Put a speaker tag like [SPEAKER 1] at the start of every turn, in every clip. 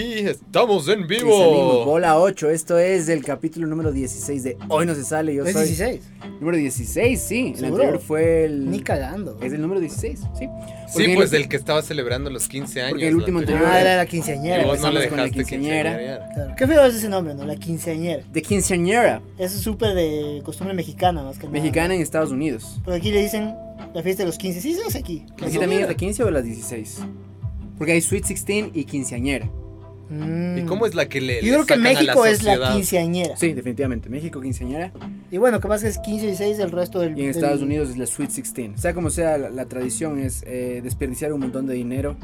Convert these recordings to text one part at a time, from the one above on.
[SPEAKER 1] Estamos en
[SPEAKER 2] Que salimos,
[SPEAKER 1] vivo.
[SPEAKER 2] bola 8, esto es el capítulo número 16 de Hoy no se sale, yo
[SPEAKER 3] ¿Es
[SPEAKER 2] soy
[SPEAKER 3] 16?
[SPEAKER 2] número 16, sí, el
[SPEAKER 3] ¿Seguro?
[SPEAKER 2] anterior fue el
[SPEAKER 3] Ni cagando.
[SPEAKER 2] es el número 16, sí. Porque
[SPEAKER 1] Sí,
[SPEAKER 2] el
[SPEAKER 1] pues
[SPEAKER 2] ulti-
[SPEAKER 1] del que estaba celebrando los 15 años.
[SPEAKER 2] Porque el último
[SPEAKER 1] la
[SPEAKER 2] anterior-
[SPEAKER 3] Ah, era la
[SPEAKER 1] Y
[SPEAKER 3] quinceañera.
[SPEAKER 1] vos no le
[SPEAKER 2] Empezamos con la
[SPEAKER 1] dejaste
[SPEAKER 2] quinceañera.
[SPEAKER 1] quinceañera.
[SPEAKER 3] Claro. Qué feo es ese nombre, ¿no? La quinceañera.
[SPEAKER 2] de quinceañera
[SPEAKER 3] Eso es súper de costumbre mexicana, más que nada.
[SPEAKER 2] mexicana en Estados Unidos.
[SPEAKER 3] Pero aquí le dicen la fiesta de los 15. Sí, se hace aquí.
[SPEAKER 2] ¿Aquí también es la 15 o las 16? Porque hay Sweet 16 y quinceañera.
[SPEAKER 3] Mm.
[SPEAKER 1] ¿Y cómo es la que le
[SPEAKER 3] Yo creo que México es la quinceañera.
[SPEAKER 2] Sí, definitivamente. México quinceañera
[SPEAKER 3] Y bueno, que más que es 15 y 16 el resto del.
[SPEAKER 2] y en
[SPEAKER 3] del-
[SPEAKER 2] Estados Unidos es la Sweet 16. Sea como sea, la, la tradición es eh, desperdiciar un montón de dinero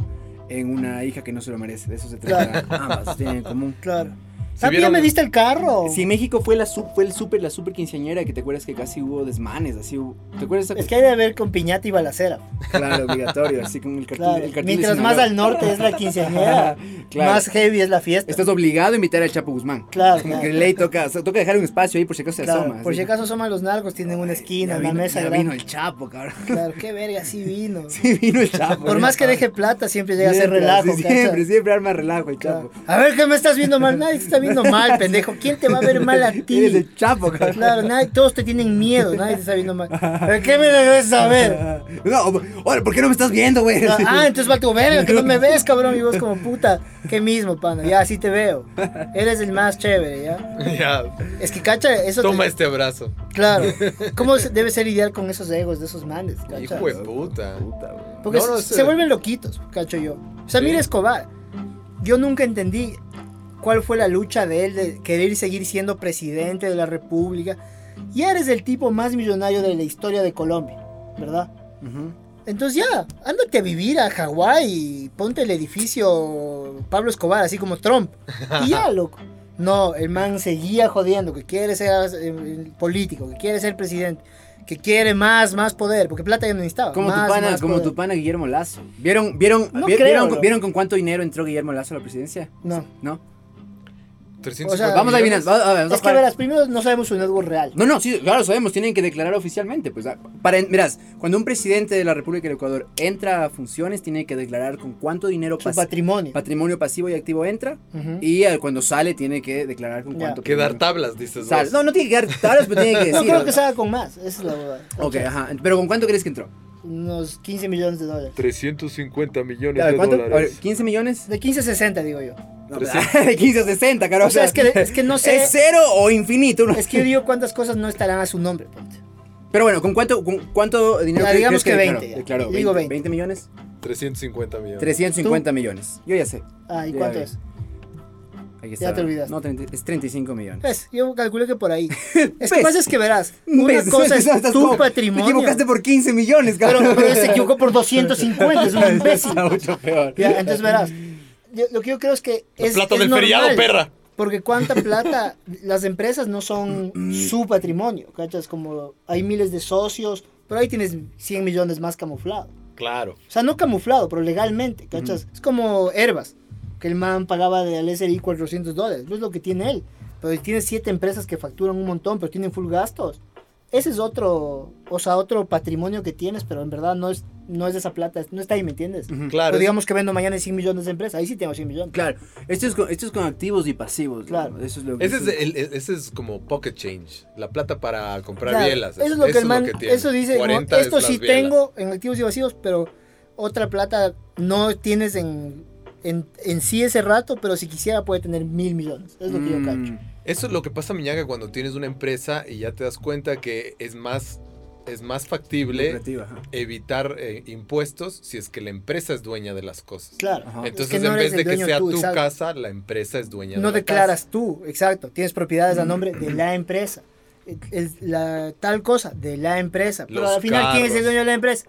[SPEAKER 2] en una hija que no se lo merece. De eso se trata. Ambas tienen en común.
[SPEAKER 3] Claro.
[SPEAKER 1] Si
[SPEAKER 3] También
[SPEAKER 1] vieron-
[SPEAKER 3] me diste el carro.
[SPEAKER 2] Si México fue la su- fue el super la super quinceañera que te acuerdas que casi hubo desmanes, así hubo- ¿Te acuerdas esa
[SPEAKER 3] Es que hay de haber con piñata y balacera.
[SPEAKER 2] Claro, obligatorio, así como el cartel,
[SPEAKER 3] Claro.
[SPEAKER 2] el cartel de
[SPEAKER 3] Mientras más
[SPEAKER 2] Sinaloa.
[SPEAKER 3] al norte es la quinceañera,
[SPEAKER 2] Claro.
[SPEAKER 3] más heavy es la fiesta.
[SPEAKER 2] Estás obligado a invitar al Chapo Guzmán.
[SPEAKER 3] Claro,
[SPEAKER 2] Como
[SPEAKER 3] claro.
[SPEAKER 2] que ley toca, o sea, toca dejar un espacio ahí por si acaso se
[SPEAKER 3] Claro,
[SPEAKER 2] asoma.
[SPEAKER 3] por
[SPEAKER 2] así.
[SPEAKER 3] si acaso asoman los narcos, tienen una
[SPEAKER 2] Ya
[SPEAKER 3] esquina, una
[SPEAKER 2] vino-
[SPEAKER 3] mesa
[SPEAKER 2] ya
[SPEAKER 3] grande.
[SPEAKER 2] vino el Chapo, cabrón.
[SPEAKER 3] Claro, qué verga, sí vino.
[SPEAKER 2] Sí, vino el Chapo.
[SPEAKER 3] Por más que deje plata, siempre llega a ser
[SPEAKER 2] Siempre,
[SPEAKER 3] relajo.
[SPEAKER 2] sí,
[SPEAKER 3] ¿cachas?
[SPEAKER 2] siempre, siempre arma relajo el
[SPEAKER 3] Claro.
[SPEAKER 2] Chapo.
[SPEAKER 3] A ver, ¿qué me estás viendo mal? Nadie te está viendo mal, pendejo. ¿Quién te va a ver mal a
[SPEAKER 2] Eres
[SPEAKER 3] ti?
[SPEAKER 2] el Chapo, cabrón.
[SPEAKER 3] Claro, nadie, todos te tienen miedo, nadie te está viendo mal. A ver, ¿qué me regresas a ver?
[SPEAKER 2] No, ahora, ¿por qué no me estás viendo, güey?
[SPEAKER 3] Ah, entonces va tu verga, que no me ves, cabrón. Y vos como puta, ¿qué mismo, pana? Ya, así te veo. Eres el más chévere, ¿ya?
[SPEAKER 1] Ya,
[SPEAKER 3] Es que, cacha, eso te-
[SPEAKER 1] toma este abrazo.
[SPEAKER 3] Claro. ¿Cómo se- debe ser ideal con esos egos de esos manes, cacha?
[SPEAKER 1] Hijo de puta.
[SPEAKER 2] Puta, güey.
[SPEAKER 3] Porque
[SPEAKER 1] No, no,
[SPEAKER 3] se,
[SPEAKER 1] sí.
[SPEAKER 3] se vuelven loquitos, cacho yo. O sea,
[SPEAKER 1] Sí.
[SPEAKER 3] mira Escobar. Yo nunca entendí cuál fue la lucha de él de querer seguir siendo presidente de la República. Ya eres el tipo más millonario de la historia de Colombia, ¿verdad?
[SPEAKER 2] Ujú.
[SPEAKER 3] Entonces ya, ándate a vivir a Hawái y ponte el edificio Pablo Escobar, así como Trump. Y ya, loco. No, el man seguía jodiendo, que quiere ser eh, político, que quiere ser presidente, que quiere más, más poder, porque plata ya no necesitaba.
[SPEAKER 2] Como tu
[SPEAKER 3] Ah, más,
[SPEAKER 2] pana,
[SPEAKER 3] más
[SPEAKER 2] como
[SPEAKER 3] poder.
[SPEAKER 2] tu pana Guillermo Lazo. ¿Vieron, vieron,
[SPEAKER 3] No
[SPEAKER 2] vi-
[SPEAKER 3] creo,
[SPEAKER 2] vieron,
[SPEAKER 3] bro.
[SPEAKER 2] vieron con cuánto dinero entró Guillermo Lazo a la presidencia?
[SPEAKER 3] No.
[SPEAKER 2] ¿No?
[SPEAKER 1] 350
[SPEAKER 3] O sea,
[SPEAKER 2] Vamos a adivinar.
[SPEAKER 1] millones.
[SPEAKER 2] va- a ver, vamos
[SPEAKER 3] Es
[SPEAKER 2] a
[SPEAKER 3] que
[SPEAKER 2] parar.
[SPEAKER 3] verás, primero no sabemos su network real.
[SPEAKER 2] No, no, sí, claro, sabemos, tienen que declarar oficialmente. Pues, ah, para, en- mirás, cuando un presidente de la República del Ecuador entra a funciones, tiene que declarar con cuánto dinero
[SPEAKER 3] su
[SPEAKER 2] pas-
[SPEAKER 3] patrimonio.
[SPEAKER 2] patrimonio pasivo y activo entra.
[SPEAKER 3] Ujú.
[SPEAKER 2] pues, Y ah, cuando sale, tiene que declarar con
[SPEAKER 3] Ya.
[SPEAKER 2] cuánto.
[SPEAKER 1] Que dar
[SPEAKER 2] patrimonio
[SPEAKER 1] tablas, dices
[SPEAKER 2] sale.
[SPEAKER 1] vos.
[SPEAKER 2] No, no tiene que dar tablas, pero tiene que
[SPEAKER 3] no
[SPEAKER 2] decir.
[SPEAKER 3] creo que salga con más, esa es la verdad.
[SPEAKER 2] Ok, ajá. Pero ¿con cuánto crees que entró?
[SPEAKER 3] Unos 15 millones de dólares.
[SPEAKER 1] 350 millones
[SPEAKER 2] A ver,
[SPEAKER 1] de
[SPEAKER 2] ¿cuánto? A ver,
[SPEAKER 1] dólares.
[SPEAKER 2] ¿15 millones?
[SPEAKER 3] De 15 a 60, digo yo.
[SPEAKER 2] No, 15 a 60, caro.
[SPEAKER 3] O sea, es que, es que no sé.
[SPEAKER 2] ¿Es cero o infinito? No
[SPEAKER 3] Es que yo digo cuántas cosas no estarán a su nombre. ponte.
[SPEAKER 2] Pero bueno, ¿con cuánto, con cuánto dinero
[SPEAKER 3] Ya,
[SPEAKER 2] cre-
[SPEAKER 3] digamos que
[SPEAKER 2] declaró?
[SPEAKER 3] 20 ya.
[SPEAKER 2] Declaró,
[SPEAKER 3] Yo digo 20.
[SPEAKER 2] 20 millones.
[SPEAKER 1] 350 millones.
[SPEAKER 2] 350 millones. Yo ya sé.
[SPEAKER 3] Ah, ¿y
[SPEAKER 2] Ya,
[SPEAKER 3] cuánto
[SPEAKER 2] ya.
[SPEAKER 3] es?
[SPEAKER 2] Ahí
[SPEAKER 3] Ya te olvidaste.
[SPEAKER 2] No, 30 es 35 millones.
[SPEAKER 3] Es, Pues, yo calculé que por ahí. Es que
[SPEAKER 2] ¿Ves?
[SPEAKER 3] pasa es que verás, una cosa es
[SPEAKER 2] Pues, Estás
[SPEAKER 3] tu
[SPEAKER 2] como- Te
[SPEAKER 3] patrimonio.
[SPEAKER 2] equivocaste por 15 millones,
[SPEAKER 3] Pero,
[SPEAKER 2] cabrón.
[SPEAKER 3] pero se equivocó por 250, es un imbécil.
[SPEAKER 2] Está mucho peor.
[SPEAKER 3] Ya, entonces verás, yo- lo que yo creo es que
[SPEAKER 1] La
[SPEAKER 3] es
[SPEAKER 1] plata
[SPEAKER 3] es
[SPEAKER 1] del
[SPEAKER 3] normal.
[SPEAKER 1] feriado, perra.
[SPEAKER 3] Porque cuánta plata, las empresas no son su patrimonio, ¿cachas? Como hay miles de socios, pero ahí tienes 100 millones más camuflado.
[SPEAKER 1] Claro.
[SPEAKER 3] O sea, no camuflado, pero legalmente, ¿cachas? Es como Herbas, que el man pagaba de al SRI 400 dólares, no es lo que tiene él. Pero tiene siete empresas que facturan un montón, pero tienen full gastos. Ese es otro, o sea, otro patrimonio que tienes, pero en verdad no es, no es esa plata, no está ahí, ¿me entiendes?
[SPEAKER 2] Ujú.
[SPEAKER 1] Claro.
[SPEAKER 3] Pero digamos que vendo mañana en 100 millones de empresas, ahí sí tengo 100 millones.
[SPEAKER 2] Claro, esto es, con, esto es con activos y pasivos.
[SPEAKER 3] Claro.
[SPEAKER 2] digamos, Eso es lo que
[SPEAKER 1] Ese es,
[SPEAKER 2] esto-
[SPEAKER 1] el- el- ese es como pocket change, la plata para comprar
[SPEAKER 3] Claro,
[SPEAKER 1] bielas.
[SPEAKER 3] Eso es lo que el man,
[SPEAKER 1] tiene.
[SPEAKER 3] eso dice, como,
[SPEAKER 1] 40
[SPEAKER 3] esto
[SPEAKER 1] es las
[SPEAKER 3] sí
[SPEAKER 1] bielas.
[SPEAKER 3] tengo en activos y vacíos, pero otra plata no tienes en, en, en sí ese rato, pero si quisiera puede tener mil millones. Es lo que yo cacho.
[SPEAKER 2] Mm.
[SPEAKER 1] Eso es lo que pasa, Miñaga, cuando tienes una empresa y ya te das cuenta que es más, es más factible
[SPEAKER 2] Lucrativo, ajá.
[SPEAKER 1] evitar eh, impuestos si es que la empresa es dueña de las cosas.
[SPEAKER 3] Claro.
[SPEAKER 2] Ajá.
[SPEAKER 3] es
[SPEAKER 1] Entonces,
[SPEAKER 3] que no
[SPEAKER 1] en
[SPEAKER 3] eres
[SPEAKER 1] vez de
[SPEAKER 3] el
[SPEAKER 1] que
[SPEAKER 3] dueño
[SPEAKER 1] sea
[SPEAKER 3] tú,
[SPEAKER 1] tu
[SPEAKER 3] exacto.
[SPEAKER 1] casa, la empresa es dueña
[SPEAKER 3] No
[SPEAKER 1] de la
[SPEAKER 3] declaras tú, exacto. Tienes propiedades a nombre de la empresa. El- el- la, tal cosa, de la empresa. Pero
[SPEAKER 1] Los
[SPEAKER 3] al final, ¿quién es el
[SPEAKER 1] carros.
[SPEAKER 3] dueño de la empresa?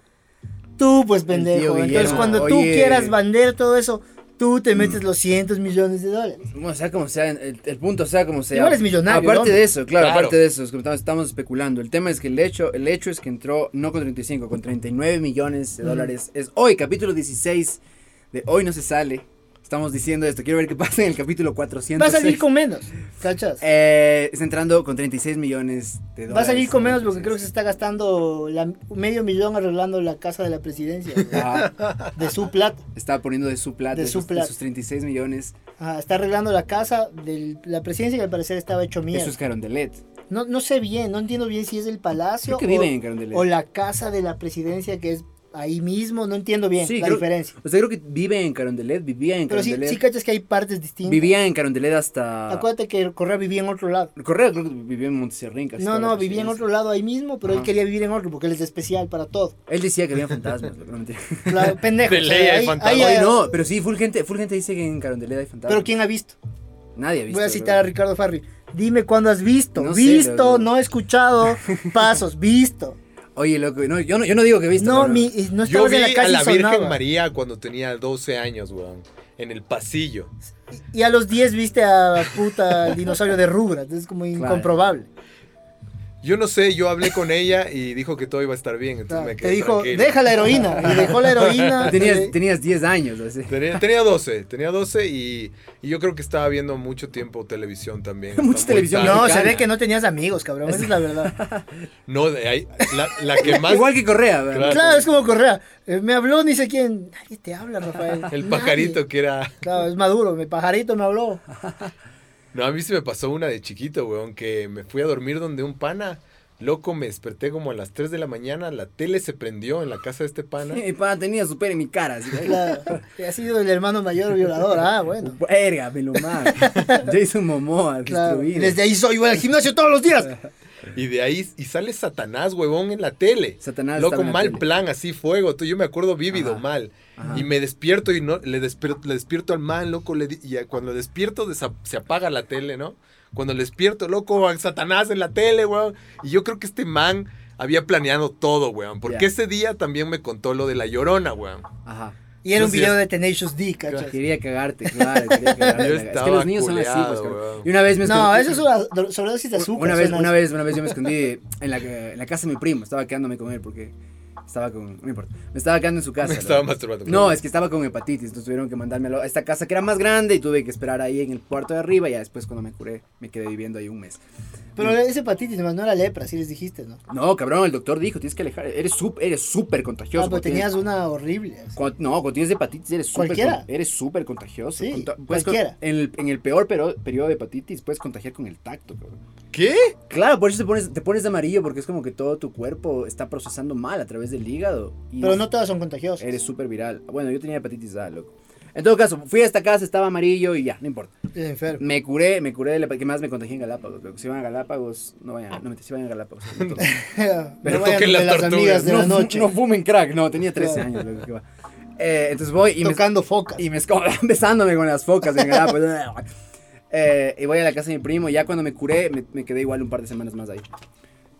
[SPEAKER 3] Tú, pues
[SPEAKER 2] tío
[SPEAKER 3] pendejo. Entonces,
[SPEAKER 2] Guillermo,
[SPEAKER 3] cuando tú
[SPEAKER 2] oye.
[SPEAKER 3] quieras vender todo eso, tú te metes los cientos millones de dólares.
[SPEAKER 2] Bueno, sea como sea, el, el punto sea como sea.
[SPEAKER 3] Igual es millonario, el
[SPEAKER 2] Aparte
[SPEAKER 3] hombre.
[SPEAKER 2] de eso, claro,
[SPEAKER 1] Claro.
[SPEAKER 2] aparte de eso, es como estamos, estamos especulando. El tema es que el hecho, el hecho es que entró no con 35, con 39 millones de
[SPEAKER 3] Ujú.
[SPEAKER 2] dólares. Es hoy, capítulo 16 de Hoy no se sale. Estamos diciendo esto. Quiero ver qué pasa en el capítulo 400.
[SPEAKER 3] Va a salir con menos, ¿cachas?
[SPEAKER 2] Eh, está entrando con 36 millones de dólares.
[SPEAKER 3] Va a salir con menos porque
[SPEAKER 2] Entonces,
[SPEAKER 3] creo que se está gastando la- medio millón arreglando la casa de la presidencia güey,
[SPEAKER 2] ajá,
[SPEAKER 3] de su plata.
[SPEAKER 2] está poniendo de su plata,
[SPEAKER 3] De
[SPEAKER 2] de,
[SPEAKER 3] su
[SPEAKER 2] sus, de
[SPEAKER 3] plata.
[SPEAKER 2] sus 36 millones,
[SPEAKER 3] Ajá, está arreglando la casa de la presidencia y al parecer estaba hecho mierda.
[SPEAKER 2] Eso es Carondelet.
[SPEAKER 3] No, no sé bien, no entiendo bien si es el palacio
[SPEAKER 2] Creo que
[SPEAKER 3] o,
[SPEAKER 2] viven en Carondelet.
[SPEAKER 3] o la casa de la presidencia que es ahí mismo, no entiendo bien
[SPEAKER 2] Sí,
[SPEAKER 3] la
[SPEAKER 2] creo-
[SPEAKER 3] diferencia.
[SPEAKER 2] O sea, creo que vive en Carondelet, vivía en
[SPEAKER 3] Pero sí,
[SPEAKER 2] Carondelet.
[SPEAKER 3] sí cachas que hay partes distintas.
[SPEAKER 2] vivía en Carondelet hasta...
[SPEAKER 3] Acuérdate que Correa vivía en otro lado.
[SPEAKER 2] Correa creo que vivía en Montserrín. casi
[SPEAKER 3] No,
[SPEAKER 2] toda la
[SPEAKER 3] no, vivía en
[SPEAKER 2] presidencia.
[SPEAKER 3] otro lado ahí mismo, pero él
[SPEAKER 2] Ajá.
[SPEAKER 3] quería vivir en otro porque él es especial para todo.
[SPEAKER 2] Él decía que había fantasmas, loco, no mentira.
[SPEAKER 3] Claro, pendejo.
[SPEAKER 1] De
[SPEAKER 3] o sea,
[SPEAKER 1] ley hay
[SPEAKER 3] ahí-
[SPEAKER 1] fantasmas.
[SPEAKER 3] ahí-
[SPEAKER 2] Oye,
[SPEAKER 3] ahí-
[SPEAKER 2] no, pero sí, full gente, full gente dice que en Carondelet hay fantasmas.
[SPEAKER 3] Pero ¿quién ha visto?
[SPEAKER 2] Nadie ha visto.
[SPEAKER 3] Voy a
[SPEAKER 2] loco.
[SPEAKER 3] citar a Ricardo Farri. Dime cuándo has visto.
[SPEAKER 2] No sé,
[SPEAKER 3] visto,
[SPEAKER 2] loco.
[SPEAKER 3] no he escuchado. Pasos, visto.
[SPEAKER 2] Oye, loco, no, yo, no, yo no digo que he visto.
[SPEAKER 3] No,
[SPEAKER 2] pero-
[SPEAKER 3] mi, no
[SPEAKER 1] Yo
[SPEAKER 3] estabas
[SPEAKER 1] vi
[SPEAKER 3] en la
[SPEAKER 1] a
[SPEAKER 3] casa
[SPEAKER 1] la
[SPEAKER 3] y
[SPEAKER 1] Virgen
[SPEAKER 3] sonaba.
[SPEAKER 1] María cuando tenía 12 años, weón. En el pasillo.
[SPEAKER 3] Y a los 10 viste a puta el dinosaurio de Rubras. Es como incomprobable.
[SPEAKER 1] Yo no sé, yo hablé con ella y dijo que todo iba a estar bien. Entonces
[SPEAKER 3] Claro,
[SPEAKER 1] me
[SPEAKER 3] Ah, te
[SPEAKER 1] quedé
[SPEAKER 3] dijo,
[SPEAKER 1] tranquilo.
[SPEAKER 3] deja la heroína. Y dejó la heroína.
[SPEAKER 2] Tenías,
[SPEAKER 3] eh,
[SPEAKER 2] tenías 10 años, así.
[SPEAKER 1] Tenía, tenía 12, tenía 12 y, y yo creo que estaba viendo mucho tiempo televisión también.
[SPEAKER 2] Mucha
[SPEAKER 1] Está muy
[SPEAKER 2] televisión.
[SPEAKER 1] tarde.
[SPEAKER 3] No, se
[SPEAKER 2] Mexicana.
[SPEAKER 3] ve que no tenías amigos, cabrón. Esa es la verdad.
[SPEAKER 1] No, de ahí- la, la que más...
[SPEAKER 2] Igual que Correa, ¿verdad?
[SPEAKER 1] Claro.
[SPEAKER 3] Claro, es como Correa. eh, Me habló ni sé quién. Nadie te habla, Rafael.
[SPEAKER 1] El
[SPEAKER 3] nadie.
[SPEAKER 1] pajarito que era...
[SPEAKER 3] Claro, es maduro. Mi pajarito me habló.
[SPEAKER 1] No, a mí se me pasó una de chiquito, weón, que me fui a dormir donde un pana, loco, me desperté como a las 3 de la mañana, la tele se prendió en la casa de este pana.
[SPEAKER 2] Y pa, tenía su pene en mi cara. Así,
[SPEAKER 3] Claro, ha sido el hermano mayor violador. Ah, bueno.
[SPEAKER 2] Verga, me lo mato. Jason Momoa,
[SPEAKER 3] Claro.
[SPEAKER 2] destruido.
[SPEAKER 3] Desde ahí soy, voy al gimnasio todos los días.
[SPEAKER 1] Y de ahí, y sale Satanás, huevón, en la tele.
[SPEAKER 2] Satanás
[SPEAKER 1] Loco,
[SPEAKER 2] estaba en la
[SPEAKER 1] mal
[SPEAKER 2] tele.
[SPEAKER 1] plan, así fuego. Tú, yo me acuerdo vívido,
[SPEAKER 2] Ajá,
[SPEAKER 1] mal.
[SPEAKER 2] ajá.
[SPEAKER 1] Y me despierto y no, le, desper- le despierto al man, loco, le di- y a- cuando le despierto desa- se apaga la tele, ¿no? Cuando le despierto, loco, a Satanás en la tele, weón. Y yo creo que este man había planeado todo, weón. Porque
[SPEAKER 2] Ya.
[SPEAKER 1] ese día también me contó lo de la llorona, weón.
[SPEAKER 2] Ajá.
[SPEAKER 3] Y era un
[SPEAKER 1] Entonces-
[SPEAKER 3] video de Tenacious D, ¿cachas?
[SPEAKER 2] Quería cagarte, claro. Quería cagarte.
[SPEAKER 1] Yo
[SPEAKER 2] es que
[SPEAKER 1] estaba
[SPEAKER 2] los niños son así,
[SPEAKER 1] culeado,
[SPEAKER 2] pues, cabrón.
[SPEAKER 1] weón.
[SPEAKER 2] Y una vez me
[SPEAKER 3] No,
[SPEAKER 2] escondí-
[SPEAKER 3] eso es una do- sobredosis de azúcar.
[SPEAKER 2] Una vez,
[SPEAKER 3] suena
[SPEAKER 2] una
[SPEAKER 3] eso.
[SPEAKER 2] vez, una vez yo me escondí en la, en la casa de mi primo. Estaba quedándome con él porque estaba con. No importa. Me estaba quedando en su casa.
[SPEAKER 1] Me estaba
[SPEAKER 2] loco.
[SPEAKER 1] masturbando.
[SPEAKER 2] No, es que estaba con hepatitis, entonces tuvieron que mandarme a lo- a esta casa que era más grande y tuve que esperar ahí en el cuarto de arriba. Ya después, cuando me curé, me quedé viviendo ahí un mes.
[SPEAKER 3] Pero ese hepatitis, más no era lepra, si les dijiste, ¿no? Ah,
[SPEAKER 2] No, cabrón, el doctor dijo: tienes que alejar, eres súper eres súper contagioso.
[SPEAKER 3] Ah,
[SPEAKER 2] cuando
[SPEAKER 3] pero tenías
[SPEAKER 2] tienes-
[SPEAKER 3] una horrible. así.
[SPEAKER 2] cuando- no, cuando tienes hepatitis eres súper
[SPEAKER 3] Cualquiera.
[SPEAKER 2] con- eres súper contagioso.
[SPEAKER 3] Sí,
[SPEAKER 2] Conta- puedes con-
[SPEAKER 3] cualquiera.
[SPEAKER 2] en, el, en el peor pero- periodo de hepatitis puedes contagiar con el tacto, cabrón.
[SPEAKER 1] ¿Qué?
[SPEAKER 2] Claro, por eso te pones, te pones de amarillo porque es como que todo tu cuerpo está procesando mal a través del hígado. Y
[SPEAKER 3] Pero no todas son contagiosas.
[SPEAKER 2] Eres súper viral. Bueno, yo tenía hepatitis A, loco. En todo caso, fui a esta casa, estaba amarillo y ya, no importa.
[SPEAKER 3] Eres enfermo.
[SPEAKER 2] Me curé, me curé de la que más me contagié en Galápagos. loco. Si van a Galápagos, no vayan, no me si van a Galápagos. no tomen.
[SPEAKER 3] Pero
[SPEAKER 1] toquen
[SPEAKER 3] vayan
[SPEAKER 1] las
[SPEAKER 3] de las
[SPEAKER 1] tortugas,
[SPEAKER 3] amigas de
[SPEAKER 2] no,
[SPEAKER 3] la
[SPEAKER 2] fu-
[SPEAKER 3] noche.
[SPEAKER 2] no fumen crack, no, tenía 13 años, loco, qué va. Eh, entonces voy y me,
[SPEAKER 3] tocando focas.
[SPEAKER 2] y me esco- besándome con las focas en Galápagos. pues, Eh, y voy a la casa de mi primo. Ya cuando me curé, me, me quedé igual un par de semanas más ahí.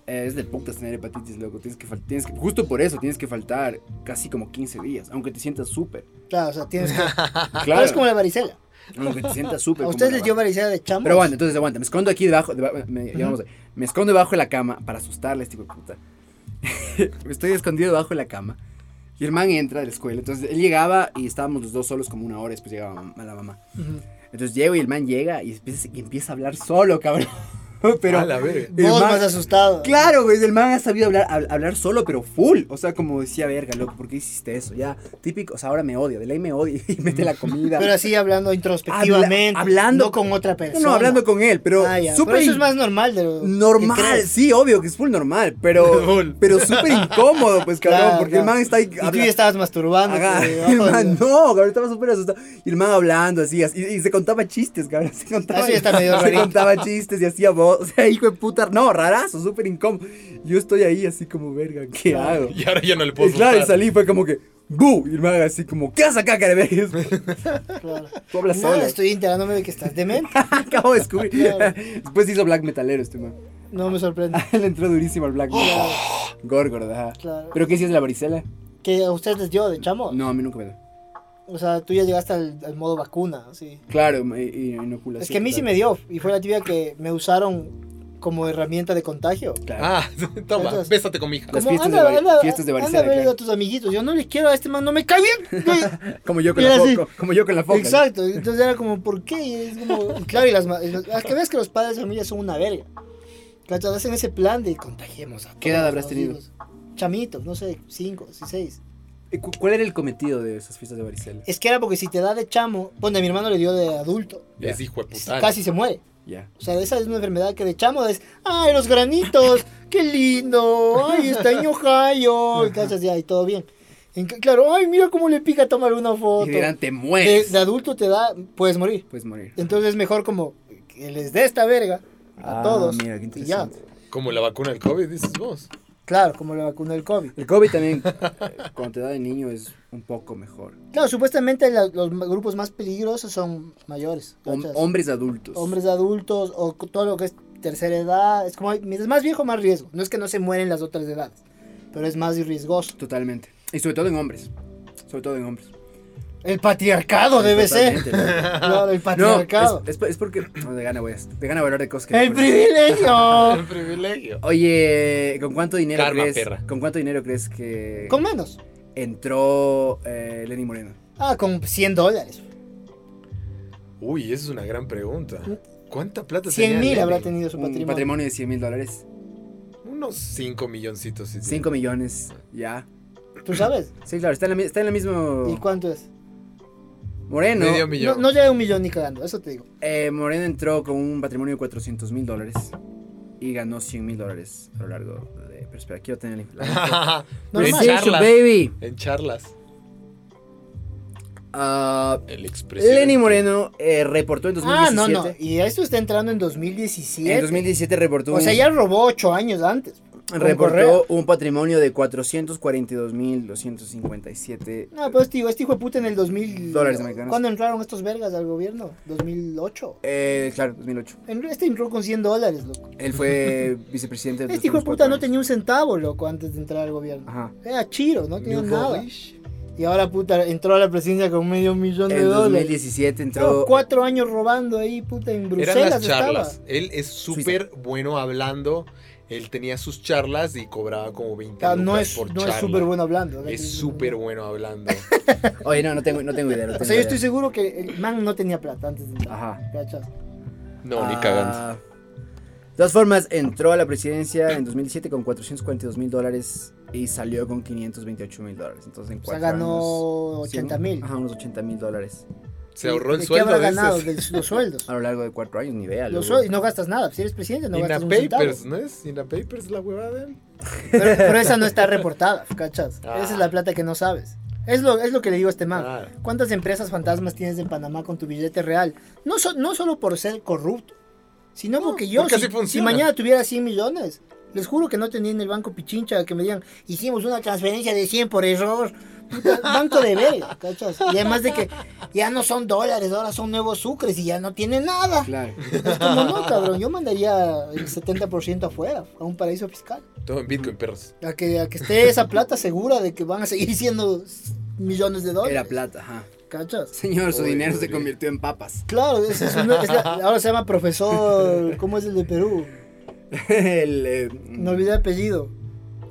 [SPEAKER 2] Eh, es de putas tener hepatitis, loco. Tienes que, fal- tienes que- justo por eso tienes que faltar casi como 15 días, aunque te sientas súper.
[SPEAKER 3] Claro, o sea, tienes que. Pero
[SPEAKER 2] Claro.
[SPEAKER 3] Es como la varicela.
[SPEAKER 2] Aunque te sientas súper.
[SPEAKER 3] A
[SPEAKER 2] como
[SPEAKER 3] ustedes
[SPEAKER 2] la
[SPEAKER 3] les dio
[SPEAKER 2] vaca.
[SPEAKER 3] varicela de chamo.
[SPEAKER 2] Pero bueno, entonces aguanta. Me escondo aquí debajo. deba- me, ya vamos ahí. Me escondo debajo de la cama para asustarle a este hijo de puta. Estoy escondido debajo de la cama. Y el man entra de la escuela. Entonces él llegaba y estábamos los dos solos como una hora. Después llegaba mam- la mamá. Entonces llego y el man llega y empieza, y empieza a hablar solo, cabrón. Pero.
[SPEAKER 1] A la verga.
[SPEAKER 2] el
[SPEAKER 3] Vos
[SPEAKER 2] man-
[SPEAKER 3] más asustado.
[SPEAKER 2] Claro, güey, el man ha sabido hablar, hab- hablar solo, pero full. O sea, como decía, verga, loco, ¿por qué hiciste eso? Ya, típico, o sea, ahora me odia, de ley me odia y mete la comida.
[SPEAKER 3] Pero así hablando introspectivamente.
[SPEAKER 2] hablando-
[SPEAKER 3] No con otra
[SPEAKER 2] no,
[SPEAKER 3] persona.
[SPEAKER 2] no, hablando con él, pero
[SPEAKER 3] Ah, ya.
[SPEAKER 2] súper
[SPEAKER 3] Pero eso
[SPEAKER 2] in-
[SPEAKER 3] es más normal de lo que
[SPEAKER 2] normal,
[SPEAKER 3] crees.
[SPEAKER 2] sí, obvio que es full normal, pero,
[SPEAKER 1] Full.
[SPEAKER 2] pero súper incómodo, pues, cabrón,
[SPEAKER 3] Claro,
[SPEAKER 2] porque
[SPEAKER 3] claro.
[SPEAKER 2] el man está ahí
[SPEAKER 3] Y tú
[SPEAKER 2] habla-
[SPEAKER 3] ya estabas masturbando.
[SPEAKER 2] Ajá, y el man, no, cabrón, estaba súper asustado. Y el man hablando así, así, y se contaba chistes, cabrón. Se contaba,
[SPEAKER 3] Así Ah, está medio
[SPEAKER 2] se
[SPEAKER 3] rarito.
[SPEAKER 2] contaba chistes y hacía voz. O sea, hijo de puta, no, rarazo, súper incómodo. Yo estoy ahí así como, verga, ¿qué hago?
[SPEAKER 1] Y ahora ya no le puedo
[SPEAKER 2] Y claro, y
[SPEAKER 1] soltar.
[SPEAKER 2] salí fue como que, ¡bu! Y el man así como, ¿qué haces acá, cara? de verga?"
[SPEAKER 3] Claro.
[SPEAKER 2] Tú hablas
[SPEAKER 3] Nada,
[SPEAKER 2] solo.
[SPEAKER 3] estoy enterándome de que estás demente.
[SPEAKER 2] Acabo de descubrir.
[SPEAKER 3] Claro.
[SPEAKER 2] Después hizo black metalero este man.
[SPEAKER 3] No me sorprende.
[SPEAKER 2] Le entró durísimo al black metal. Gorgorda, ajá.
[SPEAKER 3] Claro. Oh.
[SPEAKER 2] ¿Pero qué hiciste la varicela?
[SPEAKER 3] Que a ustedes les dio de chamo.
[SPEAKER 2] No, a mí nunca me da.
[SPEAKER 3] O sea, tú ya llegaste al, al modo vacuna, así.
[SPEAKER 2] Claro, me- y- y inoculación.
[SPEAKER 3] Es que a mí sí me dio, y fue la tibia que me usaron como herramienta de contagio.
[SPEAKER 2] Claro.
[SPEAKER 1] Ah, toma,
[SPEAKER 3] Entonces-
[SPEAKER 1] bésate con mi hija.
[SPEAKER 2] Las fiestas de vari- fiestas de varicela,
[SPEAKER 3] Anda a ver
[SPEAKER 2] claro.
[SPEAKER 3] a tus amiguitos, yo no les quiero a este man, no me cae bien.
[SPEAKER 2] Como yo con
[SPEAKER 3] Mira,
[SPEAKER 2] la
[SPEAKER 3] sí.
[SPEAKER 2] foca. Como yo con la foca.
[SPEAKER 3] Exacto, entonces era como, ¿por qué? Y es como, y claro, y las ma- y los- es que ves que los padres de familia son una verga. Cachas, hacen ese plan de contagiemos a
[SPEAKER 2] ¿Qué edad
[SPEAKER 3] todos
[SPEAKER 2] habrás
[SPEAKER 3] los
[SPEAKER 2] tenido?
[SPEAKER 3] hijos. Chamitos, no sé, cinco, seis.
[SPEAKER 2] ¿Y cu- ¿Cuál era el cometido de esas fiestas de varicela?
[SPEAKER 3] Es que era porque si te da de chamo, bueno, a mi hermano le dio de adulto,
[SPEAKER 2] Ya.
[SPEAKER 1] Es hijo de puta.
[SPEAKER 3] casi se muere.
[SPEAKER 2] Ya.
[SPEAKER 3] O sea, esa es una enfermedad que de chamo es, ay, los granitos, qué lindo, ay, está en Ohio, y cachas, ya, y todo bien. En ca- claro, ay, mira cómo le pica tomar una foto.
[SPEAKER 2] Y dirán, te
[SPEAKER 3] De,
[SPEAKER 2] mueres.
[SPEAKER 3] de adulto te da, puedes morir.
[SPEAKER 2] Puedes morir.
[SPEAKER 3] Entonces es mejor como que les dé esta verga a
[SPEAKER 2] Ah,
[SPEAKER 3] todos.
[SPEAKER 2] mira, qué
[SPEAKER 3] y ya,
[SPEAKER 2] interesante.
[SPEAKER 1] Como la vacuna del COVID, dices vos.
[SPEAKER 3] claro, como la vacuna del COVID.
[SPEAKER 2] El COVID también, eh, cuando te da de niño, es un poco mejor.
[SPEAKER 3] Claro, supuestamente la- los ma- grupos más peligrosos son mayores.
[SPEAKER 2] Hom-
[SPEAKER 3] ¿cachas?
[SPEAKER 2] hombres adultos.
[SPEAKER 3] Hombres adultos o c- todo lo que es tercera edad. Es como, hay- mientras más viejo, más riesgo. No es que no se mueren las otras edades, pero es más riesgoso.
[SPEAKER 2] Totalmente. Y sobre todo en hombres. Sobre todo en hombres.
[SPEAKER 3] El patriarcado debe ser.
[SPEAKER 2] Totalmente.
[SPEAKER 3] Claro, el
[SPEAKER 2] No,
[SPEAKER 3] patriarcado.
[SPEAKER 2] es, es, es porque. no, de gana, voy a, de gana valor de cosas que
[SPEAKER 3] el
[SPEAKER 2] recuerdo.
[SPEAKER 3] privilegio.
[SPEAKER 1] El privilegio.
[SPEAKER 2] Oye, ¿con cuánto dinero
[SPEAKER 1] Karma,
[SPEAKER 2] crees?
[SPEAKER 1] perra.
[SPEAKER 2] ¿Con cuánto dinero crees que
[SPEAKER 3] con menos.
[SPEAKER 2] entró eh, Lenny Moreno?
[SPEAKER 3] Ah, con 100 dólares.
[SPEAKER 1] Uy, esa es una gran pregunta. ¿Cuánta plata
[SPEAKER 3] 100
[SPEAKER 1] tenía
[SPEAKER 3] mil
[SPEAKER 1] Lenny?
[SPEAKER 3] habrá tenido su
[SPEAKER 2] Un
[SPEAKER 3] patrimonio.
[SPEAKER 2] patrimonio, de 100 mil dólares.
[SPEAKER 1] Unos 5 milloncitos. sí,
[SPEAKER 2] 5 millones. Ya.
[SPEAKER 3] ¿Tú sabes?
[SPEAKER 2] Sí, claro, está en la, mi- está en la misma.
[SPEAKER 3] ¿Y cuánto es?
[SPEAKER 2] Moreno.
[SPEAKER 1] Medio
[SPEAKER 3] No,
[SPEAKER 1] millón.
[SPEAKER 3] no llega a un millón ni cagando, eso te digo.
[SPEAKER 2] eh, Moreno entró con un patrimonio de 400 mil dólares y ganó 100 mil dólares a lo largo de. Pero espera, quiero tener la- la.
[SPEAKER 1] en
[SPEAKER 3] Normal.
[SPEAKER 2] Precision,
[SPEAKER 1] charlas.
[SPEAKER 2] baby.
[SPEAKER 1] En charlas.
[SPEAKER 2] Ah,
[SPEAKER 1] El expresidente.
[SPEAKER 2] Lenny Moreno eh, reportó en
[SPEAKER 3] Ah,
[SPEAKER 2] 2017.
[SPEAKER 3] no, no. Y esto está entrando en 2017.
[SPEAKER 2] En 2017 reportó.
[SPEAKER 3] O sea,
[SPEAKER 2] un-
[SPEAKER 3] ya robó 8 años antes. con Correa.
[SPEAKER 2] reportó un patrimonio de 442.257.
[SPEAKER 3] No, pero este, este hijo de puta en el 2000.
[SPEAKER 2] Dólares americanos.
[SPEAKER 3] ¿Cuándo entraron estos vergas al gobierno? ¿2008?
[SPEAKER 2] Eh, claro, 2008.
[SPEAKER 3] En- Este entró con 100 dólares, loco.
[SPEAKER 2] Él fue vicepresidente de los
[SPEAKER 3] Este hijo de
[SPEAKER 2] últimos
[SPEAKER 3] puta
[SPEAKER 2] cuatro
[SPEAKER 3] no
[SPEAKER 2] años.
[SPEAKER 3] tenía un centavo, loco, antes de entrar al gobierno.
[SPEAKER 2] Ajá.
[SPEAKER 3] Era chiro, no tenía
[SPEAKER 1] New
[SPEAKER 3] nada.
[SPEAKER 1] Polish.
[SPEAKER 3] Y ahora, puta, entró a la presidencia con medio millón de
[SPEAKER 2] En
[SPEAKER 3] dólares.
[SPEAKER 2] 2017 entró.
[SPEAKER 3] Estaba cuatro años robando ahí, puta, en Bruselas.
[SPEAKER 1] Eran las charlas.
[SPEAKER 3] estaba.
[SPEAKER 1] Él es súper bueno hablando. Él tenía sus charlas y cobraba como 20
[SPEAKER 3] O sea, Ah, no
[SPEAKER 1] lucas
[SPEAKER 3] es
[SPEAKER 1] por
[SPEAKER 3] no es
[SPEAKER 1] charla.
[SPEAKER 3] súper bueno hablando.
[SPEAKER 1] Es súper bueno hablando.
[SPEAKER 2] Oye, no, no tengo, no tengo idea. no
[SPEAKER 3] O
[SPEAKER 2] tengo
[SPEAKER 3] sea,
[SPEAKER 2] idea.
[SPEAKER 3] yo estoy seguro que el man no tenía plata antes de entrar.
[SPEAKER 2] Ajá.
[SPEAKER 3] ¿cachas?
[SPEAKER 1] No, ni
[SPEAKER 2] Ah,
[SPEAKER 1] cagando.
[SPEAKER 2] De todas formas, entró a la presidencia en 2007 con 442 mil dólares y salió con 528 mil dólares. Entonces, en
[SPEAKER 3] O sea,
[SPEAKER 2] cuatro
[SPEAKER 3] ganó
[SPEAKER 2] años,
[SPEAKER 3] 80
[SPEAKER 2] ¿sí?
[SPEAKER 3] mil.
[SPEAKER 2] Ajá, unos 80 mil dólares.
[SPEAKER 1] Se ahorró el
[SPEAKER 3] ¿De
[SPEAKER 1] sueldo.
[SPEAKER 3] ¿Qué habrá
[SPEAKER 1] dices. Ah,
[SPEAKER 3] ganado? De los sueldos.
[SPEAKER 2] A lo largo de cuatro años, ni vea.
[SPEAKER 3] Los
[SPEAKER 2] luego.
[SPEAKER 3] sueldos, y no gastas nada. Si eres presidente, no
[SPEAKER 1] In a
[SPEAKER 3] gastas un centavo.
[SPEAKER 1] Papers, ¿no es? In a Papers la huevada de él.
[SPEAKER 3] Pero, pero esa no está reportada, ¿cachas?
[SPEAKER 1] Ah.
[SPEAKER 3] Esa es la plata que no sabes. Es lo, es lo que le digo a este man.
[SPEAKER 1] Ah.
[SPEAKER 3] ¿Cuántas empresas fantasmas tienes en Panamá con tu billete real? No, so- no solo por ser corrupto, sino porque yo,
[SPEAKER 1] porque
[SPEAKER 3] si,
[SPEAKER 1] así funciona.
[SPEAKER 3] si mañana tuviera 100 millones, les juro que no tenía en el banco Pichincha que me digan, hicimos una transferencia de 100 por error. Puta, banco de verga, ¿cachas? Y además de que ya no son dólares, ahora son nuevos sucres y ya no tienen nada.
[SPEAKER 2] Claro.
[SPEAKER 3] Es como no, cabrón, yo mandaría el 70% afuera, a un paraíso fiscal.
[SPEAKER 1] Todo en Bitcoin, perros.
[SPEAKER 3] A que, a que esté esa plata segura de que van a seguir siendo millones de dólares.
[SPEAKER 2] Era plata, ajá.
[SPEAKER 3] ¿Cachas?
[SPEAKER 2] Señor, su
[SPEAKER 1] Uy,
[SPEAKER 2] dinero se
[SPEAKER 1] podría.
[SPEAKER 2] convirtió en papas.
[SPEAKER 3] Claro, es, es una- es la- ahora se llama profesor. ¿Cómo es el de Perú?
[SPEAKER 2] El, eh,
[SPEAKER 3] No olvidé el apellido.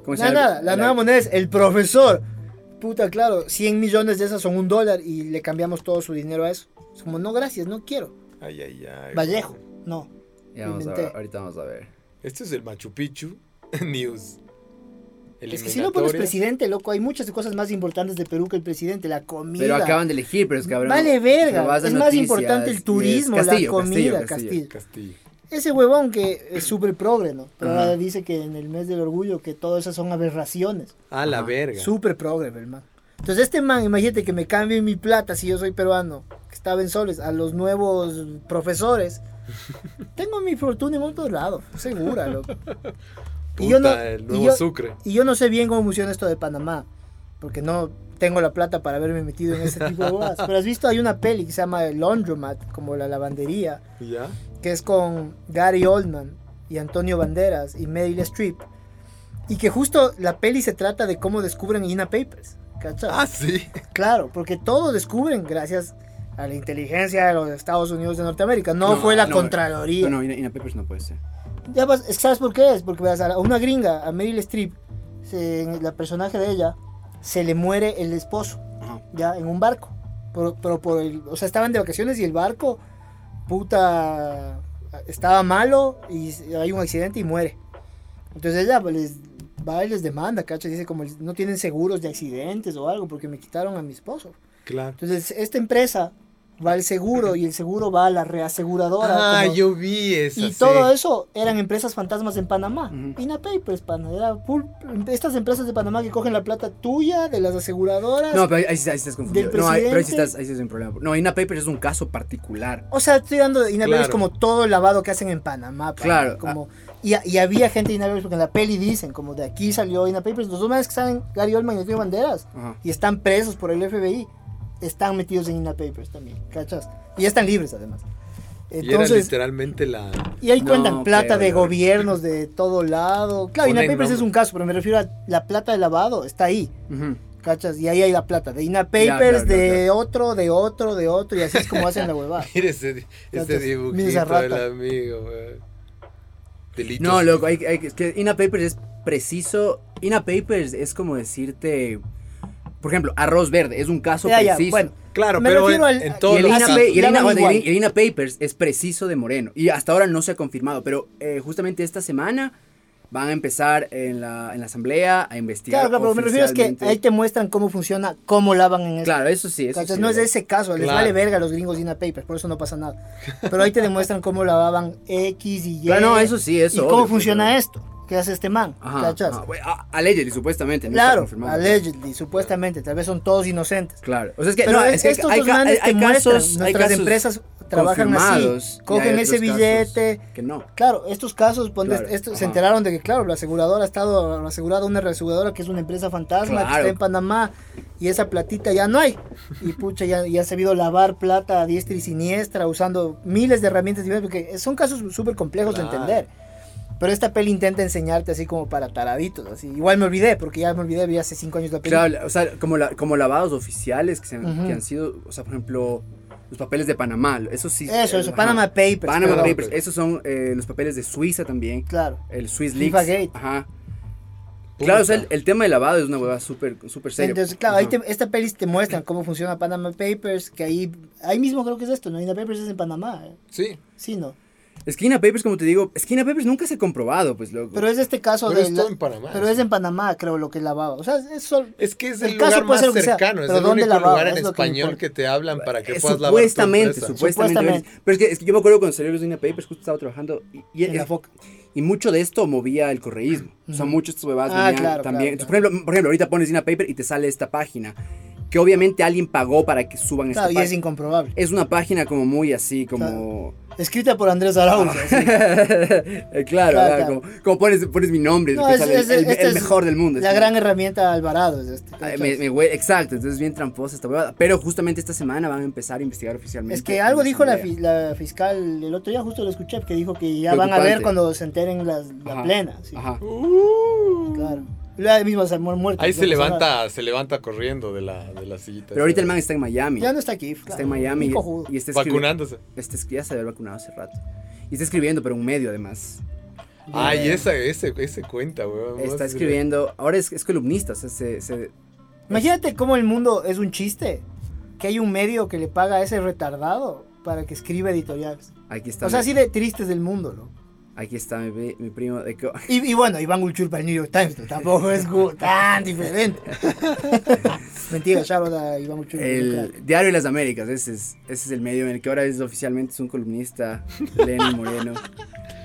[SPEAKER 2] ¿cómo se
[SPEAKER 3] Nada,
[SPEAKER 2] llama?
[SPEAKER 3] nada, la nueva moneda es el profesor. Puta, claro, 100 millones de esas son un dólar y le cambiamos todo su dinero a eso. Es como, no, gracias, no quiero.
[SPEAKER 1] Ay, ay, ay.
[SPEAKER 3] Vallejo, no.
[SPEAKER 2] Ya vamos a
[SPEAKER 3] Inventé.
[SPEAKER 2] ver, ahorita vamos a ver.
[SPEAKER 1] Este es el Machu Picchu News.
[SPEAKER 3] Es que si no pones
[SPEAKER 1] Eliminatoria.
[SPEAKER 3] presidente, loco, hay muchas cosas más importantes de Perú que el presidente, la comida.
[SPEAKER 2] Pero acaban de elegir, pero es cabrón.
[SPEAKER 3] Vale
[SPEAKER 2] Pero
[SPEAKER 3] verga,
[SPEAKER 2] vas a
[SPEAKER 3] es más
[SPEAKER 2] noticias,
[SPEAKER 3] importante
[SPEAKER 2] y
[SPEAKER 3] el
[SPEAKER 2] es
[SPEAKER 3] turismo,
[SPEAKER 2] Castillo,
[SPEAKER 3] la comida,
[SPEAKER 2] Castillo, Castillo.
[SPEAKER 1] Castillo.
[SPEAKER 3] Ese huevón que es súper progre, ¿no? Pero
[SPEAKER 2] Ajá.
[SPEAKER 3] ahora dice que en el mes del orgullo que todas esas son aberraciones.
[SPEAKER 1] A la
[SPEAKER 2] Ajá.
[SPEAKER 1] verga.
[SPEAKER 3] Súper progre, el man. Entonces, este man, imagínate que me cambie mi plata si yo soy peruano, que estaba en soles, a los nuevos profesores. Tengo mi fortuna en otro lado, segura, loco.
[SPEAKER 1] Puta,
[SPEAKER 3] y yo no-
[SPEAKER 1] el
[SPEAKER 3] y
[SPEAKER 1] nuevo
[SPEAKER 3] yo-
[SPEAKER 1] Sucre.
[SPEAKER 3] Y yo no sé bien cómo funciona esto de Panamá, porque no tengo la plata para haberme metido en ese tipo de cosas. Pero has visto, hay una peli que se llama El Laundromat, como la lavandería,
[SPEAKER 1] ¿Ya?
[SPEAKER 3] que es con Gary Oldman y Antonio Banderas y Meryl Streep. Y que justo la peli se trata de cómo descubren INA Papers. ¿Cachas?
[SPEAKER 1] Ah, sí.
[SPEAKER 3] Claro, porque todo descubren gracias a la inteligencia de los Estados Unidos de Norteamérica. No,
[SPEAKER 2] No,
[SPEAKER 3] fue la
[SPEAKER 2] no,
[SPEAKER 3] Contraloría.
[SPEAKER 2] No, no, Ina, Ina Peppers no puede ser.
[SPEAKER 3] Ya vas- ¿Sabes por qué es? Porque verás, a la- a una gringa, a Meryl Streep, se- en la personaje de ella, se le muere el esposo,
[SPEAKER 2] Ajá.
[SPEAKER 3] ya, en un barco. Pero, pero por el, o sea, estaban de vacaciones y el barco, puta, estaba malo y s- hay un accidente y muere. Entonces ella pues, les va y les demanda, ¿cachas? Dice como no tienen seguros de accidentes o algo porque me quitaron a mi esposo.
[SPEAKER 1] Claro.
[SPEAKER 3] Entonces, esta empresa va al seguro y el seguro va a la reaseguradora.
[SPEAKER 1] Ah,
[SPEAKER 3] como-
[SPEAKER 1] yo vi eso.
[SPEAKER 3] y todo eso eran empresas fantasmas en Panamá.
[SPEAKER 2] Ujú.
[SPEAKER 3] Inapapers, pana, era full- estas empresas de Panamá que cogen la plata tuya de las aseguradoras.
[SPEAKER 2] No, pero ahí, ahí sí ahí sí estás confundido.
[SPEAKER 3] Del
[SPEAKER 2] No, ahí- pero ahí sí
[SPEAKER 3] presidente.
[SPEAKER 2] estás, ahí sí es un problema. No, Ina Papers es un caso particular.
[SPEAKER 3] O sea, estoy dando de Inapapers
[SPEAKER 1] Claro.
[SPEAKER 3] como todo el lavado que hacen en Panamá. pana,
[SPEAKER 2] Claro, ah.
[SPEAKER 3] Como, y, y había gente de Inapapers porque en la peli dicen, como de aquí salió Inapapers. Los dos manes que salen, Gary Oldman y Antonio Banderas,
[SPEAKER 2] Ajá.
[SPEAKER 3] y están presos por el FBI, están metidos en Inapapers también, ¿cachas? Y ya están libres además.
[SPEAKER 1] Y era
[SPEAKER 3] Entonces,
[SPEAKER 1] literalmente la.
[SPEAKER 3] Y ahí
[SPEAKER 2] No,
[SPEAKER 3] cuentan plata
[SPEAKER 2] pero-
[SPEAKER 3] de gobiernos de todo lado. Claro,
[SPEAKER 1] Ponen
[SPEAKER 3] INAPAPERS es
[SPEAKER 1] nombre.
[SPEAKER 3] un caso, pero me refiero a la plata de lavado, está ahí,
[SPEAKER 2] Ujú.
[SPEAKER 3] ¿cachas? Y ahí hay la plata de
[SPEAKER 2] Ya, claro,
[SPEAKER 3] INAPAPERS,
[SPEAKER 2] claro,
[SPEAKER 3] de
[SPEAKER 2] claro.
[SPEAKER 3] otro, de otro, de otro, y así es como hacen la huevada.
[SPEAKER 1] Mira ese, ese
[SPEAKER 3] Entonces,
[SPEAKER 1] dibujito
[SPEAKER 3] mira esa
[SPEAKER 1] del
[SPEAKER 3] rata.
[SPEAKER 1] amigo, güey. Delitos.
[SPEAKER 2] No, loco, hay, hay- es que Ina Papers es preciso. Ina Papers es como decirte. Por ejemplo, arroz verde es un caso
[SPEAKER 3] Ya, ya,
[SPEAKER 2] preciso.
[SPEAKER 3] bueno.
[SPEAKER 1] Claro,
[SPEAKER 3] Me
[SPEAKER 1] pero en,
[SPEAKER 3] refiero al-
[SPEAKER 1] en
[SPEAKER 3] y
[SPEAKER 1] todos
[SPEAKER 2] y el,
[SPEAKER 1] los
[SPEAKER 3] Elena
[SPEAKER 2] INA,
[SPEAKER 1] casos.
[SPEAKER 2] Pa- y el
[SPEAKER 3] llaman
[SPEAKER 2] INA- bueno, el
[SPEAKER 3] igual.
[SPEAKER 2] I- el INA Papers es preciso de Moreno. Y hasta ahora no se ha confirmado, pero eh, justamente esta semana van a empezar en la, en la asamblea a investigar.
[SPEAKER 3] Claro, claro, pero me refiero es que
[SPEAKER 2] oficialmente.
[SPEAKER 3] ahí te muestran cómo funciona, cómo lavan en eso.
[SPEAKER 2] Claro, eso sí. Eso
[SPEAKER 3] ¿Cachas?
[SPEAKER 2] sí,
[SPEAKER 3] no es
[SPEAKER 2] verdad.
[SPEAKER 3] ese caso, les
[SPEAKER 1] Claro.
[SPEAKER 3] vale verga a los gringos de INAPAPERS, por eso no pasa nada. Pero ahí te demuestran cómo lavaban X y Y.
[SPEAKER 2] Claro, no, eso sí, eso.
[SPEAKER 3] Eh, Y cómo
[SPEAKER 2] obvio,
[SPEAKER 3] funciona
[SPEAKER 2] pero-
[SPEAKER 3] esto, que hace este man,
[SPEAKER 2] Ajá,
[SPEAKER 3] ¿cachas?
[SPEAKER 2] ajá, bueno, a- allegedly, supuestamente. no está
[SPEAKER 3] Claro,
[SPEAKER 2] confirmado.
[SPEAKER 3] allegedly, supuestamente, tal vez son todos inocentes.
[SPEAKER 2] Claro. O sea, es que,
[SPEAKER 3] Pero
[SPEAKER 2] no,
[SPEAKER 3] es
[SPEAKER 2] es que
[SPEAKER 3] estos
[SPEAKER 2] hay,
[SPEAKER 3] dos
[SPEAKER 2] ca-
[SPEAKER 3] manes
[SPEAKER 2] hay- hay
[SPEAKER 3] te muestran,
[SPEAKER 2] casos, hay
[SPEAKER 3] nuestras
[SPEAKER 2] casos
[SPEAKER 3] empresas trabajan
[SPEAKER 2] confirmados
[SPEAKER 3] así,
[SPEAKER 2] y
[SPEAKER 3] cogen
[SPEAKER 2] hay
[SPEAKER 3] ese
[SPEAKER 2] otros
[SPEAKER 3] billete.
[SPEAKER 2] casos que no.
[SPEAKER 3] Claro, estos casos, pues, ponte,
[SPEAKER 2] Claro,
[SPEAKER 3] esto-
[SPEAKER 2] ajá.
[SPEAKER 3] se enteraron de que, claro, la aseguradora ha estado asegurada una reaseguradora que es una empresa fantasma que
[SPEAKER 2] Claro.
[SPEAKER 3] está en Panamá y esa platita ya no hay. Y pucha, ya, ya se ha sabido lavar plata a diestra y siniestra usando miles de herramientas diferentes, porque son casos súper complejos de
[SPEAKER 1] Claro.
[SPEAKER 3] entender. Pero esta peli intenta enseñarte así como para taraditos, así. Igual me olvidé, porque ya me olvidé, vi hace cinco años la peli.
[SPEAKER 2] Claro, o sea, como, la- como lavados oficiales que, se han,
[SPEAKER 3] Ujú.
[SPEAKER 2] que han sido, o sea, por ejemplo, los papeles de Panamá, eso sí.
[SPEAKER 3] Eso, eso,
[SPEAKER 2] ajá.
[SPEAKER 3] Panama Papers.
[SPEAKER 2] Panama
[SPEAKER 3] perdón.
[SPEAKER 2] Papers, esos son eh, los papeles de Suiza también,
[SPEAKER 3] Claro.
[SPEAKER 2] el Swiss Leaks.
[SPEAKER 3] FIFA Gate.
[SPEAKER 2] Ajá.
[SPEAKER 1] Puta.
[SPEAKER 2] Claro, o sea, el, el tema de lavado es una hueva súper, súper seria.
[SPEAKER 3] Entonces, claro, ahí
[SPEAKER 2] Ajá.
[SPEAKER 3] te- esta peli te muestran cómo funciona Panama Papers, que ahí, ahí mismo creo que es esto, ¿no? Panama Papers es en Panamá, ¿eh?
[SPEAKER 1] Sí,
[SPEAKER 3] sí, ¿no?
[SPEAKER 2] Esquina Papers, como te digo, Esquina Papers nunca se ha comprobado, pues, loco.
[SPEAKER 3] Pero es este caso
[SPEAKER 1] pero
[SPEAKER 3] de...
[SPEAKER 1] es
[SPEAKER 3] la-
[SPEAKER 1] todo en Panamá.
[SPEAKER 3] pero es en Panamá, creo, lo que lavaba. O sea, es solo...
[SPEAKER 2] este
[SPEAKER 1] Es que es
[SPEAKER 3] El
[SPEAKER 1] el,
[SPEAKER 3] caso
[SPEAKER 1] lugar
[SPEAKER 3] puede
[SPEAKER 1] más
[SPEAKER 3] ser lo que sea,
[SPEAKER 1] cercano, es
[SPEAKER 3] pero
[SPEAKER 1] el
[SPEAKER 3] ¿dónde
[SPEAKER 1] único
[SPEAKER 3] lavaba?
[SPEAKER 1] lugar en
[SPEAKER 3] Es lo que me
[SPEAKER 1] español
[SPEAKER 3] importa.
[SPEAKER 1] que te hablan para que
[SPEAKER 2] Eh,
[SPEAKER 1] puedas lavar. tu
[SPEAKER 2] supuestamente,
[SPEAKER 1] empresa.
[SPEAKER 2] supuestamente,
[SPEAKER 3] Supuestamente.
[SPEAKER 2] Pero es que, es que yo me acuerdo cuando salió los Dina Papers, justo estaba trabajando y, y-
[SPEAKER 3] En la foca.
[SPEAKER 2] y mucho de esto movía el correísmo. O sea,
[SPEAKER 3] Ujú.
[SPEAKER 2] muchos de estos huevadas
[SPEAKER 3] Ah,
[SPEAKER 2] venían
[SPEAKER 3] claro,
[SPEAKER 2] también.
[SPEAKER 3] claro,
[SPEAKER 2] Entonces, por, ejemplo, por ejemplo, ahorita pones Dina Paper y te sale esta página, que obviamente alguien pagó para que suban esta
[SPEAKER 3] Claro, y es
[SPEAKER 2] página.
[SPEAKER 3] incomprobable.
[SPEAKER 2] Es una página como muy así, como...
[SPEAKER 3] Escrita por Andrés
[SPEAKER 2] Ah,
[SPEAKER 3] Arauz. así.
[SPEAKER 2] Eh, claro,
[SPEAKER 3] Claro,
[SPEAKER 2] claro,
[SPEAKER 3] claro.
[SPEAKER 2] Como, como pones, pones mi nombre,
[SPEAKER 3] No,
[SPEAKER 2] que
[SPEAKER 3] es-
[SPEAKER 2] sale
[SPEAKER 3] es-
[SPEAKER 2] el, el-
[SPEAKER 3] esta
[SPEAKER 2] el
[SPEAKER 3] es
[SPEAKER 2] mejor del mundo.
[SPEAKER 3] La
[SPEAKER 2] así.
[SPEAKER 3] gran herramienta Alvarado es este.
[SPEAKER 2] pues Ay,
[SPEAKER 3] ¿cachas?
[SPEAKER 2] me- me hue- exacto, entonces es bien tramposa esta huevada. Pero justamente esta semana van a empezar a investigar oficialmente.
[SPEAKER 3] Es que
[SPEAKER 2] en
[SPEAKER 3] algo
[SPEAKER 2] la
[SPEAKER 3] dijo la,
[SPEAKER 2] asamblea.
[SPEAKER 3] fi- la fiscal el otro día, justo lo escuché, que dijo que ya van a ver
[SPEAKER 2] Preocupante.
[SPEAKER 3] cuando se enteren las, la
[SPEAKER 2] Ajá,
[SPEAKER 3] plena. sí.
[SPEAKER 2] Ajá.
[SPEAKER 1] Uh.
[SPEAKER 3] Claro. La misma se muere muerto.
[SPEAKER 1] Ahí
[SPEAKER 3] no
[SPEAKER 1] se
[SPEAKER 3] pasa nada.
[SPEAKER 1] levanta, se levanta corriendo de la, de la sillita.
[SPEAKER 2] Pero ahorita el man está en Miami.
[SPEAKER 3] Ya no está aquí.
[SPEAKER 2] Está en Miami y, y está escribiendo.
[SPEAKER 1] Vacunándose.
[SPEAKER 2] Este, ya se había vacunado hace rato. Y está escribiendo, pero un medio además.
[SPEAKER 1] Ay, esa, ese, ese cuenta, weón.
[SPEAKER 2] Está escribiendo. Ahora es, es columnista, o sea, se. se-
[SPEAKER 3] Imagínate cómo el mundo es un chiste. Que hay un medio que le paga a ese retardado para que escriba editoriales.
[SPEAKER 2] aquí está.
[SPEAKER 3] O sea,
[SPEAKER 2] mi,
[SPEAKER 3] así de tristes del mundo, ¿no?
[SPEAKER 2] Aquí está mi, pri- mi primo. De co-
[SPEAKER 3] Y, y bueno, Iván Gulchur para el New York Times, ¿no? tampoco es gu- tan diferente. Mentira, shout out a Iván Gulchur.
[SPEAKER 2] el Diario de las Américas, ese es, ese es el medio en el que ahora es oficialmente es un columnista, Lenin Moreno.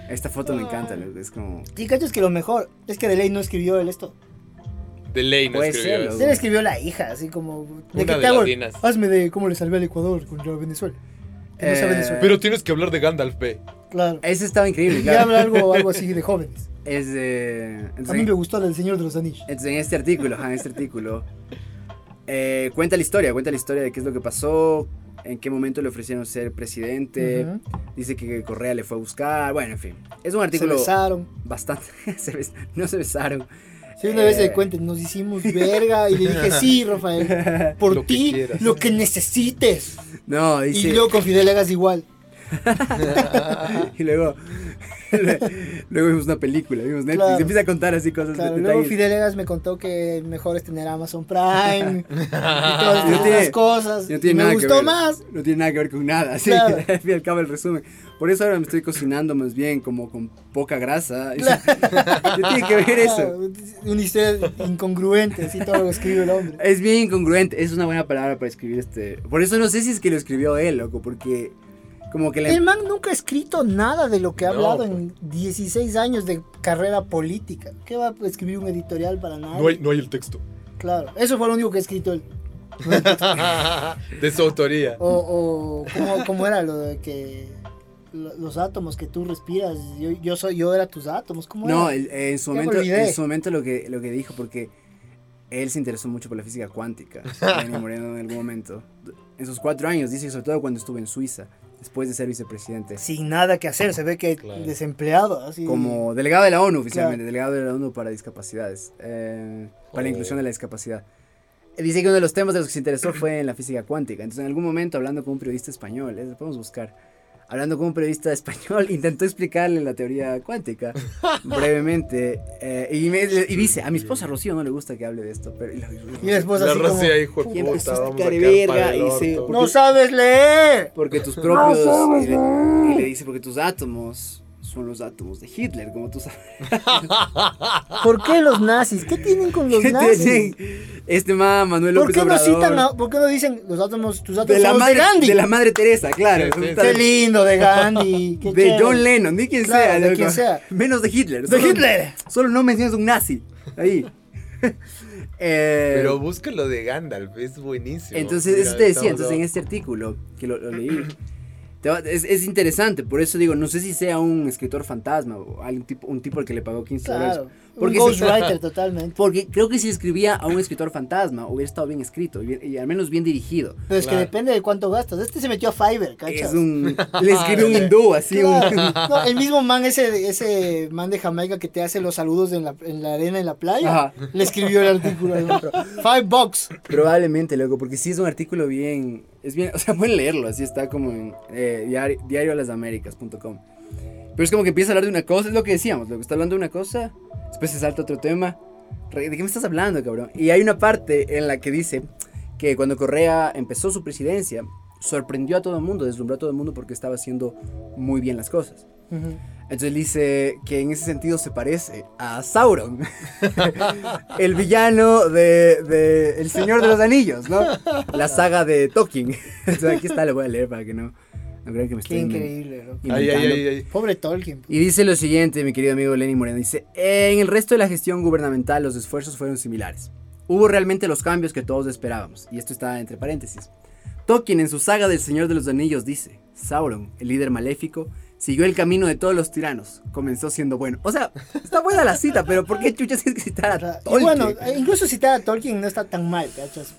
[SPEAKER 2] Esta foto me encanta,
[SPEAKER 3] Ah.
[SPEAKER 2] loco, es como.
[SPEAKER 3] Sí, cacho, es que lo mejor es que de ley no escribió él esto.
[SPEAKER 1] De ley no
[SPEAKER 2] Puede
[SPEAKER 1] escribió
[SPEAKER 2] ser,
[SPEAKER 1] eso.
[SPEAKER 3] Se le escribió la hija, así como.
[SPEAKER 1] Una
[SPEAKER 3] qué
[SPEAKER 1] de
[SPEAKER 3] te hago?
[SPEAKER 1] las dinas.
[SPEAKER 3] Hazme de cómo le salvé al Ecuador contra Venezuela. Que no sea
[SPEAKER 2] Eh,
[SPEAKER 3] Venezuela.
[SPEAKER 1] Pero tienes que hablar de Gandalf B.
[SPEAKER 3] claro.
[SPEAKER 2] Ese estaba
[SPEAKER 1] eh,
[SPEAKER 2] increíble,
[SPEAKER 3] Y habla
[SPEAKER 2] claro.
[SPEAKER 3] algo, algo así de jóvenes.
[SPEAKER 2] Es de.
[SPEAKER 3] A mí me gustó la del Señor de los Anillos.
[SPEAKER 2] Entonces, en este artículo, ajá, en este artículo, eh, cuenta la historia, cuenta la historia de qué es lo que pasó, en qué momento le ofrecieron ser
[SPEAKER 1] Este,
[SPEAKER 2] presidente,
[SPEAKER 3] Ujú.
[SPEAKER 2] dice que Correa le fue a buscar, bueno, en fin. Es un
[SPEAKER 3] Se
[SPEAKER 2] artículo
[SPEAKER 3] besaron.
[SPEAKER 2] bastante... se bes- no se besaron.
[SPEAKER 3] Sí, una vez
[SPEAKER 2] Eh.
[SPEAKER 3] se cuenten, nos hicimos verga y le dije, sí, Rafael, por
[SPEAKER 1] Lo que
[SPEAKER 3] ti,
[SPEAKER 1] quieras".
[SPEAKER 3] lo que necesites.
[SPEAKER 2] No,
[SPEAKER 3] Y
[SPEAKER 2] dice...
[SPEAKER 3] luego con Fidel hagas igual.
[SPEAKER 2] Y luego, luego vimos una película, vimos Netflix.
[SPEAKER 3] Claro.
[SPEAKER 2] Y empieza a contar así cosas.
[SPEAKER 3] Claro,
[SPEAKER 2] detalles.
[SPEAKER 3] luego Fidel Egas me contó que mejor es tener Amazon Prime y todas
[SPEAKER 2] No
[SPEAKER 3] esas
[SPEAKER 2] tiene-
[SPEAKER 3] cosas.
[SPEAKER 2] No tiene
[SPEAKER 3] Y me
[SPEAKER 2] nada que
[SPEAKER 3] gustó
[SPEAKER 2] ver.
[SPEAKER 3] más.
[SPEAKER 2] No tiene nada que ver con nada, sí.
[SPEAKER 3] Claro.
[SPEAKER 2] Al fin y al cabo el resumen. Por eso ahora me estoy cocinando más bien como con poca grasa.
[SPEAKER 3] Claro.
[SPEAKER 2] No tiene que ver eso.
[SPEAKER 3] Claro, Ah, Una historia incongruente, así todo lo escribe el hombre.
[SPEAKER 2] Es bien incongruente, es una buena palabra para escribir este. Por eso no sé si es que lo escribió él, loco, porque como que la- em-
[SPEAKER 3] El man nunca ha escrito nada de lo que ha
[SPEAKER 1] No,
[SPEAKER 3] hablado
[SPEAKER 1] pues.
[SPEAKER 3] en 16 años de carrera política. ¿Qué va a escribir un editorial para nada?
[SPEAKER 1] No hay, no hay el texto.
[SPEAKER 3] Claro, eso fue lo único que ha escrito él.
[SPEAKER 1] de su autoría.
[SPEAKER 2] Oh,
[SPEAKER 3] O, o ¿cómo, cómo era lo de que lo- los átomos que tú respiras, yo, yo soy, yo era tus átomos, ¿cómo
[SPEAKER 2] No,
[SPEAKER 3] era?
[SPEAKER 2] el- en su
[SPEAKER 3] Ya me
[SPEAKER 2] momento,
[SPEAKER 3] olvidé.
[SPEAKER 2] en su momento lo que lo que dijo porque él se interesó mucho por la física cuántica, Lenin Moreno en algún momento. En sus cuatro años, dice, sobre todo cuando estuvo en Suiza, después de ser vicepresidente.
[SPEAKER 3] Sin nada que hacer, se ve que
[SPEAKER 1] Claro.
[SPEAKER 3] desempleado, así.
[SPEAKER 2] como delegado de la ONU oficialmente, delegado de la ONU para discapacidades, eh, para la
[SPEAKER 3] Oh.
[SPEAKER 2] inclusión de la discapacidad. Eh, Dice que uno de los temas de los que se interesó fue en la física cuántica. Entonces, en algún momento, hablando con un periodista español, eh, lo podemos buscar, hablando con un periodista español, intentó explicarle la teoría cuántica brevemente. eh, y, me- y dice, a mi esposa Rocío no le gusta que hable de esto, pero... y la-
[SPEAKER 3] Y
[SPEAKER 2] pues
[SPEAKER 3] después
[SPEAKER 1] La
[SPEAKER 3] así como,
[SPEAKER 1] Rosy ahí, hijo
[SPEAKER 2] Y
[SPEAKER 1] de
[SPEAKER 2] empezó
[SPEAKER 1] puta,
[SPEAKER 2] a
[SPEAKER 1] vamos a
[SPEAKER 2] sacar
[SPEAKER 1] quedar para
[SPEAKER 2] verga
[SPEAKER 1] el
[SPEAKER 2] y se-
[SPEAKER 1] orto.
[SPEAKER 3] ¡No sabes leer!
[SPEAKER 2] Porque tus propios...
[SPEAKER 3] sabes
[SPEAKER 2] y, le,
[SPEAKER 3] leer.
[SPEAKER 2] y le dice, porque tus átomos son los átomos de Hitler, como tú sabes.
[SPEAKER 3] ¿Por qué los nazis? ¿Qué tienen con los
[SPEAKER 2] ¿Qué
[SPEAKER 3] nazis?
[SPEAKER 2] tienen? Este ma, Manuel
[SPEAKER 3] Pues ¿Por
[SPEAKER 2] López
[SPEAKER 3] qué no
[SPEAKER 2] Obrador.
[SPEAKER 3] citan, a- por qué no dicen los átomos, tus átomos
[SPEAKER 2] de la
[SPEAKER 3] son los de
[SPEAKER 2] madre
[SPEAKER 3] Gandhi?
[SPEAKER 2] de la madre Teresa, claro.
[SPEAKER 1] Sí, sí,
[SPEAKER 2] Puta,
[SPEAKER 3] Qué lindo de Gandhi. qué
[SPEAKER 2] de
[SPEAKER 3] chévere.
[SPEAKER 2] John Lennon, de quien
[SPEAKER 3] Claro,
[SPEAKER 2] sea,
[SPEAKER 3] de
[SPEAKER 2] loco.
[SPEAKER 3] quien sea.
[SPEAKER 2] Menos de Hitler.
[SPEAKER 3] De
[SPEAKER 2] solo-
[SPEAKER 3] Hitler.
[SPEAKER 2] Solo no mencionas un nazi. Ahí. Eh,
[SPEAKER 1] Pero busca lo de Gandalf, es buenísimo.
[SPEAKER 2] Entonces,
[SPEAKER 1] Mira,
[SPEAKER 2] eso te decía,
[SPEAKER 1] estamos-
[SPEAKER 2] entonces en este artículo que lo, lo leí, te va- es, es interesante, por eso digo, no sé si sea un escritor fantasma o algún tipo, un tipo al que le pagó 15 dólares.
[SPEAKER 3] Claro.
[SPEAKER 2] Porque
[SPEAKER 3] un
[SPEAKER 2] si-
[SPEAKER 3] ghostwriter totalmente.
[SPEAKER 2] Porque creo que si escribía a un escritor fantasma, hubiera estado bien escrito y, bien- y al menos bien dirigido.
[SPEAKER 3] Pero es
[SPEAKER 1] Claro.
[SPEAKER 3] que depende de cuánto gastas. Este se metió a Fiverr, ¿cachas?
[SPEAKER 2] Es un, le escribe un hindú, así,
[SPEAKER 3] Claro. No, el mismo man, ese, ese man de Jamaica que te hace los saludos en la, en la arena, en la
[SPEAKER 2] un...
[SPEAKER 3] playa,
[SPEAKER 2] Ajá.
[SPEAKER 3] le escribió el artículo. al otro. Five bucks.
[SPEAKER 2] Probablemente, loco, porque sí es un artículo bien, es bien, o sea, pueden leerlo, así está como en eh, diario, diariolasaméricas.com. Pero es como que empieza a hablar de una cosa, es lo que decíamos, loco, está hablando de una cosa, después se salta otro tema. Re- ¿De qué me estás hablando, cabrón? Y hay una parte en la que dice que cuando Correa empezó su presidencia, sorprendió a todo el mundo, deslumbró a todo el mundo porque estaba haciendo muy bien las cosas. Entonces dice que en ese sentido se parece a Sauron, el villano de, de El Señor de los Anillos, ¿no? La saga de Tolkien. Entonces aquí está, lo voy a leer para que no, no crean que me
[SPEAKER 3] Qué
[SPEAKER 2] estoy inven-
[SPEAKER 3] increíble, loco.
[SPEAKER 1] Ay, ay,
[SPEAKER 2] inventando.
[SPEAKER 1] ay, ay.
[SPEAKER 3] Pobre Tolkien.
[SPEAKER 2] Y dice lo siguiente, mi querido amigo Lenny Moreno. Dice, en el resto de la gestión gubernamental los esfuerzos fueron similares. Hubo realmente los cambios que todos esperábamos. Y esto está entre paréntesis. Tolkien en su saga del Señor de los Anillos dice, Sauron, el líder maléfico, siguió el camino de todos los tiranos. Comenzó siendo bueno. O sea, está buena la cita, pero ¿por qué chuchas es que citar
[SPEAKER 3] O sea,
[SPEAKER 2] a
[SPEAKER 3] y
[SPEAKER 2] Tolkien?
[SPEAKER 3] bueno, eh, incluso citar a Tolkien no está tan mal, ¿cachas?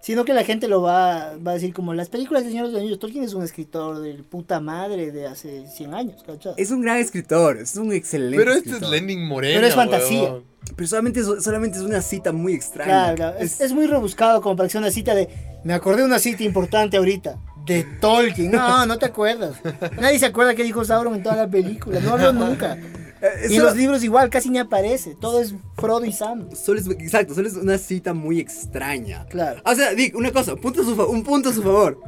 [SPEAKER 3] Sino que la gente lo va, va a decir como las películas de Señor de los Anillos. Tolkien es un escritor del puta madre de hace 100 años, ¿cachas?
[SPEAKER 2] Es un gran escritor, es un excelente
[SPEAKER 1] Pero este es
[SPEAKER 2] escritor.
[SPEAKER 1] Lenin Moreno.
[SPEAKER 3] Pero es fantasía.
[SPEAKER 1] huevón.
[SPEAKER 2] Pero solamente es, solamente es una cita muy extraña.
[SPEAKER 3] Claro, claro. Es, es muy rebuscado como para que sea una cita de. Me acordé de una cita importante ahorita. De Tolkien. No, no te acuerdas. Nadie se acuerda que dijo Sauron en toda la película. No habló nunca.
[SPEAKER 2] eh,
[SPEAKER 3] Y en
[SPEAKER 2] solo-
[SPEAKER 3] los libros igual, casi ni aparece. Todo es Frodo y Sam.
[SPEAKER 2] solo es- exacto, solo es una cita muy extraña.
[SPEAKER 3] Claro.
[SPEAKER 2] O sea, Dick, una cosa, punto a su fa- un punto a su favor.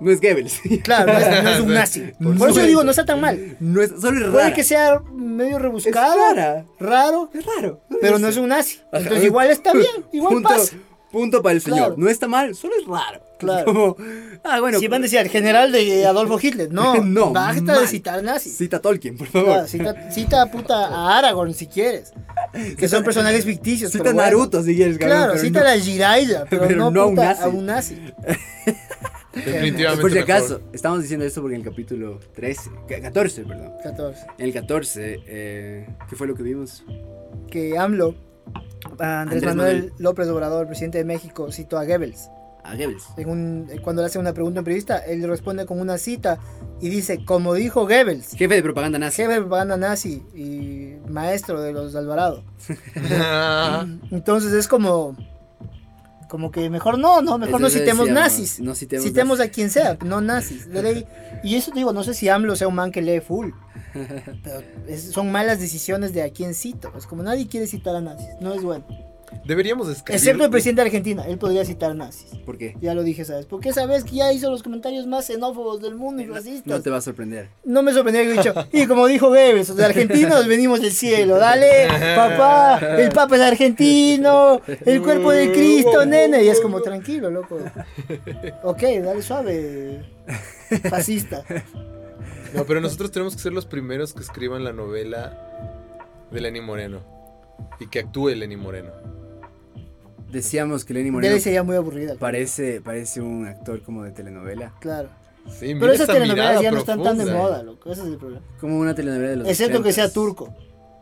[SPEAKER 2] No es Goebbels.
[SPEAKER 3] Claro, no es, no es un nazi.
[SPEAKER 2] Por
[SPEAKER 3] Por eso
[SPEAKER 2] supuesto.
[SPEAKER 3] digo, no está tan mal.
[SPEAKER 2] No es, solo es rara.
[SPEAKER 3] Puede que sea medio rebuscado,
[SPEAKER 2] rara.
[SPEAKER 3] raro,
[SPEAKER 2] Es raro.
[SPEAKER 3] pero no es un nazi. Entonces igual está bien, igual
[SPEAKER 2] punto,
[SPEAKER 3] pasa.
[SPEAKER 2] Punto para el señor.
[SPEAKER 3] Claro.
[SPEAKER 2] No está mal, solo es raro.
[SPEAKER 3] Claro.
[SPEAKER 2] Como, ah, bueno.
[SPEAKER 3] Si van a decir el general de Adolfo Hitler, no,
[SPEAKER 2] No,
[SPEAKER 3] basta
[SPEAKER 2] mal.
[SPEAKER 3] de citar nazis.
[SPEAKER 2] Cita a Tolkien, por favor.
[SPEAKER 3] Claro, cita, cita a puta a Aragorn si quieres. Que son personajes ficticios.
[SPEAKER 2] cita a
[SPEAKER 3] pero bueno.
[SPEAKER 2] Naruto si quieres, cabrón,
[SPEAKER 3] Claro,
[SPEAKER 2] pero
[SPEAKER 3] cita
[SPEAKER 2] no.
[SPEAKER 3] a la Jiraiya, pero,
[SPEAKER 2] Pero
[SPEAKER 3] no,
[SPEAKER 2] no a un
[SPEAKER 3] puta,
[SPEAKER 2] nazi.
[SPEAKER 3] a un nazi.
[SPEAKER 1] Definitivamente.
[SPEAKER 2] Por si
[SPEAKER 1] mejor.
[SPEAKER 2] acaso, estamos diciendo esto porque en el capítulo 13, que- 14, perdón.
[SPEAKER 3] 14.
[SPEAKER 2] En el 14, eh, ¿qué fue lo que vimos?
[SPEAKER 3] Que AMLO, a Andrés,
[SPEAKER 2] Andrés
[SPEAKER 3] Manuel,
[SPEAKER 2] Manuel.
[SPEAKER 3] López Obrador, presidente de México, citó a Goebbels.
[SPEAKER 2] A Goebbels.
[SPEAKER 3] En un- eh, cuando le hacen una pregunta en periodista, él responde con una cita y dice, como dijo Goebbels,
[SPEAKER 2] Jefe de propaganda nazi.
[SPEAKER 3] jefe de propaganda nazi y maestro de los Alvarado. Entonces es como... Como que mejor no, no, mejor no
[SPEAKER 2] Entonces
[SPEAKER 3] citemos
[SPEAKER 2] decíamos,
[SPEAKER 3] nazis.
[SPEAKER 2] No citemos,
[SPEAKER 3] Citemos
[SPEAKER 2] nazis.
[SPEAKER 3] a quien sea, no nazis. De ley. Y eso te digo, no sé si AMLO sea un man que lee full. Pero es- son malas decisiones de a quién cito. Es como nadie quiere citar a nazis. No es bueno.
[SPEAKER 1] Deberíamos escribir.
[SPEAKER 3] Excepto el presidente de Argentina. Él podría citar nazis.
[SPEAKER 2] ¿Por qué?
[SPEAKER 3] Ya lo dije, ¿sabes? Porque sabes que ya hizo los comentarios más xenófobos del mundo y racistas.
[SPEAKER 2] No te va a sorprender.
[SPEAKER 3] No me sorprendió que dicho, y como dijo Goebbels, los argentinos venimos del cielo, dale, papá, el papa es argentino, el cuerpo de
[SPEAKER 1] Uh.
[SPEAKER 3] Cristo, nene, y es como, tranquilo, loco. Ok, dale suave, fascista.
[SPEAKER 1] No, pero nosotros tenemos que ser los primeros que escriban la novela de Lenny Moreno. Y que actúe Lenny Moreno.
[SPEAKER 2] Decíamos que Lenny
[SPEAKER 3] Ya
[SPEAKER 2] Moreno
[SPEAKER 3] le sería muy aburrida,
[SPEAKER 2] parece, parece un actor como de telenovela.
[SPEAKER 3] claro.
[SPEAKER 1] Sí,
[SPEAKER 3] Pero
[SPEAKER 1] mira
[SPEAKER 3] esas
[SPEAKER 1] esa
[SPEAKER 3] telenovelas
[SPEAKER 1] mirada
[SPEAKER 3] ya no están tan de
[SPEAKER 1] profunda. eh.
[SPEAKER 3] moda, loco, ese es el problema.
[SPEAKER 2] Como una telenovela de los
[SPEAKER 3] Excepto que
[SPEAKER 2] 80s.
[SPEAKER 3] sea turco,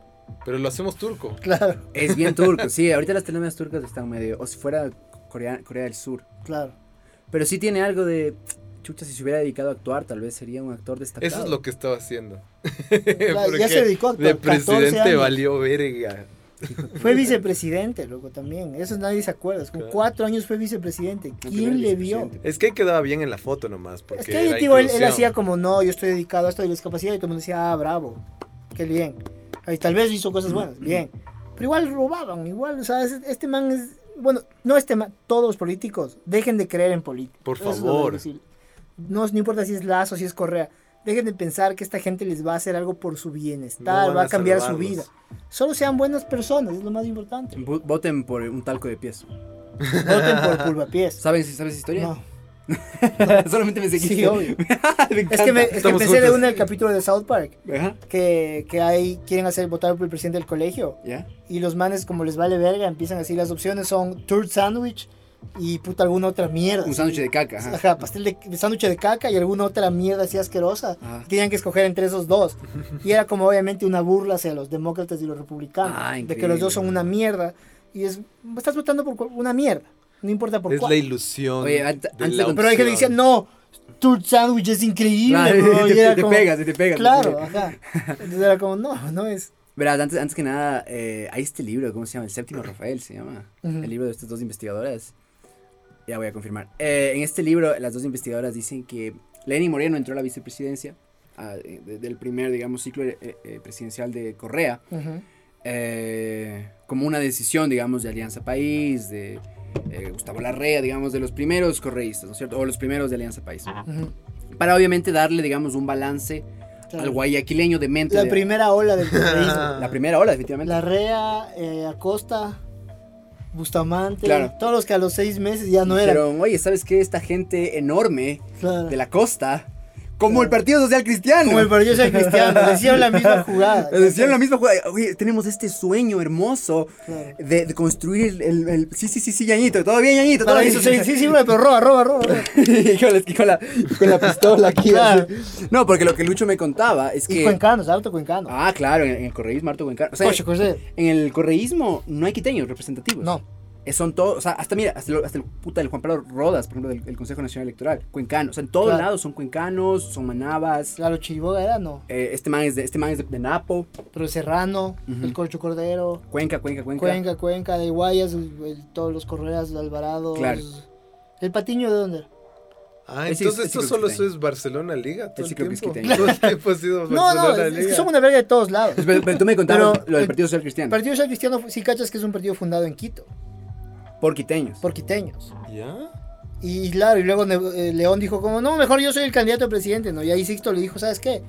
[SPEAKER 1] Pero lo hacemos turco.
[SPEAKER 3] claro,
[SPEAKER 2] Es bien turco, sí. Ahorita las telenovelas turcas están medio... O si fuera Corea, Corea del Sur.
[SPEAKER 3] claro.
[SPEAKER 2] Pero sí tiene algo de... Chucha, si se hubiera dedicado a actuar, tal vez sería un actor destacado.
[SPEAKER 1] Eso es lo que estaba haciendo.
[SPEAKER 3] Claro, ya
[SPEAKER 1] Porque
[SPEAKER 3] se dedicó a actuar
[SPEAKER 1] De
[SPEAKER 3] 14
[SPEAKER 1] presidente
[SPEAKER 3] años.
[SPEAKER 1] valió verga.
[SPEAKER 3] Fue vicepresidente, loco, también, eso nadie se acuerda, con
[SPEAKER 1] Claro.
[SPEAKER 3] cuatro años fue vicepresidente, ¿quién
[SPEAKER 2] primer
[SPEAKER 3] le vio?
[SPEAKER 2] vicepresidente.
[SPEAKER 1] Es que ahí quedaba bien en la foto nomás. Porque
[SPEAKER 3] Es que ahí,
[SPEAKER 1] era
[SPEAKER 3] tío, él, él
[SPEAKER 1] inclusión.
[SPEAKER 3] hacía como, no, yo estoy dedicado a esto de la discapacidad y todo el mundo decía, ah, bravo, qué bien. Y tal vez hizo cosas buenas, bien. Pero igual robaban, igual, o sea, es- este man es, bueno, no este man, todos los políticos, dejen de creer en políticos.
[SPEAKER 1] Por
[SPEAKER 3] Eso es lo
[SPEAKER 1] favor.
[SPEAKER 3] difícil. No, no importa si es Lazo, si es Correa, dejen de pensar que esta gente les va a hacer algo por su bienestar,
[SPEAKER 1] No
[SPEAKER 3] va
[SPEAKER 1] van
[SPEAKER 3] a cambiar su vida.
[SPEAKER 1] salvarlos.
[SPEAKER 3] Solo sean buenas personas, es lo más importante.
[SPEAKER 2] Vo- Voten por un talco de pies.
[SPEAKER 3] Voten por Pulvapiés.
[SPEAKER 2] ¿Saben, ¿sabes historia?
[SPEAKER 3] No.
[SPEAKER 2] Solamente me seguiste.
[SPEAKER 3] Sí, obvio.
[SPEAKER 2] Ah, Me
[SPEAKER 3] Es que, me, es que
[SPEAKER 1] Estamos
[SPEAKER 3] empecé de
[SPEAKER 1] juntos.
[SPEAKER 3] una el capítulo de South Park.
[SPEAKER 2] encanta. Ajá.
[SPEAKER 3] que, que hay, quieren hacer votar por el presidente del colegio.
[SPEAKER 2] ¿Ya?
[SPEAKER 3] Y los manes, como les vale verga, empiezan así. Las opciones son turd sandwich y puta alguna otra mierda.
[SPEAKER 2] Un sándwich de caca.
[SPEAKER 3] Ajá.
[SPEAKER 2] Ajá.
[SPEAKER 3] pastel de sándwich de caca y alguna otra mierda así asquerosa.
[SPEAKER 2] Ajá.
[SPEAKER 3] Tenían que escoger entre esos dos. Y era como obviamente una burla hacia los demócratas y los republicanos.
[SPEAKER 2] Ah,
[SPEAKER 3] de que los dos son
[SPEAKER 2] increíble.
[SPEAKER 3] una mierda. Y es, estás votando por cu- una mierda. No importa por
[SPEAKER 1] Es
[SPEAKER 3] cuál.
[SPEAKER 1] la ilusión.
[SPEAKER 2] Oye, ante-
[SPEAKER 1] de
[SPEAKER 2] antes
[SPEAKER 1] la
[SPEAKER 2] de-
[SPEAKER 3] Pero hay gente que dice,
[SPEAKER 1] opción.
[SPEAKER 3] no, turd sandwich es increíble.
[SPEAKER 2] Claro,
[SPEAKER 3] bro",
[SPEAKER 2] y
[SPEAKER 3] y
[SPEAKER 2] te,
[SPEAKER 3] era
[SPEAKER 2] te
[SPEAKER 3] como-
[SPEAKER 2] pegas, y te pegas.
[SPEAKER 3] Claro, ajá. Entonces era como, no, no es.
[SPEAKER 2] Verás, antes, antes que nada, eh, hay este libro, ¿cómo se llama? El séptimo Rafael se llama.
[SPEAKER 3] Ujú.
[SPEAKER 2] El libro de estas dos investigadoras. Ya voy a confirmar. Eh, en este libro, las dos investigadoras dicen que Lenny Moreno entró a la vicepresidencia ah, eh, de- del primer, digamos, ciclo eh, eh, presidencial de Correa.
[SPEAKER 3] Ujú.
[SPEAKER 2] eh, como una decisión, digamos, de Alianza País, de eh, Gustavo Larrea, digamos, de los primeros correístas, ¿no es cierto? O los primeros de Alianza País.
[SPEAKER 3] Ujú.
[SPEAKER 2] Para obviamente darle, digamos, un balance
[SPEAKER 3] Claro.
[SPEAKER 2] al guayaquileño de mente.
[SPEAKER 3] La
[SPEAKER 2] de-
[SPEAKER 3] primera ola del terrorismo.
[SPEAKER 2] la primera ola, definitivamente.
[SPEAKER 3] La REA, eh, Acosta, Bustamante,
[SPEAKER 2] Claro.
[SPEAKER 3] todos los que a los seis meses ya no eran.
[SPEAKER 2] Dijeron, oye, ¿sabes qué? Esta gente enorme
[SPEAKER 3] Claro.
[SPEAKER 2] de la costa, como el Partido Social Cristiano.
[SPEAKER 3] Como el partido social cristiano, decían la misma jugada.
[SPEAKER 2] Decían la misma jugada, oye, tenemos este sueño hermoso
[SPEAKER 3] Claro.
[SPEAKER 2] de, de construir el, el- Sí, sí, sí, sí, Ñañito, todo bien, Ñañito, todo bien.
[SPEAKER 3] Paraíso, sí, sí, sí, bro, pero roba, roba, roba. roba.
[SPEAKER 2] Y con, la, y con la- con la pistola aquí.
[SPEAKER 3] Claro.
[SPEAKER 2] así. No, porque lo que Lucho me contaba es
[SPEAKER 3] Y
[SPEAKER 2] que.
[SPEAKER 3] cuencanos, alto cuencano.
[SPEAKER 2] Ah, claro, en, en el correísmo, harto cuencano. O sea,
[SPEAKER 3] Ocho, José.
[SPEAKER 2] en el correísmo no hay quiteños representativos.
[SPEAKER 3] No,
[SPEAKER 2] Eh, Son todos, o sea, hasta mira, hasta, lo- hasta el puta del Juan Pablo Rodas, por ejemplo, del, del Consejo Nacional Electoral, cuencano. O sea, en todos
[SPEAKER 3] Claro.
[SPEAKER 2] lados son cuencanos, son manabas.
[SPEAKER 3] claro, Chiriboga era, no.
[SPEAKER 2] eh, este man es de, este man es de, de Napo,
[SPEAKER 3] Pero Serrano,
[SPEAKER 2] Ujú.
[SPEAKER 3] el Corcho Cordero,
[SPEAKER 2] Cuenca, Cuenca, Cuenca.
[SPEAKER 3] Cuenca, Cuenca, de Guayas, el- el- todos los Correas, de Alvarado.
[SPEAKER 2] Claro.
[SPEAKER 3] ¿El Patiño de dónde? era?
[SPEAKER 1] Ah,
[SPEAKER 2] Ese-
[SPEAKER 1] entonces esto
[SPEAKER 2] ese creo que
[SPEAKER 1] solo
[SPEAKER 2] está ahí.
[SPEAKER 1] es Barcelona Liga. Todo
[SPEAKER 2] Ese
[SPEAKER 1] el
[SPEAKER 2] creo que es
[SPEAKER 1] tiempo.
[SPEAKER 2] quiteño.
[SPEAKER 1] Todo el tiempo ha sido
[SPEAKER 3] No,
[SPEAKER 1] Barcelona
[SPEAKER 3] no, es- es
[SPEAKER 1] Liga.
[SPEAKER 3] que son una verga de todos lados.
[SPEAKER 2] Pues, Pero, pero tú me contabas
[SPEAKER 3] Pero- eh,
[SPEAKER 2] lo del Partido Social Cristiano.
[SPEAKER 3] El Partido Social Cristiano, si cachas que es un partido fundado en Quito,
[SPEAKER 2] por quiteños.
[SPEAKER 3] por quiteños.
[SPEAKER 1] ¿Ya?
[SPEAKER 3] Y claro, y luego Ne- eh, León dijo como, no, mejor yo soy el candidato a presidente, ¿no? Y ahí Sixto le dijo, ¿sabes qué?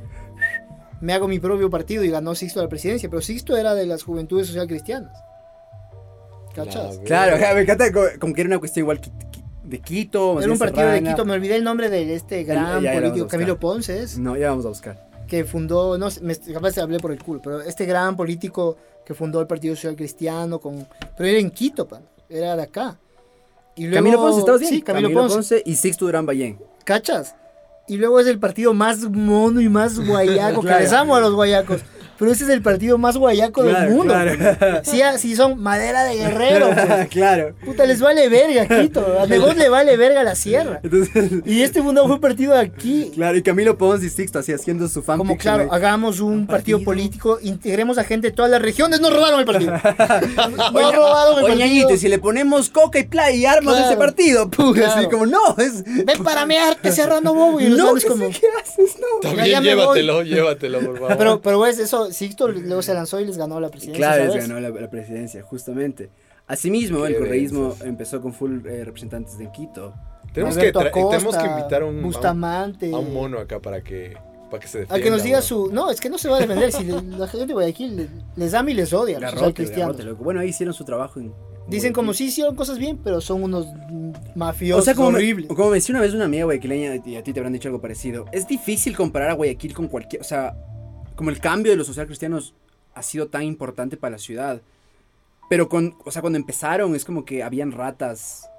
[SPEAKER 3] Me hago mi propio partido y ganó Sixto la presidencia, pero Sixto era de las juventudes social cristianas. ¿Cachas?
[SPEAKER 1] La
[SPEAKER 2] Claro, me encanta como, como que era una cuestión igual qui- qui- de Quito. más
[SPEAKER 3] Era
[SPEAKER 2] bien
[SPEAKER 3] un partido de
[SPEAKER 2] serrana.
[SPEAKER 3] Quito, me olvidé el nombre de este
[SPEAKER 2] ya, ya
[SPEAKER 3] gran
[SPEAKER 2] lo vamos a
[SPEAKER 3] político,
[SPEAKER 2] buscar.
[SPEAKER 3] Camilo Ponce, es,
[SPEAKER 2] No, ya vamos a buscar.
[SPEAKER 3] que fundó, no sé, me, capaz te hablé por el culo, pero este gran político que fundó el Partido Social Cristiano, con, pero era en Quito, pan, era de acá. Y luego-
[SPEAKER 2] Camilo Ponce, ¿estabas bien?
[SPEAKER 3] Sí, Camilo, Ponce.
[SPEAKER 2] y Sixto Durán Ballén.
[SPEAKER 3] ¿Cachas? Y luego es el partido más mono y más guayaco, que
[SPEAKER 2] Claro.
[SPEAKER 3] les amo a los guayacos. Pero ese es el partido más guayaco del mundo.
[SPEAKER 2] Claro.
[SPEAKER 3] Si, si son madera de guerrero, pues.
[SPEAKER 2] claro.
[SPEAKER 3] Puta, les vale verga, Quito. A Negón le vale verga la sierra.
[SPEAKER 2] Entonces,
[SPEAKER 3] Y este mundo fue partido aquí.
[SPEAKER 2] claro, y Camilo Pons y Sixto así haciendo su fan.
[SPEAKER 3] Como claro, hagamos un partido,
[SPEAKER 2] partido.
[SPEAKER 3] político, integremos a gente de todas las regiones, nos robaron el partido. no robaron el
[SPEAKER 2] Oye,
[SPEAKER 3] partido.
[SPEAKER 2] Ñañito, y si le ponemos coca y play y armas
[SPEAKER 3] Claro,
[SPEAKER 2] de ese partido, puga, así
[SPEAKER 3] claro.
[SPEAKER 2] como, no, es.
[SPEAKER 3] Ven para mearte, serrano bobo. Y los
[SPEAKER 2] no, pues
[SPEAKER 3] manes
[SPEAKER 2] ¿qué,
[SPEAKER 3] como,
[SPEAKER 2] sé ¿qué haces? No.
[SPEAKER 1] También
[SPEAKER 3] ya me
[SPEAKER 1] llévatelo, llévatelo, por favor.
[SPEAKER 3] Pero, pero ves, eso, Sixto luego se lanzó y les ganó la
[SPEAKER 2] Y
[SPEAKER 3] presidencia.
[SPEAKER 2] claro,
[SPEAKER 3] ¿sabes?
[SPEAKER 2] les ganó la, la presidencia, justamente. Asimismo,
[SPEAKER 1] Qué
[SPEAKER 2] el correísmo
[SPEAKER 1] vergüenza.
[SPEAKER 2] empezó con full eh, representantes de Quito.
[SPEAKER 1] tenemos, que
[SPEAKER 3] Alberto
[SPEAKER 1] tra- eh,
[SPEAKER 3] Acosta,
[SPEAKER 1] tenemos que invitar a un, a un-
[SPEAKER 3] Bustamante.
[SPEAKER 1] a un mono acá para que, para que se defienda.
[SPEAKER 3] A que nos diga
[SPEAKER 1] weón.
[SPEAKER 3] su. No, es que no se va a defender. Si le- la gente de Guayaquil le- les ama y les odia. los
[SPEAKER 2] Garrote,
[SPEAKER 3] cristianos.
[SPEAKER 2] garrote, loco. Bueno, ahí hicieron su trabajo. en-
[SPEAKER 3] Dicen como sí hicieron cosas bien, pero son unos mm, mafiosos
[SPEAKER 2] O sea, como me,
[SPEAKER 3] horribles.
[SPEAKER 2] como me decía una vez una amiga guayaquileña, y a ti te habrán dicho algo parecido, es difícil comparar a Guayaquil con cualquier... O sea, como el cambio de los social cristianos ha sido tan importante para la ciudad. Pero con, o sea, cuando empezaron es como que habían ratas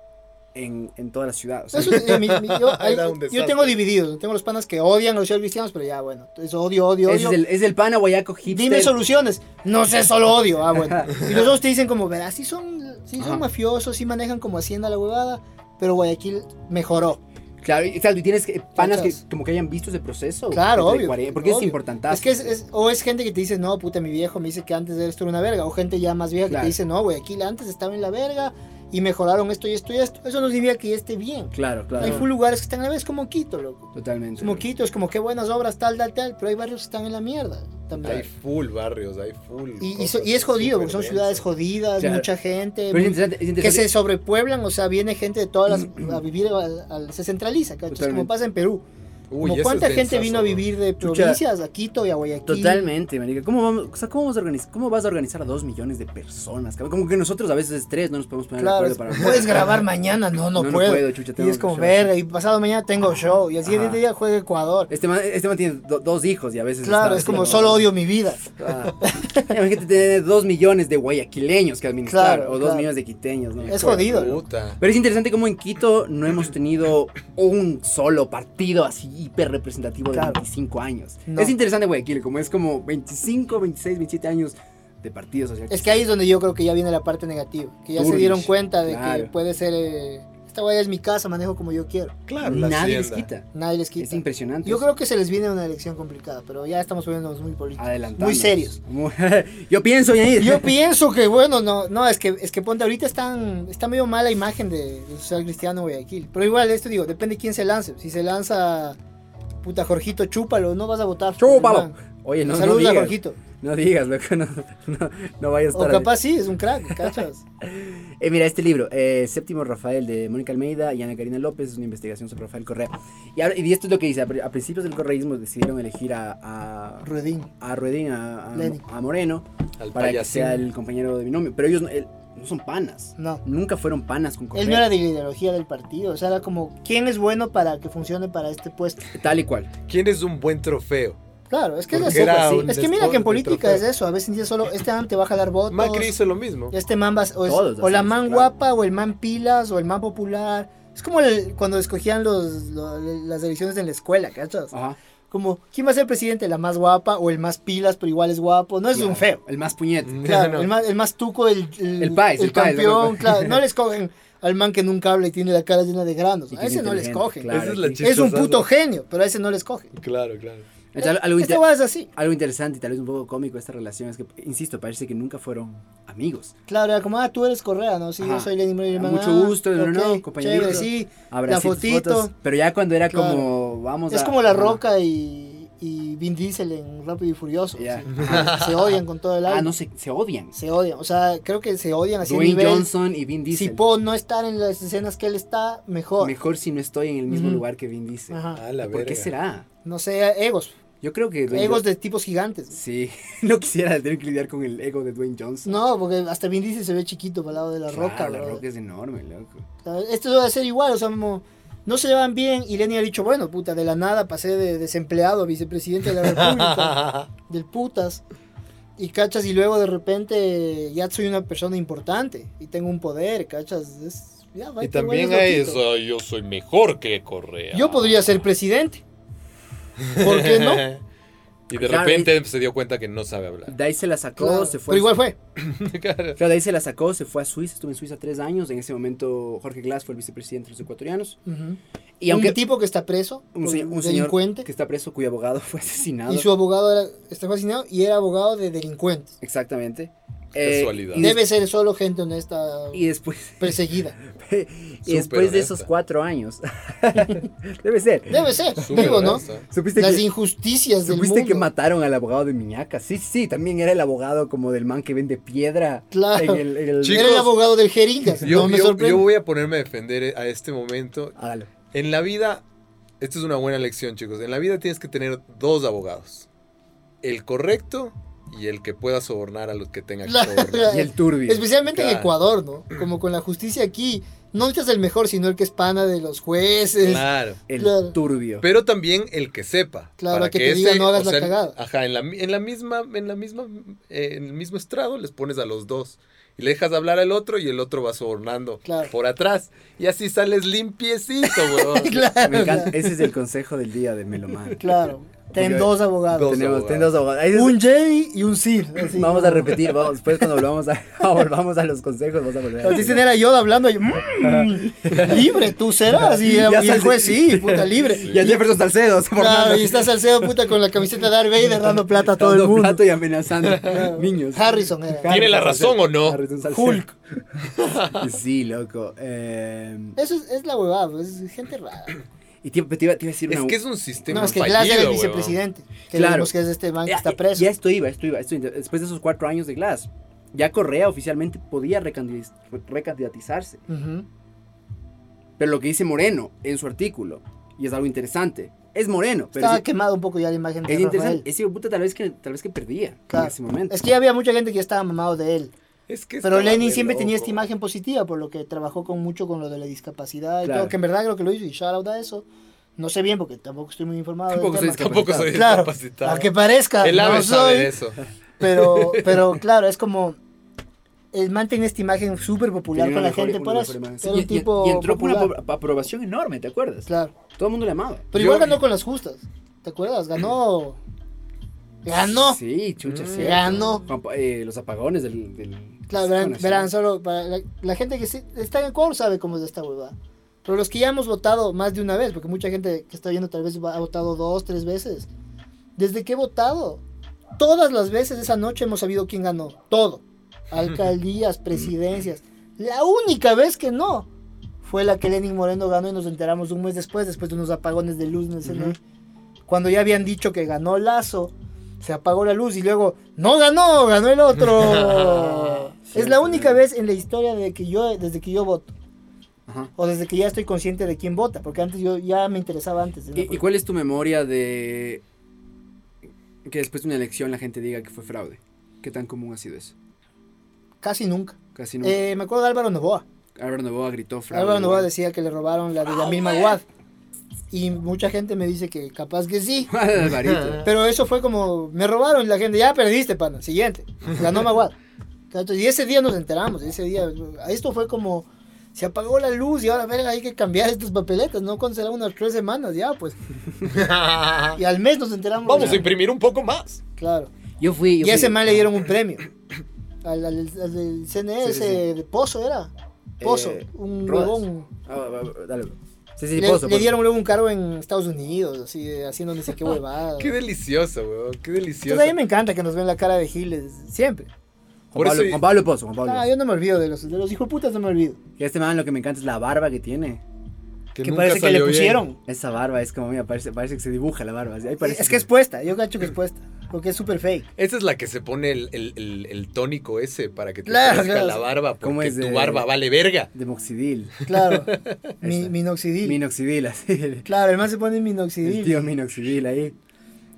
[SPEAKER 2] en, en toda la ciudad. O sea,
[SPEAKER 3] Eso es- eh, mi- mi- yo, ahí-
[SPEAKER 1] Era un
[SPEAKER 3] yo
[SPEAKER 1] desastre.
[SPEAKER 3] tengo divididos. Tengo los panas que odian a los cristianos, pero ya, bueno. Es odio, odio,
[SPEAKER 2] es,
[SPEAKER 3] odio.
[SPEAKER 2] el, es el pana guayaco hipster.
[SPEAKER 3] Dime soluciones. No sé, solo odio. Ah, bueno. Y los dos te dicen como, verás, sí son, sí
[SPEAKER 2] Ajá.
[SPEAKER 3] son mafiosos, sí manejan como hacienda la huevada, pero Guayaquil mejoró.
[SPEAKER 2] Claro, y, exacto, y tienes que- panas que
[SPEAKER 3] Cachas.
[SPEAKER 2] como que hayan visto ese proceso.
[SPEAKER 3] Claro,
[SPEAKER 2] entre
[SPEAKER 3] obvio.
[SPEAKER 2] cuare- Porque es
[SPEAKER 3] obvio.
[SPEAKER 2] importante.
[SPEAKER 3] Es que es, es- o es gente que te dice, no, puta, mi viejo me dice que antes de esto era una verga. O gente ya más vieja que
[SPEAKER 2] Claro.
[SPEAKER 3] te dice, no, güey, aquí antes estaba en la verga y mejoraron esto y esto y esto. Eso no significa que ya esté bien.
[SPEAKER 2] Claro, claro.
[SPEAKER 3] Hay full lugares que están en la verga, es como Quito, loco.
[SPEAKER 2] Totalmente.
[SPEAKER 3] Es como Quito, es como qué buenas obras, tal, tal, tal. Pero hay barrios que están en la mierda
[SPEAKER 1] Hay
[SPEAKER 3] también.
[SPEAKER 1] full barrios, hay full.
[SPEAKER 3] Y, y,
[SPEAKER 1] cosas
[SPEAKER 3] so- y es jodido, porque
[SPEAKER 1] súper
[SPEAKER 3] son ciudades
[SPEAKER 1] densas.
[SPEAKER 3] jodidas,
[SPEAKER 2] Claro.
[SPEAKER 3] mucha gente.
[SPEAKER 2] Pero es
[SPEAKER 3] mu-
[SPEAKER 2] interesante. es
[SPEAKER 3] que
[SPEAKER 2] interesante.
[SPEAKER 3] se sobrepueblan, o sea, viene gente de todas las a vivir, al- al- se centraliza, ¿cachas?
[SPEAKER 2] mm. Totalmente.
[SPEAKER 3] Como pasa en Perú.
[SPEAKER 1] Uy,
[SPEAKER 3] Como
[SPEAKER 1] eso es
[SPEAKER 3] cuánta gente
[SPEAKER 1] densazo,
[SPEAKER 3] vino a
[SPEAKER 1] weón.
[SPEAKER 3] vivir de
[SPEAKER 2] Chucha.
[SPEAKER 3] provincias a Quito y a Guayaquil.
[SPEAKER 2] Totalmente, marica. ¿Cómo, vamos, o sea, ¿cómo, vas a organizar, ¿Cómo vas a organizar a dos millones de personas? cabrón? Como que nosotros a veces tres no nos podemos poner
[SPEAKER 3] Claro,
[SPEAKER 2] de
[SPEAKER 3] es-
[SPEAKER 2] acuerdo para...
[SPEAKER 3] puedes grabar mañana, no, no,
[SPEAKER 2] No, no
[SPEAKER 3] puedo.
[SPEAKER 2] puedo, chucha,
[SPEAKER 3] y
[SPEAKER 2] tengo
[SPEAKER 3] es como
[SPEAKER 2] show.
[SPEAKER 3] verga, y pasado mañana tengo show, y al siguiente
[SPEAKER 2] Ajá.
[SPEAKER 3] día juega Ecuador.
[SPEAKER 2] Este man, este man tiene do- dos hijos y a veces...
[SPEAKER 3] claro,
[SPEAKER 2] está
[SPEAKER 3] es
[SPEAKER 2] así
[SPEAKER 3] como solo odio mi vida.
[SPEAKER 2] Ah. Imagínate tener dos millones de guayaquileños que administrar
[SPEAKER 3] Claro,
[SPEAKER 2] o dos
[SPEAKER 3] claro.
[SPEAKER 2] millones de quiteños, ¿no?
[SPEAKER 3] Es
[SPEAKER 1] Hijo de
[SPEAKER 3] jodido, ¿no?
[SPEAKER 1] puta.
[SPEAKER 2] Pero es interesante cómo en Quito no hemos tenido un solo partido así hiper representativo de
[SPEAKER 3] Claro.
[SPEAKER 2] 25 años.
[SPEAKER 3] No.
[SPEAKER 2] Es interesante Guayaquil, como es como 25, 26, 27 años de partidos sociales.
[SPEAKER 3] Es que ahí es donde yo creo que ya viene la parte negativa, que ya se
[SPEAKER 2] Turbish,
[SPEAKER 3] dieron cuenta de que
[SPEAKER 2] claro.
[SPEAKER 3] puede ser, eh, esta guaya es mi casa, manejo como yo quiero,
[SPEAKER 1] Claro, la
[SPEAKER 2] Nadie les
[SPEAKER 1] hacienda.
[SPEAKER 2] quita.
[SPEAKER 3] nadie les
[SPEAKER 2] Es
[SPEAKER 3] quita.
[SPEAKER 2] impresionante.
[SPEAKER 3] Yo creo que se les viene una elección complicada, pero ya estamos poniéndonos muy políticos,
[SPEAKER 2] Adelantando.
[SPEAKER 3] muy serios.
[SPEAKER 2] Yo pienso, Yair.
[SPEAKER 3] Yo pienso que, bueno, no, no, es que, es que ponte, ahorita están, está medio mala imagen de, de social cristiano Guayaquil. Pero igual, esto digo, depende de quién se lance. Si se lanza, puta, Jorgito, chúpalo, no vas a votar.
[SPEAKER 2] Chúpalo.
[SPEAKER 3] Man,
[SPEAKER 2] Oye, no, no
[SPEAKER 3] Saludos a
[SPEAKER 2] digas.
[SPEAKER 3] Jorgito.
[SPEAKER 2] No digas, loco. No, no, no vayas
[SPEAKER 3] O
[SPEAKER 2] tarde.
[SPEAKER 3] capaz sí, es un crack, ¿cachas?
[SPEAKER 2] Eh, mira, este libro, eh, Séptimo Rafael de Mónica Almeida y Ana Karina López, es una investigación sobre Rafael Correa. Y, ahora- y esto es lo que dice: a, pri- a principios del correísmo decidieron elegir a, a,
[SPEAKER 3] Ruedín.
[SPEAKER 2] a Ruedín, a, a-
[SPEAKER 3] Lenin.
[SPEAKER 2] a Moreno,
[SPEAKER 1] Al
[SPEAKER 2] para que
[SPEAKER 1] payasín.
[SPEAKER 2] sea el compañero de binomio. Pero ellos no, él- no son panas.
[SPEAKER 3] No.
[SPEAKER 2] Nunca fueron panas con Correa.
[SPEAKER 3] Él no era de la ideología del partido. O sea, era como, ¿quién es bueno para que funcione para este puesto?
[SPEAKER 2] Tal y cual.
[SPEAKER 1] ¿Quién es un buen trofeo?
[SPEAKER 3] Claro, es que es
[SPEAKER 1] Porque
[SPEAKER 3] así.
[SPEAKER 1] era un
[SPEAKER 3] Es que mira que en
[SPEAKER 1] desporte,
[SPEAKER 3] política
[SPEAKER 1] trofeo.
[SPEAKER 3] es eso. A veces ya solo, este man te va a jalar votos.
[SPEAKER 1] Macri hizo lo mismo.
[SPEAKER 3] Este man va, o, es-
[SPEAKER 2] Todos
[SPEAKER 3] o la
[SPEAKER 2] hacen eso,
[SPEAKER 3] man
[SPEAKER 2] claro.
[SPEAKER 3] guapa, o el man pilas, o el man popular. Es como el- cuando escogían los, lo- las elecciones en la escuela, ¿cachas?
[SPEAKER 2] Ajá.
[SPEAKER 3] Como, ¿quién va a ser presidente? ¿La más guapa o el más pilas, pero igual es guapo? No es un feo.
[SPEAKER 2] El más puñete.
[SPEAKER 1] Mm.
[SPEAKER 3] Claro,
[SPEAKER 1] No, no.
[SPEAKER 3] El, más, el más tuco, el,
[SPEAKER 2] El pais, el pais,
[SPEAKER 3] campeón,
[SPEAKER 2] ¿no?
[SPEAKER 3] claro. No le escogen al man que nunca habla y tiene la cara llena de granos.
[SPEAKER 2] Y que
[SPEAKER 3] A
[SPEAKER 2] es
[SPEAKER 3] ese no le
[SPEAKER 2] inteligente,
[SPEAKER 3] escogen.
[SPEAKER 2] claro.
[SPEAKER 1] Esa es la
[SPEAKER 2] Es
[SPEAKER 3] Es un
[SPEAKER 1] chistosaza.
[SPEAKER 3] puto genio, pero a ese no le escogen.
[SPEAKER 1] Claro, claro.
[SPEAKER 2] O sea, algo
[SPEAKER 3] Esta
[SPEAKER 2] inter-
[SPEAKER 3] hueá es así.
[SPEAKER 2] Algo interesante y tal vez un poco cómico de esta relación es que, insisto, parece que nunca fueron amigos.
[SPEAKER 3] Claro, era como, ah, tú eres Correa, ¿no? Sí,
[SPEAKER 2] Ajá.
[SPEAKER 3] yo soy Lenin Moreno. y mi hermana.
[SPEAKER 2] Mucho gusto, no, no,
[SPEAKER 3] Ok,
[SPEAKER 2] compañerito.
[SPEAKER 3] chévere, sí.
[SPEAKER 2] Abracitos,
[SPEAKER 3] fotito.
[SPEAKER 2] fotos, pero ya cuando era
[SPEAKER 3] Claro.
[SPEAKER 2] como, vamos
[SPEAKER 3] Es
[SPEAKER 2] a-
[SPEAKER 3] como La
[SPEAKER 2] ajá.
[SPEAKER 3] Roca y, y Vin Diesel en Rápido y Furioso.
[SPEAKER 2] Ya.
[SPEAKER 3] ¿sí? Se odian con todo el alma.
[SPEAKER 2] Ah, no, se, se odian.
[SPEAKER 3] Se odian. O sea, creo que se odian así a
[SPEAKER 2] Dwayne
[SPEAKER 3] nivel,
[SPEAKER 2] Johnson y Vin Diesel.
[SPEAKER 3] Si puedo no estar en las escenas que él está, mejor.
[SPEAKER 2] Mejor si no estoy en el mismo
[SPEAKER 3] Ujú.
[SPEAKER 2] lugar que Vin Diesel.
[SPEAKER 3] Ajá.
[SPEAKER 1] A la
[SPEAKER 2] ¿Por
[SPEAKER 1] verga.
[SPEAKER 2] qué será?
[SPEAKER 3] No sé, egos.
[SPEAKER 2] Yo creo que... Dwayne
[SPEAKER 3] Egos
[SPEAKER 2] Jo-
[SPEAKER 3] de tipos gigantes.
[SPEAKER 2] Sí, no quisiera tener que lidiar con el ego de Dwayne Johnson.
[SPEAKER 3] No, porque hasta Vin Diesel se ve chiquito para el lado de La
[SPEAKER 2] Claro,
[SPEAKER 3] Roca.
[SPEAKER 2] La
[SPEAKER 3] bro.
[SPEAKER 2] roca es enorme, loco.
[SPEAKER 3] O sea, Esto debe ser igual, o sea, como no se llevan bien y Lenin ha dicho, bueno, puta, de la nada pasé de desempleado a vicepresidente de la República, del putas. Y cachas, y luego de repente ya soy una persona importante y tengo un poder, cachas. Es, ya, va,
[SPEAKER 1] y
[SPEAKER 3] qué
[SPEAKER 1] también
[SPEAKER 3] bueno,
[SPEAKER 1] hay
[SPEAKER 3] loquito.
[SPEAKER 1] eso, yo soy mejor que Correa.
[SPEAKER 3] Yo podría ser presidente. ¿Por qué no?
[SPEAKER 1] Y de
[SPEAKER 2] Claro,
[SPEAKER 1] repente se dio cuenta que no sabe hablar.
[SPEAKER 2] De ahí se la sacó,
[SPEAKER 3] Claro,
[SPEAKER 2] se fue.
[SPEAKER 3] Pero
[SPEAKER 2] a-
[SPEAKER 3] igual fue.
[SPEAKER 1] Claro.
[SPEAKER 2] Claro, de ahí se la sacó, se fue a Suiza, estuvo en Suiza tres años. En ese momento Jorge Glass fue el vicepresidente de los ecuatorianos.
[SPEAKER 3] Y
[SPEAKER 2] Y aunque
[SPEAKER 3] un tipo que está preso,
[SPEAKER 2] un,
[SPEAKER 3] por
[SPEAKER 2] se- un señor
[SPEAKER 3] delincuente,
[SPEAKER 2] que está preso, cuyo abogado fue asesinado.
[SPEAKER 3] y su abogado era, está fascinado y era abogado de delincuentes.
[SPEAKER 2] Exactamente. Eh,
[SPEAKER 1] Casualidad.
[SPEAKER 2] y, des-
[SPEAKER 3] Debe ser solo gente honesta
[SPEAKER 2] y después,
[SPEAKER 3] perseguida.
[SPEAKER 2] y después de esos
[SPEAKER 1] honesta.
[SPEAKER 2] cuatro años. Debe ser.
[SPEAKER 3] Debe ser,
[SPEAKER 1] Súper
[SPEAKER 3] digo, ¿no?
[SPEAKER 1] honesto.
[SPEAKER 2] ¿Supiste
[SPEAKER 3] Las
[SPEAKER 2] que-
[SPEAKER 3] injusticias del
[SPEAKER 2] ¿Supiste
[SPEAKER 3] mundo.
[SPEAKER 2] que mataron al abogado de Miñaca? Sí, sí, también era el abogado como del man que vende piedra.
[SPEAKER 3] Claro.
[SPEAKER 2] En el, en el-
[SPEAKER 1] Chicos,
[SPEAKER 3] era el abogado del jeringas.
[SPEAKER 1] Yo,
[SPEAKER 3] no me
[SPEAKER 1] yo-
[SPEAKER 3] sorprende.
[SPEAKER 1] yo voy a ponerme a defender a este momento.
[SPEAKER 2] Hágalo.
[SPEAKER 1] En la vida, esto es una buena lección, chicos. En la vida tienes que tener dos abogados: el correcto y el que pueda sobornar a los que tenga que
[SPEAKER 3] Claro.
[SPEAKER 1] sobornar.
[SPEAKER 2] Y el turbio.
[SPEAKER 3] Especialmente en
[SPEAKER 1] Claro.
[SPEAKER 3] Ecuador, ¿no? Como con la justicia aquí, no necesitas el mejor, sino el que es pana de los jueces.
[SPEAKER 1] Claro.
[SPEAKER 2] El
[SPEAKER 3] Claro.
[SPEAKER 2] turbio.
[SPEAKER 1] Pero también el que sepa.
[SPEAKER 3] Claro, que te diga, no hagas la cagada.
[SPEAKER 1] Ajá, en la, mi- en la misma, en la misma, eh, en el mismo estrado les pones a los dos. Y le dejas hablar al otro y el otro va sobornando
[SPEAKER 3] Claro.
[SPEAKER 1] por atrás. Y así sales limpiecito, weón.
[SPEAKER 3] Claro.
[SPEAKER 2] Me encanta. Ese es el consejo del día de Melomán.
[SPEAKER 3] Claro. Ten
[SPEAKER 2] Porque-
[SPEAKER 3] dos abogados.
[SPEAKER 1] Dos
[SPEAKER 2] Tenemos,
[SPEAKER 1] abogados.
[SPEAKER 2] ten dos abogados. Ahí es-
[SPEAKER 3] Un Jerry y un Sid. así.
[SPEAKER 2] vamos a repetir, vamos, después cuando volvamos a, volvamos a los consejos, vamos a volver a
[SPEAKER 3] Así era Yoda hablando. y, "Mm, libre, tú serás. Y,
[SPEAKER 2] Ya
[SPEAKER 3] y el
[SPEAKER 2] sabes-
[SPEAKER 3] juez, sí, puta, libre.
[SPEAKER 2] Y a Jefferson Salcedo, se
[SPEAKER 3] Claro, y está Salcedo, puta, con la camiseta de Darth Vader dando plata a todo el mundo.
[SPEAKER 2] y amenazando niños.
[SPEAKER 3] Harrison eh. era.
[SPEAKER 1] ¿Tiene la razón o no?
[SPEAKER 2] Harrison Salcedo.
[SPEAKER 3] Hulk.
[SPEAKER 2] Sí, loco. eh,
[SPEAKER 3] Eso es, es la huevada, pues, es gente rara.
[SPEAKER 2] y te, te iba, te iba a decir
[SPEAKER 1] Es
[SPEAKER 2] una...
[SPEAKER 1] que es un sistema
[SPEAKER 3] No, es que
[SPEAKER 1] fallido,
[SPEAKER 3] Glass era el
[SPEAKER 1] weón.
[SPEAKER 3] vicepresidente. Que
[SPEAKER 2] Claro.
[SPEAKER 3] vemos que es este man que
[SPEAKER 2] Ya,
[SPEAKER 3] está
[SPEAKER 2] ya-
[SPEAKER 3] preso.
[SPEAKER 2] Ya esto iba, esto iba, esto iba. Después de esos cuatro años de Glass, ya Correa oficialmente podía recandidis- re- recandidatizarse.
[SPEAKER 3] Ujú.
[SPEAKER 2] Pero lo que dice Moreno en su artículo, y es algo interesante, es Moreno. Pero
[SPEAKER 3] Estaba
[SPEAKER 2] es,
[SPEAKER 3] quemado un poco ya la imagen de
[SPEAKER 2] es
[SPEAKER 3] Rafael.
[SPEAKER 2] interesante. Ese hijo de puta tal vez que, tal vez que perdía
[SPEAKER 3] Claro.
[SPEAKER 2] en ese momento.
[SPEAKER 3] Es que ya había mucha gente que ya estaba mamado de él.
[SPEAKER 1] Es que
[SPEAKER 3] Pero
[SPEAKER 1] estaba
[SPEAKER 3] Lenin
[SPEAKER 1] re
[SPEAKER 3] siempre tenía
[SPEAKER 1] loco.
[SPEAKER 3] esta imagen positiva, por lo que trabajó con mucho con lo de la discapacidad y
[SPEAKER 2] Claro.
[SPEAKER 3] todo, que en verdad creo que lo hizo y shout out a eso. No sé bien porque tampoco estoy muy informado. del
[SPEAKER 2] Tampoco soy
[SPEAKER 3] tema.
[SPEAKER 2] discapacitado.
[SPEAKER 1] Tampoco soy
[SPEAKER 3] Claro,
[SPEAKER 1] discapacitado.
[SPEAKER 3] aunque parezca,
[SPEAKER 1] El ave
[SPEAKER 3] no
[SPEAKER 1] sabe
[SPEAKER 3] soy,
[SPEAKER 1] eso.
[SPEAKER 3] pero, pero claro, es como el man tenía esta imagen súper popular
[SPEAKER 2] Tenía
[SPEAKER 3] con la
[SPEAKER 2] una mejor-
[SPEAKER 3] gente pues,
[SPEAKER 2] una
[SPEAKER 3] por
[SPEAKER 2] mejor
[SPEAKER 3] eso.
[SPEAKER 2] imagen.
[SPEAKER 3] Era
[SPEAKER 2] Y-
[SPEAKER 3] un
[SPEAKER 2] y-
[SPEAKER 3] tipo
[SPEAKER 2] y, entró por una
[SPEAKER 3] popular.
[SPEAKER 2] apro- aprobación enorme, ¿te acuerdas?
[SPEAKER 3] Claro.
[SPEAKER 2] Todo el mundo le amaba.
[SPEAKER 3] Pero
[SPEAKER 1] Yo-
[SPEAKER 3] igual ganó con las justas. ¿Te acuerdas? Ganó. Ganó.
[SPEAKER 2] Sí, chucha,
[SPEAKER 1] Mm.
[SPEAKER 2] sí.
[SPEAKER 3] Ganó.
[SPEAKER 2] Juan Pa- eh, los apagones del... del-
[SPEAKER 3] Claro, verán,
[SPEAKER 2] bueno, sí.
[SPEAKER 3] verán, solo para la, la gente que sí- está en Ecuador sabe cómo es esta huevada. Pero los que ya hemos votado más de una vez, porque mucha gente que está viendo tal vez va- ha votado dos, tres veces. Desde que he votado, todas las veces esa noche hemos sabido quién ganó. Todo. Alcaldías, presidencias. La única vez que no fue la que Lenin Moreno ganó y nos enteramos un mes después, después de unos apagones de luz en el CNE. Cuando ya habían dicho que ganó Lazo, se apagó la luz y luego, no ganó, ganó el otro. es la única vez en la historia de que yo, desde que yo voto,
[SPEAKER 2] Ajá.
[SPEAKER 3] o desde que ya estoy consciente de quién vota, porque antes yo ya me interesaba antes. de la
[SPEAKER 2] ¿Y, y
[SPEAKER 3] política.
[SPEAKER 2] cuál es tu memoria de que después de una elección la gente diga que fue fraude? ¿Qué tan común ha sido eso?
[SPEAKER 3] Casi nunca.
[SPEAKER 2] Casi no.
[SPEAKER 3] Eh, me acuerdo de Álvaro Novoa.
[SPEAKER 2] Álvaro Novoa gritó fraude.
[SPEAKER 3] Álvaro Novoa
[SPEAKER 2] güey.
[SPEAKER 3] decía que le robaron la de la misma Guad. Y mucha gente me dice que capaz que sí.
[SPEAKER 2] Alvarito.
[SPEAKER 3] Pero eso fue como, me robaron y la gente, ya perdiste, pana, siguiente, ganó Maguad. Entonces, Y ese día nos enteramos, ese día, esto fue como, se apagó la luz y ahora verga, hay que cambiar estas papeletas, ¿no? Cuando será unas tres semanas, ya pues. Y al mes nos enteramos.
[SPEAKER 1] Vamos a
[SPEAKER 3] Ya,
[SPEAKER 1] imprimir un poco más.
[SPEAKER 3] Claro.
[SPEAKER 2] Yo fui. yo
[SPEAKER 3] Y a ese
[SPEAKER 2] fui-
[SPEAKER 3] man le dieron un premio. Al, al, al del CNE,
[SPEAKER 2] Ah. Sí, sí,
[SPEAKER 3] ese de Pozo era. Pozo,
[SPEAKER 2] Eh,
[SPEAKER 3] un
[SPEAKER 2] Rodas.
[SPEAKER 3] huevón.
[SPEAKER 2] Ah, ah, ah, dale. bro. Sí, sí,
[SPEAKER 3] Le,
[SPEAKER 2] pozo,
[SPEAKER 3] le
[SPEAKER 2] pozo.
[SPEAKER 3] dieron luego un cargo en Estados Unidos, así, haciendo ni sé qué huevada.
[SPEAKER 1] Qué delicioso, weón. Qué delicioso.
[SPEAKER 3] Entonces a mí me encanta que nos ven la cara de Giles, siempre.
[SPEAKER 2] Juan,
[SPEAKER 1] Por
[SPEAKER 2] Pablo,
[SPEAKER 1] eso-
[SPEAKER 2] Juan Pablo Pozo, Juan Pablo.
[SPEAKER 3] No, yo no me olvido de los, de los hijoputas, no me olvido.
[SPEAKER 2] Y a este man lo que me encanta es la barba que tiene.
[SPEAKER 1] Que,
[SPEAKER 3] Que
[SPEAKER 1] nunca
[SPEAKER 3] parece que
[SPEAKER 1] salió
[SPEAKER 3] le
[SPEAKER 1] bien.
[SPEAKER 3] pusieron.
[SPEAKER 2] Esa barba es como, mira, parece, parece que se dibuja la barba. así, ahí parece
[SPEAKER 3] Es que es puesta, yo cacho que es puesta, porque es súper fake.
[SPEAKER 1] Esa es la que se pone el, el- el- el tónico ese para que te
[SPEAKER 3] Claro,
[SPEAKER 1] crezca
[SPEAKER 3] claro.
[SPEAKER 1] la barba, porque
[SPEAKER 2] ¿Cómo es
[SPEAKER 1] tu
[SPEAKER 2] de-
[SPEAKER 1] barba vale verga.
[SPEAKER 2] De moxidil.
[SPEAKER 3] Claro, mi, minoxidil.
[SPEAKER 2] Minoxidil, así. El,
[SPEAKER 3] claro, el man se pone
[SPEAKER 2] el
[SPEAKER 3] minoxidil.
[SPEAKER 2] tío minoxidil ahí.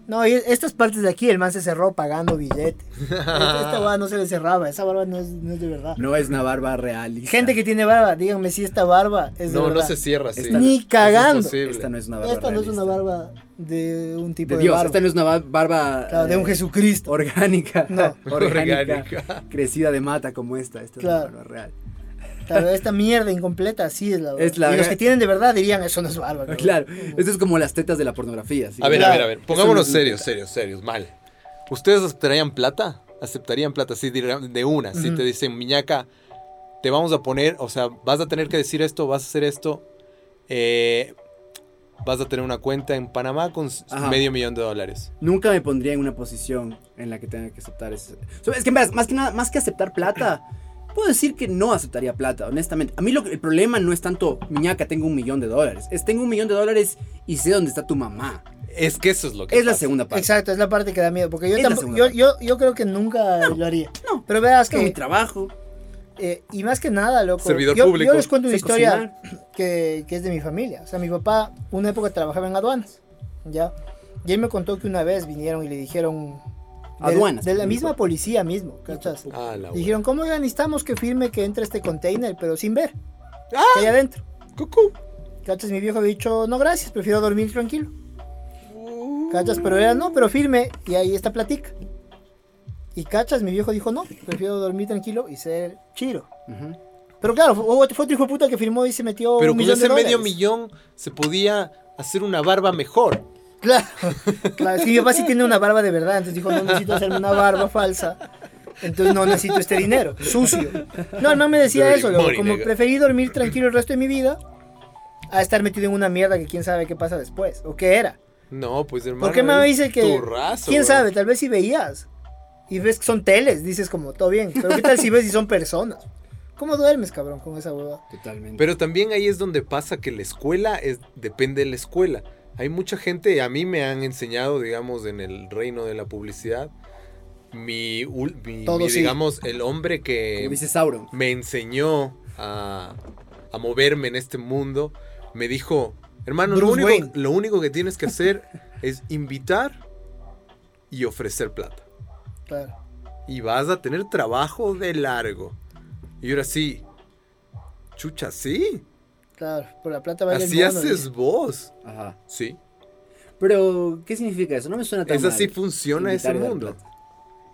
[SPEAKER 3] No, y estas partes de aquí el man se cerró pagando billete. Esta, esta barba no se le cerraba, esa barba no es, no es de verdad.
[SPEAKER 2] No es una barba real.
[SPEAKER 3] Gente que tiene barba, díganme si esta barba es de
[SPEAKER 1] No, no
[SPEAKER 3] verdad.
[SPEAKER 1] se cierra así.
[SPEAKER 2] Esta-
[SPEAKER 3] Ni cagando.
[SPEAKER 1] Es imposible.
[SPEAKER 2] Esta no es una barba
[SPEAKER 3] Esta no es una
[SPEAKER 2] realista.
[SPEAKER 3] barba de un tipo
[SPEAKER 2] de
[SPEAKER 3] de,
[SPEAKER 2] Dios.
[SPEAKER 3] barba.
[SPEAKER 2] Esta no es una ba- barba
[SPEAKER 3] Claro, de un
[SPEAKER 2] eh,
[SPEAKER 3] Jesucristo.
[SPEAKER 2] orgánica,
[SPEAKER 3] No.
[SPEAKER 2] orgánica,
[SPEAKER 1] Orgánica.
[SPEAKER 2] crecida de mata como esta. Esta
[SPEAKER 3] Claro.
[SPEAKER 2] es una barba real.
[SPEAKER 3] Claro, esta mierda incompleta, así es la verdad.
[SPEAKER 2] Es la-
[SPEAKER 3] y los que tienen de verdad dirían, eso no es bárbaro.
[SPEAKER 2] Claro, esto es como las tetas de la pornografía. así.
[SPEAKER 1] A ver, a ver, a ver.
[SPEAKER 2] Eso
[SPEAKER 1] Pongámonos
[SPEAKER 2] no-
[SPEAKER 1] serios, serios, serios. Mal. ¿Ustedes aceptarían plata? ¿Aceptarían plata? Sí, de de una. Si
[SPEAKER 3] Ujú.
[SPEAKER 1] te dicen, miñaca, te vamos a poner, o sea, vas a tener que decir esto, vas a hacer esto. eh, vas a tener una cuenta en Panamá con s-
[SPEAKER 2] Ajá.
[SPEAKER 1] medio millón de dólares.
[SPEAKER 2] Nunca me pondría en una posición en la que tenga que aceptar ese. So, Es que más, más que nada, más que aceptar plata, puedo decir que no aceptaría plata, honestamente. A mí lo que- el problema no es tanto, miñaca, tengo un millón de dólares. Es tengo un millón de dólares y sé dónde está tu mamá.
[SPEAKER 1] Es que eso es lo que
[SPEAKER 2] Es la
[SPEAKER 1] pasa.
[SPEAKER 2] segunda parte.
[SPEAKER 3] Exacto, es la parte que da miedo. Porque yo,
[SPEAKER 2] Es la
[SPEAKER 3] tampoco-
[SPEAKER 2] segunda
[SPEAKER 3] yo,
[SPEAKER 2] parte.
[SPEAKER 3] yo, yo creo que nunca lo haría.
[SPEAKER 2] no.
[SPEAKER 3] Pero verás
[SPEAKER 2] Tengo mi
[SPEAKER 3] que.
[SPEAKER 2] trabajo.
[SPEAKER 3] eh, y más que nada, loco.
[SPEAKER 1] Servidor
[SPEAKER 3] yo,
[SPEAKER 1] público.
[SPEAKER 3] Yo les cuento una
[SPEAKER 2] sé
[SPEAKER 3] historia
[SPEAKER 2] cocinar.
[SPEAKER 3] que, que es de mi familia. O sea, mi papá, una época trabajaba en aduanas. ¿Ya? Y él me contó que una vez vinieron y le dijeron. de-
[SPEAKER 2] Aduanas,
[SPEAKER 3] De la
[SPEAKER 2] por
[SPEAKER 3] misma
[SPEAKER 2] favor.
[SPEAKER 3] policía mismo, ¿cachas?
[SPEAKER 1] Ah, la hue-
[SPEAKER 3] Dijeron, ¿cómo ya necesitamos que firme que entre este container, pero sin ver?
[SPEAKER 1] Ah.
[SPEAKER 3] Que hay adentro.
[SPEAKER 1] Cucú.
[SPEAKER 3] ¿Cachas? Mi viejo había dicho, no gracias, prefiero dormir tranquilo. ¿Cachas? Pero era, no, pero firme, y ahí está platica. Y cachas, mi viejo dijo, no, prefiero dormir tranquilo y ser chiro.
[SPEAKER 2] Ujú.
[SPEAKER 3] Pero claro, fue, fue otro hijo de puta que firmó y se metió
[SPEAKER 1] Pero
[SPEAKER 3] un
[SPEAKER 1] con
[SPEAKER 3] millón
[SPEAKER 1] ese
[SPEAKER 3] de
[SPEAKER 1] medio
[SPEAKER 3] dólares.
[SPEAKER 1] millón se podía hacer una barba mejor.
[SPEAKER 3] Claro, claro, es que mi papá sí tiene una barba de verdad, entonces dijo, no necesito hacerme una barba falsa, entonces no necesito este dinero, sucio. No, el man me decía
[SPEAKER 1] Dirty
[SPEAKER 3] eso, loco,
[SPEAKER 1] money,
[SPEAKER 3] como
[SPEAKER 1] nigga.
[SPEAKER 3] preferí dormir tranquilo el resto de mi vida a estar metido en una mierda que quién sabe qué pasa después, o qué era.
[SPEAKER 1] No, pues hermano.
[SPEAKER 3] Porque me
[SPEAKER 1] eres
[SPEAKER 3] dice que,
[SPEAKER 1] turrazo,
[SPEAKER 3] quién
[SPEAKER 1] weón.
[SPEAKER 3] sabe, tal vez si veías, y ves que son teles, dices como, todo bien, pero qué tal si ves si son personas. ¿Cómo duermes, cabrón, con esa huevada?
[SPEAKER 2] Totalmente.
[SPEAKER 1] Pero también ahí es donde pasa que la escuela es, depende de la escuela. Hay mucha gente, a mí me han enseñado, digamos, en el reino de la publicidad, mi, ul- mi-
[SPEAKER 3] Todo
[SPEAKER 1] mi,
[SPEAKER 3] sí.
[SPEAKER 1] digamos, el hombre
[SPEAKER 2] Como
[SPEAKER 1] que
[SPEAKER 2] dice Sauron.
[SPEAKER 1] me enseñó a, a moverme en este mundo, me dijo, hermano, lo
[SPEAKER 3] Bruce
[SPEAKER 1] único,
[SPEAKER 3] Wayne.
[SPEAKER 1] lo único que tienes que hacer es invitar y ofrecer plata.
[SPEAKER 3] Claro.
[SPEAKER 1] Y vas a tener trabajo de largo. Y ahora sí, chucha, sí.
[SPEAKER 3] Claro, por la plata vale el
[SPEAKER 1] Así
[SPEAKER 3] mono,
[SPEAKER 1] haces
[SPEAKER 3] dice.
[SPEAKER 1] vos.
[SPEAKER 2] Ajá.
[SPEAKER 1] Sí.
[SPEAKER 2] Pero, ¿qué significa eso? No me suena tan
[SPEAKER 1] Es así
[SPEAKER 2] mal.
[SPEAKER 1] funciona
[SPEAKER 2] Invitar
[SPEAKER 1] ese
[SPEAKER 2] y dar
[SPEAKER 1] mundo.
[SPEAKER 2] plata.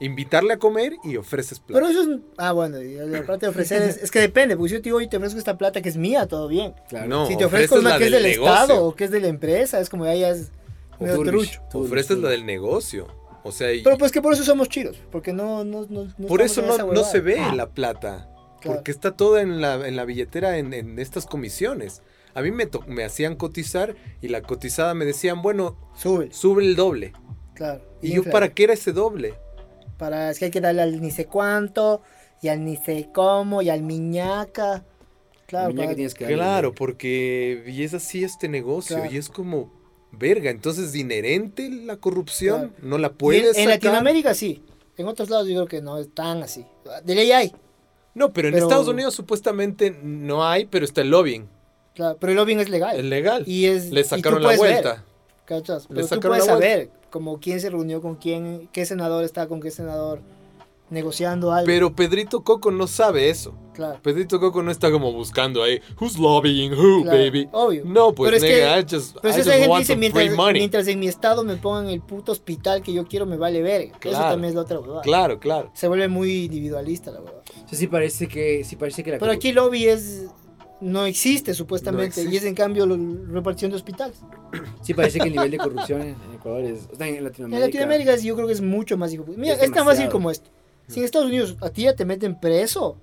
[SPEAKER 1] Invitarle a comer y ofreces
[SPEAKER 3] Pero
[SPEAKER 1] plata.
[SPEAKER 3] eso es. Ah, bueno, y la parte de ofrecer es, es que depende, porque si yo te digo, oye, te ofrezco esta plata que es mía, todo bien.
[SPEAKER 2] Claro.
[SPEAKER 1] no,
[SPEAKER 3] si te ofrezco
[SPEAKER 1] ofreces
[SPEAKER 3] una
[SPEAKER 1] la
[SPEAKER 3] que es
[SPEAKER 1] del
[SPEAKER 3] del
[SPEAKER 1] negocio.
[SPEAKER 3] Estado o que es de la empresa, es como ya, ya es
[SPEAKER 2] O
[SPEAKER 3] medio
[SPEAKER 2] Turbish,
[SPEAKER 3] trucho.
[SPEAKER 2] Turbish,
[SPEAKER 1] ofreces la
[SPEAKER 2] Turbish.
[SPEAKER 1] del negocio. O sea, y-
[SPEAKER 3] Pero pues que por eso somos chiros, porque no. no, no, no
[SPEAKER 1] por
[SPEAKER 3] estamos
[SPEAKER 1] eso
[SPEAKER 3] en
[SPEAKER 1] no,
[SPEAKER 3] esa
[SPEAKER 1] no
[SPEAKER 3] huevada. Ah.
[SPEAKER 1] se ve la plata.
[SPEAKER 3] Claro.
[SPEAKER 1] Porque está toda en la, en la billetera en, en estas comisiones. A mí me, to- me hacían cotizar y la cotizada me decían, bueno,
[SPEAKER 3] Sube,
[SPEAKER 1] sube el doble.
[SPEAKER 3] claro.
[SPEAKER 1] ¿Y
[SPEAKER 3] bien
[SPEAKER 1] yo
[SPEAKER 3] claro.
[SPEAKER 1] para qué era ese doble?
[SPEAKER 3] Para. Es que hay que darle al ni sé cuánto, y al ni sé cómo, y al miñaca. Claro,
[SPEAKER 2] Niña que
[SPEAKER 3] para-
[SPEAKER 2] tienes que darle.
[SPEAKER 1] Claro, porque y es así este negocio
[SPEAKER 3] Claro.
[SPEAKER 1] y es como verga. Entonces, inherente la corrupción, no la
[SPEAKER 3] Y en-
[SPEAKER 1] puedes.
[SPEAKER 3] en,
[SPEAKER 1] sacar.
[SPEAKER 3] Latinoamérica sí. En otros lados yo creo que no es tan así. De ley hay.
[SPEAKER 1] No, pero en
[SPEAKER 3] Pero-
[SPEAKER 1] Estados Unidos supuestamente no hay, pero está el lobbying.
[SPEAKER 3] claro, pero el lobbying es legal.
[SPEAKER 1] Es legal.
[SPEAKER 3] Y es, y
[SPEAKER 1] Le
[SPEAKER 3] tú
[SPEAKER 1] sacaron la
[SPEAKER 3] puedes ver.
[SPEAKER 1] vuelta.
[SPEAKER 3] ¿Cachas?
[SPEAKER 1] Le
[SPEAKER 3] Pero tú
[SPEAKER 1] sacaron
[SPEAKER 3] puedes
[SPEAKER 1] la vuelta.
[SPEAKER 3] saber como quién se reunió con quién, qué senador está con qué senador negociando algo.
[SPEAKER 1] Pero Pedrito Coco no sabe eso.
[SPEAKER 3] claro,
[SPEAKER 1] Pedrito Coco no está como buscando ahí, who's lobbying who,
[SPEAKER 3] claro,
[SPEAKER 1] baby.
[SPEAKER 3] obvio.
[SPEAKER 1] No, pues
[SPEAKER 3] Pero es
[SPEAKER 1] nigga,
[SPEAKER 3] que-
[SPEAKER 1] I just,
[SPEAKER 3] Pero
[SPEAKER 1] I
[SPEAKER 3] si esa
[SPEAKER 1] just
[SPEAKER 3] gente
[SPEAKER 1] want
[SPEAKER 3] dice,
[SPEAKER 1] some free
[SPEAKER 3] mientras,
[SPEAKER 1] money.
[SPEAKER 3] mientras en mi estado me pongan el puto hospital que yo quiero, me vale ver. Eso
[SPEAKER 1] Claro.
[SPEAKER 3] también es la otra huevada.
[SPEAKER 1] Claro, claro.
[SPEAKER 3] Se vuelve muy individualista la huevada.
[SPEAKER 2] O sea, sí parece que, sí parece que la
[SPEAKER 3] Pero aquí lobby es... No existe supuestamente
[SPEAKER 1] No
[SPEAKER 3] y es en cambio lo- repartición de hospitales.
[SPEAKER 2] Sí parece que el nivel de corrupción en en Ecuador es... O sea, en Latinoamérica...
[SPEAKER 3] En Latinoamérica yo creo que es mucho más hijo. Mira,
[SPEAKER 2] Es
[SPEAKER 3] es, tan fácil
[SPEAKER 2] demasiado.
[SPEAKER 3] como esto. Si en Estados Unidos a ti ya te meten preso,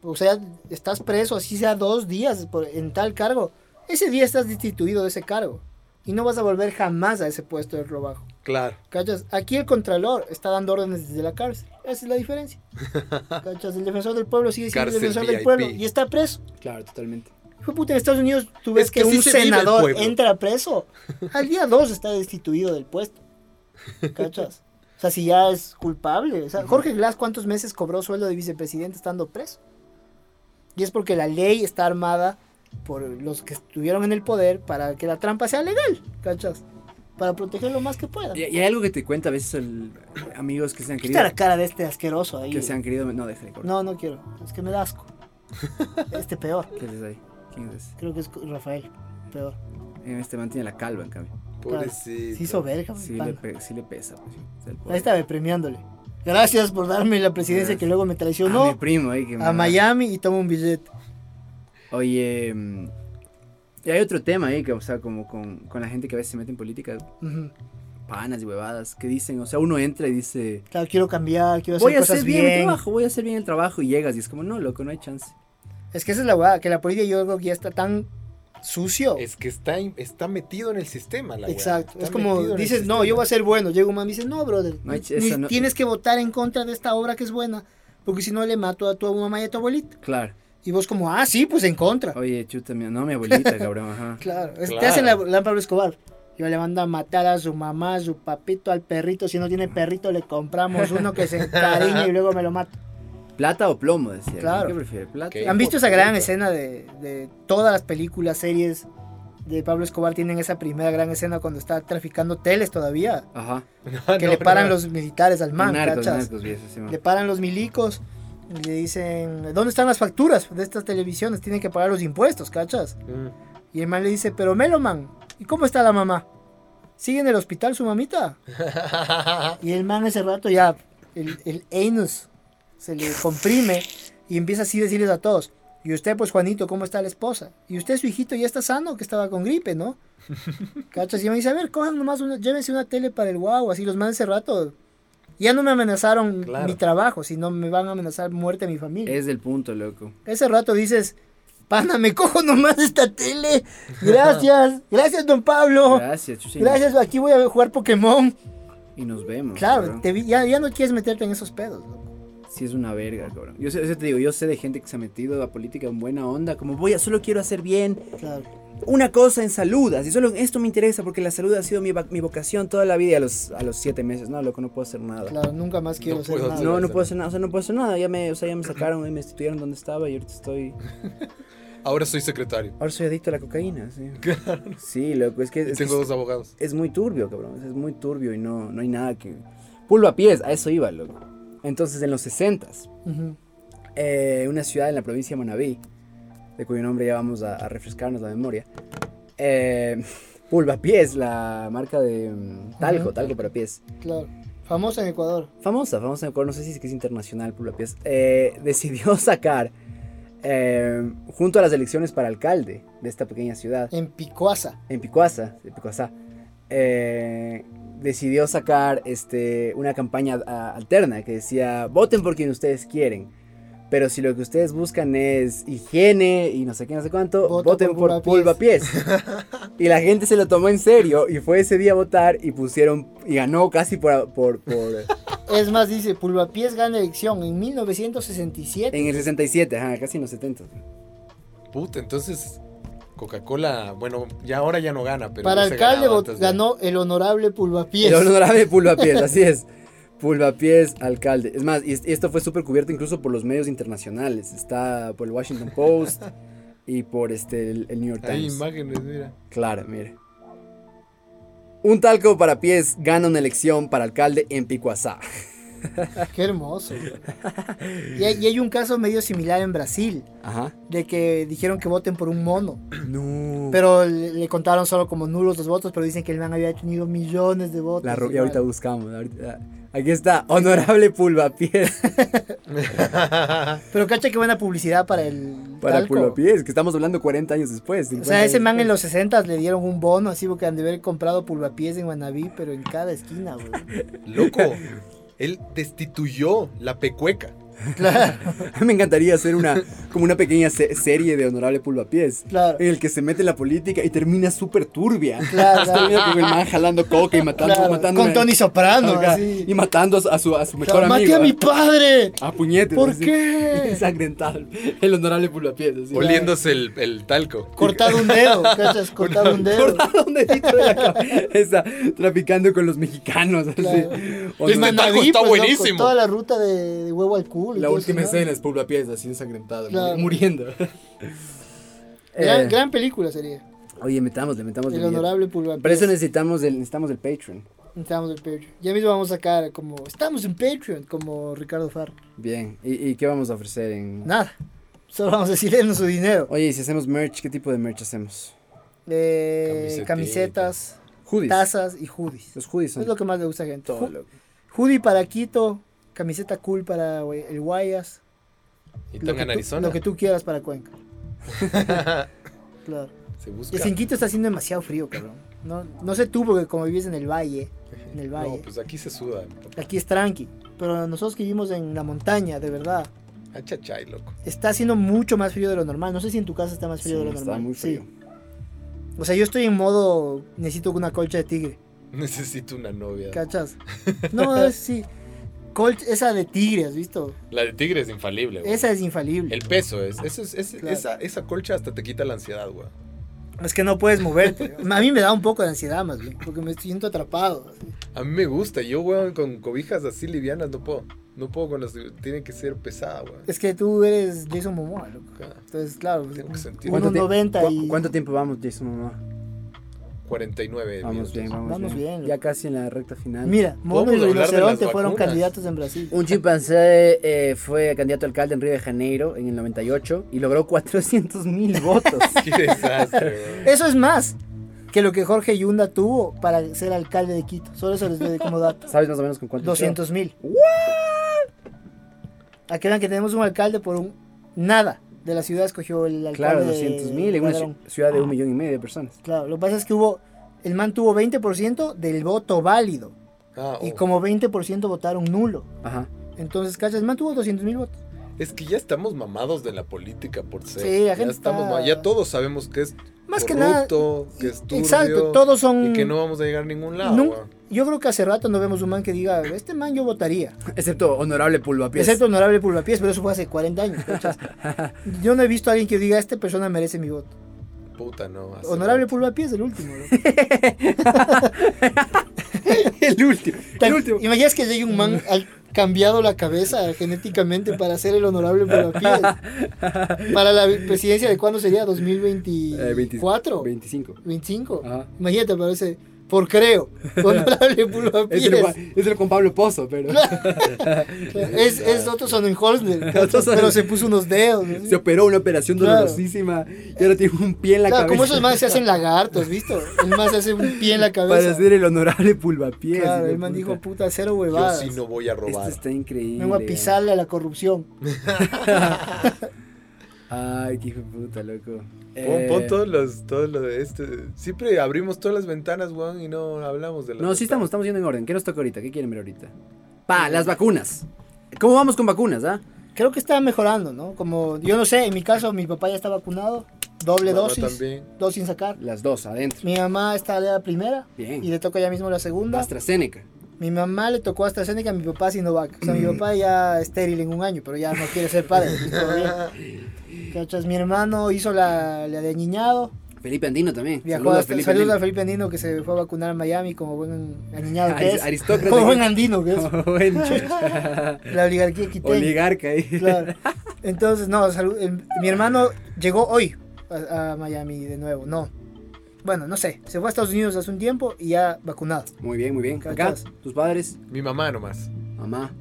[SPEAKER 3] o sea, estás preso, así sea dos días por- en tal cargo, ese día estás destituido de ese cargo y no vas a volver jamás a ese puesto de trabajo.
[SPEAKER 1] Claro.
[SPEAKER 3] ¿Cachas? Aquí el contralor está dando órdenes desde la cárcel. Esa es la diferencia. ¿Cachas? El defensor del pueblo sigue siendo el
[SPEAKER 1] Cárcel
[SPEAKER 3] defensor del
[SPEAKER 1] VIP.
[SPEAKER 3] pueblo y está preso.
[SPEAKER 2] Claro, totalmente.
[SPEAKER 3] Hijo de puta, en Estados Unidos tú ves
[SPEAKER 1] Es
[SPEAKER 3] que,
[SPEAKER 1] que
[SPEAKER 3] un
[SPEAKER 1] sí se vive el
[SPEAKER 3] senador
[SPEAKER 1] pueblo.
[SPEAKER 3] entra preso. Al día 2 está destituido del puesto. ¿Cachas? O sea, si ya es culpable. O sea, Jorge Glass, ¿cuántos meses cobró sueldo de vicepresidente estando preso? Y es porque la ley está armada por los que estuvieron en el poder para que la trampa sea legal, ¿cachas? Para proteger lo más que puedan.
[SPEAKER 2] Y, y hay algo que te cuenta a veces el- amigos que se han
[SPEAKER 3] Quita
[SPEAKER 2] querido...
[SPEAKER 3] la cara de este asqueroso ahí.
[SPEAKER 2] Que se han querido... No, déjale. corto.
[SPEAKER 3] No, no quiero. Es que me da asco. Este peor.
[SPEAKER 2] ¿Qué es ahí? ¿Quién es ese?
[SPEAKER 3] Creo que es Rafael. Peor.
[SPEAKER 2] Eh, Este mantiene la calva, en cambio.
[SPEAKER 1] Pobrecito.
[SPEAKER 3] Se hizo verga, mi
[SPEAKER 2] Sí le,
[SPEAKER 3] pana.
[SPEAKER 2] pe- sí le pesa, pues. O sea, el pobre.
[SPEAKER 3] Ahí estaba premiándole. Gracias por darme la presidencia que luego me
[SPEAKER 2] Ah,
[SPEAKER 3] traicionó
[SPEAKER 2] mi primo ahí que me-
[SPEAKER 3] a Miami y tomó un billete.
[SPEAKER 2] Oye, mm, y hay otro tema ahí, que, o sea, como con, con la gente que a veces se mete en política,
[SPEAKER 3] Ujú.
[SPEAKER 2] panas y huevadas, que dicen, o sea, uno entra y dice,
[SPEAKER 3] Claro, quiero cambiar, quiero hacer
[SPEAKER 2] voy a
[SPEAKER 3] cosas
[SPEAKER 2] hacer bien, mi trabajo, voy a hacer bien el trabajo, y llegas y es como, no, loco, no hay chance.
[SPEAKER 3] Es que esa es la verdad, que la política yo creo que ya está tan sucio.
[SPEAKER 1] Es que está, in- está metido en el sistema, la weá.
[SPEAKER 3] Exacto.
[SPEAKER 1] Está
[SPEAKER 3] Es como
[SPEAKER 1] metido en el
[SPEAKER 3] dices, no,
[SPEAKER 1] sistema.
[SPEAKER 3] yo voy a ser bueno. Llega un man y dice, no, brother,
[SPEAKER 2] No hay
[SPEAKER 3] ni-
[SPEAKER 2] ch- eso
[SPEAKER 3] ni
[SPEAKER 2] no-
[SPEAKER 3] tienes que votar en contra de esta obra que es buena, porque si no le mato a tu mamá y a tu abuelita.
[SPEAKER 2] Claro.
[SPEAKER 3] Y vos como, ah, sí, pues en contra.
[SPEAKER 2] Oye, chuta, mi- no, mi abuelita, cabrón, ajá.
[SPEAKER 3] Claro. es- Te
[SPEAKER 1] Claro.
[SPEAKER 3] hacen la, la Pablo Escobar. Yo le mando a matar a su mamá, a su papito, al perrito. Si no tiene perrito, le compramos uno que se encariñe y luego me lo mata.
[SPEAKER 2] Plata o plomo, decía.
[SPEAKER 3] Claro.
[SPEAKER 2] ¿Qué prefiere, plata?
[SPEAKER 1] Ok.
[SPEAKER 3] ¿Han visto esa gran
[SPEAKER 1] Hipotética.
[SPEAKER 3] escena de, de todas las películas, series de Pablo Escobar? Tienen esa primera gran escena cuando está traficando teles todavía.
[SPEAKER 2] Ajá.
[SPEAKER 1] No,
[SPEAKER 3] Que
[SPEAKER 1] Ah, no,
[SPEAKER 3] le paran
[SPEAKER 1] no.
[SPEAKER 3] los militares al man,
[SPEAKER 2] narcos,
[SPEAKER 3] ¿cachas?
[SPEAKER 2] narcos, viejo, sí, man.
[SPEAKER 3] Le paran los milicos y le dicen, ¿dónde están las facturas de estas televisiones? Tienen que pagar los impuestos, ¿cachas?
[SPEAKER 1] Mm.
[SPEAKER 3] Y el man le dice, pero Meloman, ¿y cómo está la mamá? ¿Sigue en el hospital su mamita? Y el man ese rato ya, el, el anus se le comprime y empieza así a decirles a todos, y usted pues Juanito, ¿cómo está la esposa? Y usted su hijito ya está sano, que estaba con gripe, ¿no? ¿Cachas? Y me dice, a ver, cojan nomás, una, llévense una tele para el guau, así los manes ese rato. Ya no me amenazaron
[SPEAKER 1] Claro.
[SPEAKER 3] mi trabajo, sino me van a amenazar muerte a mi familia.
[SPEAKER 2] Es del punto, loco.
[SPEAKER 3] Ese rato dices, pana, me cojo nomás esta tele. Gracias, gracias don Pablo.
[SPEAKER 2] Gracias, chucha. y-
[SPEAKER 3] Gracias, aquí voy a jugar Pokémon.
[SPEAKER 2] Y nos vemos.
[SPEAKER 3] Claro,
[SPEAKER 2] cabrón.
[SPEAKER 3] te vi- ya, ya no quieres meterte en esos pedos. loco.
[SPEAKER 2] Sí, es una verga, cabrón. Yo, sé- yo te digo, yo sé de gente que se ha metido a política en buena onda, como voy a, solo quiero hacer bien
[SPEAKER 3] Claro.
[SPEAKER 2] una cosa en salud, así solo esto me interesa porque la salud ha sido mi, va- mi vocación toda la vida y a los, a los siete meses. No, loco, no puedo hacer nada.
[SPEAKER 3] Claro, nunca más quiero
[SPEAKER 1] No
[SPEAKER 3] ser
[SPEAKER 1] puedo
[SPEAKER 3] nada.
[SPEAKER 1] hacer-
[SPEAKER 2] No, no puedo hacer nada, o sea, no puedo hacer nada. Ya me, o sea, ya me sacaron y me instituyeron donde estaba y ahorita estoy...
[SPEAKER 1] Ahora soy secretario.
[SPEAKER 2] Ahora soy adicto a la cocaína, sí. Sí, loco, es que...
[SPEAKER 1] Y
[SPEAKER 2] Es, que
[SPEAKER 1] tengo dos abogados.
[SPEAKER 2] es muy turbio, cabrón. Es muy turbio y no, no hay nada que... Pulvo a pies, a eso iba, loco. Entonces, en los sesentas,
[SPEAKER 3] Ujú.
[SPEAKER 2] eh, una ciudad en la provincia de Manabí, de cuyo nombre ya vamos a, a refrescarnos la memoria. Eh, Pulvapiés, la marca de mm, talco,
[SPEAKER 3] Ujú.
[SPEAKER 2] talco para pies.
[SPEAKER 3] Claro. Famosa en Ecuador.
[SPEAKER 2] Famosa, famosa, no sé si es que es internacional Pulvapiés. Eh, decidió sacar, eh, junto a las elecciones para alcalde de esta pequeña ciudad,
[SPEAKER 3] En Picuaza.
[SPEAKER 2] en Picuaza, de Picuazá, eh, decidió sacar este, una campaña a- alterna que decía, voten por quien ustedes quieren, pero si lo que ustedes buscan es higiene y no sé qué, no sé cuánto,
[SPEAKER 3] Voto
[SPEAKER 2] voten
[SPEAKER 3] por
[SPEAKER 2] por Pulvapiés. y la gente se lo tomó en serio y fue ese día a votar y pusieron, y ganó casi por... por, por-
[SPEAKER 3] Es más, dice, Pulvapiés gana elección en 1967.
[SPEAKER 2] en el 67, ajá, casi en los 70.
[SPEAKER 1] Puta, entonces Coca-Cola, bueno, ya ahora ya no gana, pero.
[SPEAKER 3] Para
[SPEAKER 1] hubiese
[SPEAKER 3] alcalde
[SPEAKER 1] ganado
[SPEAKER 3] vot-
[SPEAKER 1] antes de-
[SPEAKER 3] ganó el honorable Pulvapiés.
[SPEAKER 2] El honorable Pulvapiés, así es. Pulvapiés, alcalde. Es más, y, es- y esto fue súper cubierto incluso por los medios internacionales. Está por el Washington Post y por este, el, el New York
[SPEAKER 1] Hay
[SPEAKER 2] Times.
[SPEAKER 1] imágenes, mira.
[SPEAKER 2] claro, mire. Un talco para pies gana una elección para alcalde en Picuazá.
[SPEAKER 3] Qué hermoso. güey. y, hay, y hay un caso medio similar en Brasil,
[SPEAKER 2] Ajá.
[SPEAKER 3] de que dijeron que voten por un mono.
[SPEAKER 2] No.
[SPEAKER 3] Pero le, le contaron solo como nulos los votos, pero dicen que el man había tenido millones de votos.
[SPEAKER 2] La ro- y
[SPEAKER 3] igual.
[SPEAKER 2] ahorita buscamos. ahorita- aquí está, honorable Pulvapiés.
[SPEAKER 3] Pero cacha qué buena publicidad para el
[SPEAKER 2] Para
[SPEAKER 3] talco.
[SPEAKER 2] Pulvapiés, que estamos hablando 40 años después.
[SPEAKER 3] O
[SPEAKER 2] 50
[SPEAKER 3] sea, ese
[SPEAKER 2] años
[SPEAKER 3] man en
[SPEAKER 2] después.
[SPEAKER 3] los 60 le dieron un bono, así porque han de haber comprado pulvapiés en Guanabí, pero en cada esquina, güey.
[SPEAKER 1] Loco, él destituyó la pecueca.
[SPEAKER 3] Claro,
[SPEAKER 2] Me encantaría hacer una como una pequeña se- serie de honorable Pulvapiés.
[SPEAKER 3] claro.
[SPEAKER 2] En el que se mete en la política y termina súper turbia.
[SPEAKER 3] Claro,
[SPEAKER 2] Termina con el man jalando coca y matando,
[SPEAKER 3] claro.
[SPEAKER 2] matando
[SPEAKER 3] Con
[SPEAKER 2] a-
[SPEAKER 3] Tony Soprano,
[SPEAKER 2] acá,
[SPEAKER 3] así.
[SPEAKER 2] Y matando a su- a su, a su mejor
[SPEAKER 3] Claro,
[SPEAKER 2] amigo.
[SPEAKER 3] ¡Maté a mi
[SPEAKER 2] ¿ah?
[SPEAKER 3] padre!
[SPEAKER 2] A puñetes.
[SPEAKER 3] ¿Por
[SPEAKER 2] así.
[SPEAKER 3] qué?
[SPEAKER 2] Ensangrentado. El honorable Pulvapiés. así.
[SPEAKER 1] Oliéndose el, el talco.
[SPEAKER 3] Cortado un dedo, ¿cachas? Cortado un dedo.
[SPEAKER 2] Cortado un dedito de la cabeza, traficando con los mexicanos. así.
[SPEAKER 3] Claro.
[SPEAKER 2] Honor-
[SPEAKER 1] Este Desma- taco está
[SPEAKER 3] pues, loco,
[SPEAKER 1] buenísimo.
[SPEAKER 3] toda la ruta de, de huevo al culo. y
[SPEAKER 2] la
[SPEAKER 3] todo
[SPEAKER 2] última
[SPEAKER 3] eso, ¿no?
[SPEAKER 2] escena es Pulvapiés, así ensangrentado,
[SPEAKER 3] Claro. Eh,
[SPEAKER 2] muriendo.
[SPEAKER 3] Gran,
[SPEAKER 2] Eh,
[SPEAKER 3] gran película sería.
[SPEAKER 2] Oye, metámosle, metámosle.
[SPEAKER 3] El
[SPEAKER 2] billete.
[SPEAKER 3] honorable pulvapiés.
[SPEAKER 2] Para eso necesitamos el, necesitamos el Patreon.
[SPEAKER 3] Estamos en Patreon. Ya mismo vamos a sacar como. Estamos en Patreon, como Ricardo Farr.
[SPEAKER 2] Bien, ¿y, y qué vamos a ofrecer en...?
[SPEAKER 3] Nada. Solo vamos a decirle su dinero.
[SPEAKER 2] Oye, ¿y si hacemos merch, ¿qué tipo de merch hacemos?
[SPEAKER 3] Eh,
[SPEAKER 1] Camisetitas.
[SPEAKER 3] camisetas,
[SPEAKER 2] Hoodies.
[SPEAKER 3] tazas y hoodies.
[SPEAKER 2] Los hoodies son
[SPEAKER 3] Es lo que más le gusta a la gente.
[SPEAKER 2] todo
[SPEAKER 3] Ju-
[SPEAKER 2] loco.
[SPEAKER 3] Hoodie para Quito, camiseta cool para güey, el Guayas.
[SPEAKER 1] Y
[SPEAKER 3] Lo
[SPEAKER 1] tan
[SPEAKER 3] que,
[SPEAKER 1] en
[SPEAKER 3] tú,
[SPEAKER 1] Arizona.
[SPEAKER 3] lo que tú quieras para Cuenca. Claro.
[SPEAKER 1] Se busca.
[SPEAKER 3] Y en Quito está haciendo demasiado frío, cabrón. No, no sé tú, porque como vives en el valle, en el valle.
[SPEAKER 1] No, pues aquí se suda. mi papá.
[SPEAKER 3] aquí es tranqui. Pero nosotros que vivimos en la montaña, de verdad,
[SPEAKER 1] Ah, chachay, loco.
[SPEAKER 3] está haciendo mucho más frío de lo normal. No sé si en tu casa está más frío de lo normal.
[SPEAKER 2] está muy
[SPEAKER 3] Sí.
[SPEAKER 2] frío.
[SPEAKER 3] O sea, yo estoy en modo, necesito una colcha de tigre.
[SPEAKER 1] Necesito una novia.
[SPEAKER 3] ¿Cachas? No, es- sí. Col- esa de tigre, ¿has visto?
[SPEAKER 1] La de tigre es infalible, güey.
[SPEAKER 3] Esa es infalible.
[SPEAKER 1] El peso es. Eso es, es-
[SPEAKER 3] Claro.
[SPEAKER 1] esa, esa colcha hasta te quita la ansiedad, güey.
[SPEAKER 3] Es que no puedes moverte. A mí me da un poco de ansiedad más bien, porque me siento atrapado. así.
[SPEAKER 1] A mí me gusta. Yo, weón, con cobijas así livianas no puedo. No puedo con las. Tiene que ser pesada, weón.
[SPEAKER 3] Es que tú eres Jason Momoa, loco.
[SPEAKER 1] Acá,
[SPEAKER 3] Entonces, claro,
[SPEAKER 1] Tengo que
[SPEAKER 3] pues,
[SPEAKER 1] sentir.
[SPEAKER 2] ¿Cuánto,
[SPEAKER 3] unos
[SPEAKER 2] tie-
[SPEAKER 3] 90
[SPEAKER 2] cu-
[SPEAKER 3] y...
[SPEAKER 2] ¿Cuánto tiempo vamos, Jason? Momoa?
[SPEAKER 1] 49
[SPEAKER 2] Vamos
[SPEAKER 1] minutos.
[SPEAKER 2] bien, vamos,
[SPEAKER 3] Vamos bien,
[SPEAKER 2] bien.
[SPEAKER 3] loco.
[SPEAKER 2] Ya casi en la recta final.
[SPEAKER 3] Mira, mono y
[SPEAKER 1] hablar de las
[SPEAKER 3] rinoceronte fueron
[SPEAKER 1] vacunas?
[SPEAKER 3] candidatos en Brasil.
[SPEAKER 2] Un chimpancé eh, fue candidato a alcalde en Río de Janeiro en el 98 y logró 400 mil votos.
[SPEAKER 1] Qué desastre, weón.
[SPEAKER 3] Eso es más que lo que Jorge Yunda tuvo para ser alcalde de Quito. Solo eso les doy como dato.
[SPEAKER 2] ¿Sabes más o menos con cuánto?
[SPEAKER 3] 200 mil. Aquí vean que tenemos un alcalde por un nada de la ciudad escogió el alcalde. Ah.
[SPEAKER 2] Claro,
[SPEAKER 3] de
[SPEAKER 2] 200 mil en una
[SPEAKER 3] Calderón.
[SPEAKER 2] ci- ciudad de un millón y medio de personas.
[SPEAKER 3] Claro, lo que pasa es que hubo, el man tuvo 20% del voto válido
[SPEAKER 1] Ah,
[SPEAKER 3] y
[SPEAKER 1] oh.
[SPEAKER 3] como 20% votaron nulo.
[SPEAKER 2] Ajá.
[SPEAKER 3] Entonces, ¿cachas? El man tuvo 200 mil votos.
[SPEAKER 1] Es que ya estamos mamados de la política por ser.
[SPEAKER 3] Sí, la
[SPEAKER 1] ya
[SPEAKER 3] gente
[SPEAKER 1] estamos
[SPEAKER 3] está-
[SPEAKER 1] ma- Ya todos sabemos que es
[SPEAKER 3] Más que nada.
[SPEAKER 1] corrupto, que es turbio.
[SPEAKER 3] Exacto, todos son...
[SPEAKER 1] Y que no vamos a llegar a ningún lado,
[SPEAKER 3] Nun-
[SPEAKER 1] weón.
[SPEAKER 3] Yo creo que hace rato no vemos un man que diga, este man yo votaría.
[SPEAKER 2] Excepto honorable Pulvapiés.
[SPEAKER 3] Excepto honorable Pulvapiés, pero eso fue hace 40 años. ¿cachas? Yo no he visto a alguien que diga, esta persona merece mi voto.
[SPEAKER 1] Puta, no. hace
[SPEAKER 3] Honorable
[SPEAKER 1] rato.
[SPEAKER 3] Pulvapiés, el último. ¿no?
[SPEAKER 2] el último. El último.
[SPEAKER 3] Imaginas que llegue un man al- cambiado la cabeza genéticamente para ser el honorable Pulvapiés. para la presidencia de cuándo sería,
[SPEAKER 2] Eh,
[SPEAKER 3] 2024,
[SPEAKER 2] 25.
[SPEAKER 3] 25.
[SPEAKER 2] Ajá.
[SPEAKER 3] Imagínate, parece, por creo, honorable
[SPEAKER 2] Es el,
[SPEAKER 3] Pulvapiés.
[SPEAKER 2] Juan- es el con Pablo Pozo, pero
[SPEAKER 3] Es, es otro Sonnenholzner,
[SPEAKER 2] Ah. Otto Sonnen-
[SPEAKER 3] pero se puso unos dedos. ¿no?
[SPEAKER 2] se operó una operación
[SPEAKER 3] Claro.
[SPEAKER 2] dolorosísima y ahora tiene un pie en la
[SPEAKER 3] Claro,
[SPEAKER 2] cabeza.
[SPEAKER 3] como esos más se hacen lagartos, ¿visto? El más se hace un pie en la
[SPEAKER 2] Para
[SPEAKER 3] cabeza.
[SPEAKER 2] ser el honorable Pulvapiés.
[SPEAKER 3] claro,
[SPEAKER 2] hijo de
[SPEAKER 3] el man dijo,
[SPEAKER 2] puta.
[SPEAKER 3] puta, Este, cero
[SPEAKER 1] Yo
[SPEAKER 3] huevadas.
[SPEAKER 1] sí no voy a robar.
[SPEAKER 2] Esto está increíble.
[SPEAKER 3] Vengo a pisarle a la corrupción.
[SPEAKER 2] Ay, qué hijo de puta, loco.
[SPEAKER 1] Pon,
[SPEAKER 3] este,
[SPEAKER 2] Eh,
[SPEAKER 1] pon todos los, todo lo de este. Siempre abrimos todas las ventanas, weón, y no hablamos de las
[SPEAKER 2] No, sí
[SPEAKER 1] ventanas.
[SPEAKER 2] estamos, estamos yendo en orden. ¿Qué nos toca ahorita? ¿Qué quieren ver ahorita? Pa, las vacunas. ¿Cómo vamos con vacunas, ah?
[SPEAKER 3] Creo que está mejorando, ¿no? Como, yo no sé, en mi caso, mi papá ya está vacunado, doble
[SPEAKER 1] Mamá
[SPEAKER 3] dosis,
[SPEAKER 1] también.
[SPEAKER 3] dos sin sacar.
[SPEAKER 2] Las dos, adentro.
[SPEAKER 3] Mi mamá está de la primera
[SPEAKER 2] Bien.
[SPEAKER 3] y le toca ya mismo la segunda.
[SPEAKER 2] AstraZeneca.
[SPEAKER 3] Mi mamá le tocó AstraZeneca, mi papá Sinovac. O sea,
[SPEAKER 2] Mm.
[SPEAKER 3] mi papá ya estéril en un año, pero ya no quiere ser padre. todo bien. ¿Cachas? Mi hermano hizo la, la de añiñado.
[SPEAKER 2] Felipe Andino también.
[SPEAKER 3] Viajó
[SPEAKER 2] Saludos a
[SPEAKER 3] hasta,
[SPEAKER 2] Felipe
[SPEAKER 3] saludos
[SPEAKER 2] Andino.
[SPEAKER 3] a Felipe Andino que se fue a vacunar a Miami como buen añado que
[SPEAKER 2] Aris-
[SPEAKER 3] es.
[SPEAKER 2] aristócrata
[SPEAKER 3] Como
[SPEAKER 2] que-
[SPEAKER 3] buen andino que es.
[SPEAKER 2] Buen-
[SPEAKER 3] La oligarquía quiteña.
[SPEAKER 2] Oligarca eh. ahí.
[SPEAKER 3] Claro. Entonces, no, salu- el- mi hermano llegó hoy a, a Miami de nuevo. No. Bueno, no sé. Se fue a Estados Unidos hace un tiempo y ya vacunado.
[SPEAKER 2] Muy bien, muy bien. Acá,
[SPEAKER 3] Cachas.
[SPEAKER 2] tus padres,
[SPEAKER 1] Mi mamá nomás.
[SPEAKER 2] mamá,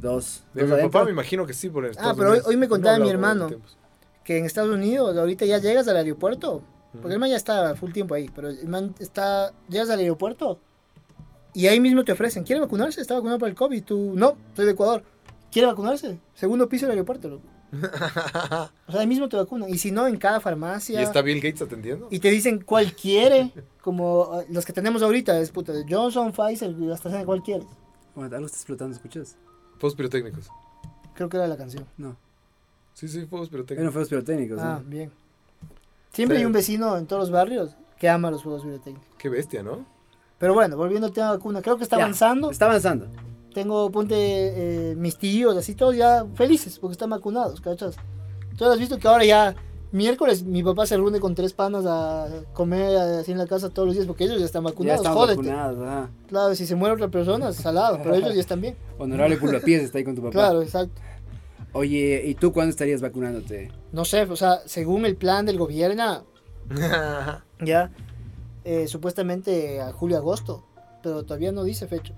[SPEAKER 2] dos.
[SPEAKER 1] De
[SPEAKER 2] dos
[SPEAKER 1] mi
[SPEAKER 2] adentro.
[SPEAKER 1] papá me imagino que sí, por
[SPEAKER 3] Ah, pero hoy- hoy me contaba
[SPEAKER 1] contaba
[SPEAKER 3] mi hermano. Que en Estados Unidos, ahorita ya llegas al aeropuerto. Porque el man ya está full tiempo ahí. Pero el man está. Llegas al aeropuerto y ahí mismo te ofrecen. ¿Quiere vacunarse? Está vacunado para el COVID. Tú, no, soy de Ecuador. ¿Quiere vacunarse? Segundo piso del aeropuerto, loco. O sea, ahí mismo te vacunan. Y si no, en cada
[SPEAKER 1] ¿Y
[SPEAKER 3] farmacia.
[SPEAKER 1] está Bill Gates atendiendo?
[SPEAKER 3] Y te dicen cuál quiere, como eh, los que tenemos ahorita, es puta, Johnson, Pfizer, AstraZeneca, cuál quieres.
[SPEAKER 2] Bueno, Algo está explotando, ¿escuchas?
[SPEAKER 1] Fuegos pirotécnicos.
[SPEAKER 3] Creo que era la canción.
[SPEAKER 2] No.
[SPEAKER 1] Sí, sí, fuegos
[SPEAKER 2] Eran
[SPEAKER 1] pirotécnicos.
[SPEAKER 2] fuegos pirotécnicos,
[SPEAKER 3] Ah,
[SPEAKER 2] ¿no?
[SPEAKER 3] bien. Siempre hay un vecino en todos los barrios que ama los juegos biotécnicos.
[SPEAKER 1] Qué bestia, ¿no?
[SPEAKER 3] Pero bueno, volviendo al tema vacuna, creo que está
[SPEAKER 2] Ya,
[SPEAKER 3] avanzando.
[SPEAKER 2] Está avanzando.
[SPEAKER 3] Tengo, ponte, eh, mis tíos, así todos ya felices porque están vacunados, ¿cachas? Tú has visto que ahora ya miércoles mi papá se reúne con tres panas a comer así en la casa todos los días porque ellos ya están
[SPEAKER 2] ya
[SPEAKER 3] vacunados,
[SPEAKER 2] estamos
[SPEAKER 3] jódete.
[SPEAKER 2] vacunados, ajá.
[SPEAKER 3] Claro, si se muere otra persona, salado, pero ellos ya están bien.
[SPEAKER 2] Honorable Pulvapiés está ahí con tu papá.
[SPEAKER 3] Claro, exacto.
[SPEAKER 2] Oye, ¿y tú cuándo estarías vacunándote?
[SPEAKER 3] No sé, o sea, según el plan del gobierno, ya eh, supuestamente a julio-agosto, pero todavía no dice fecha.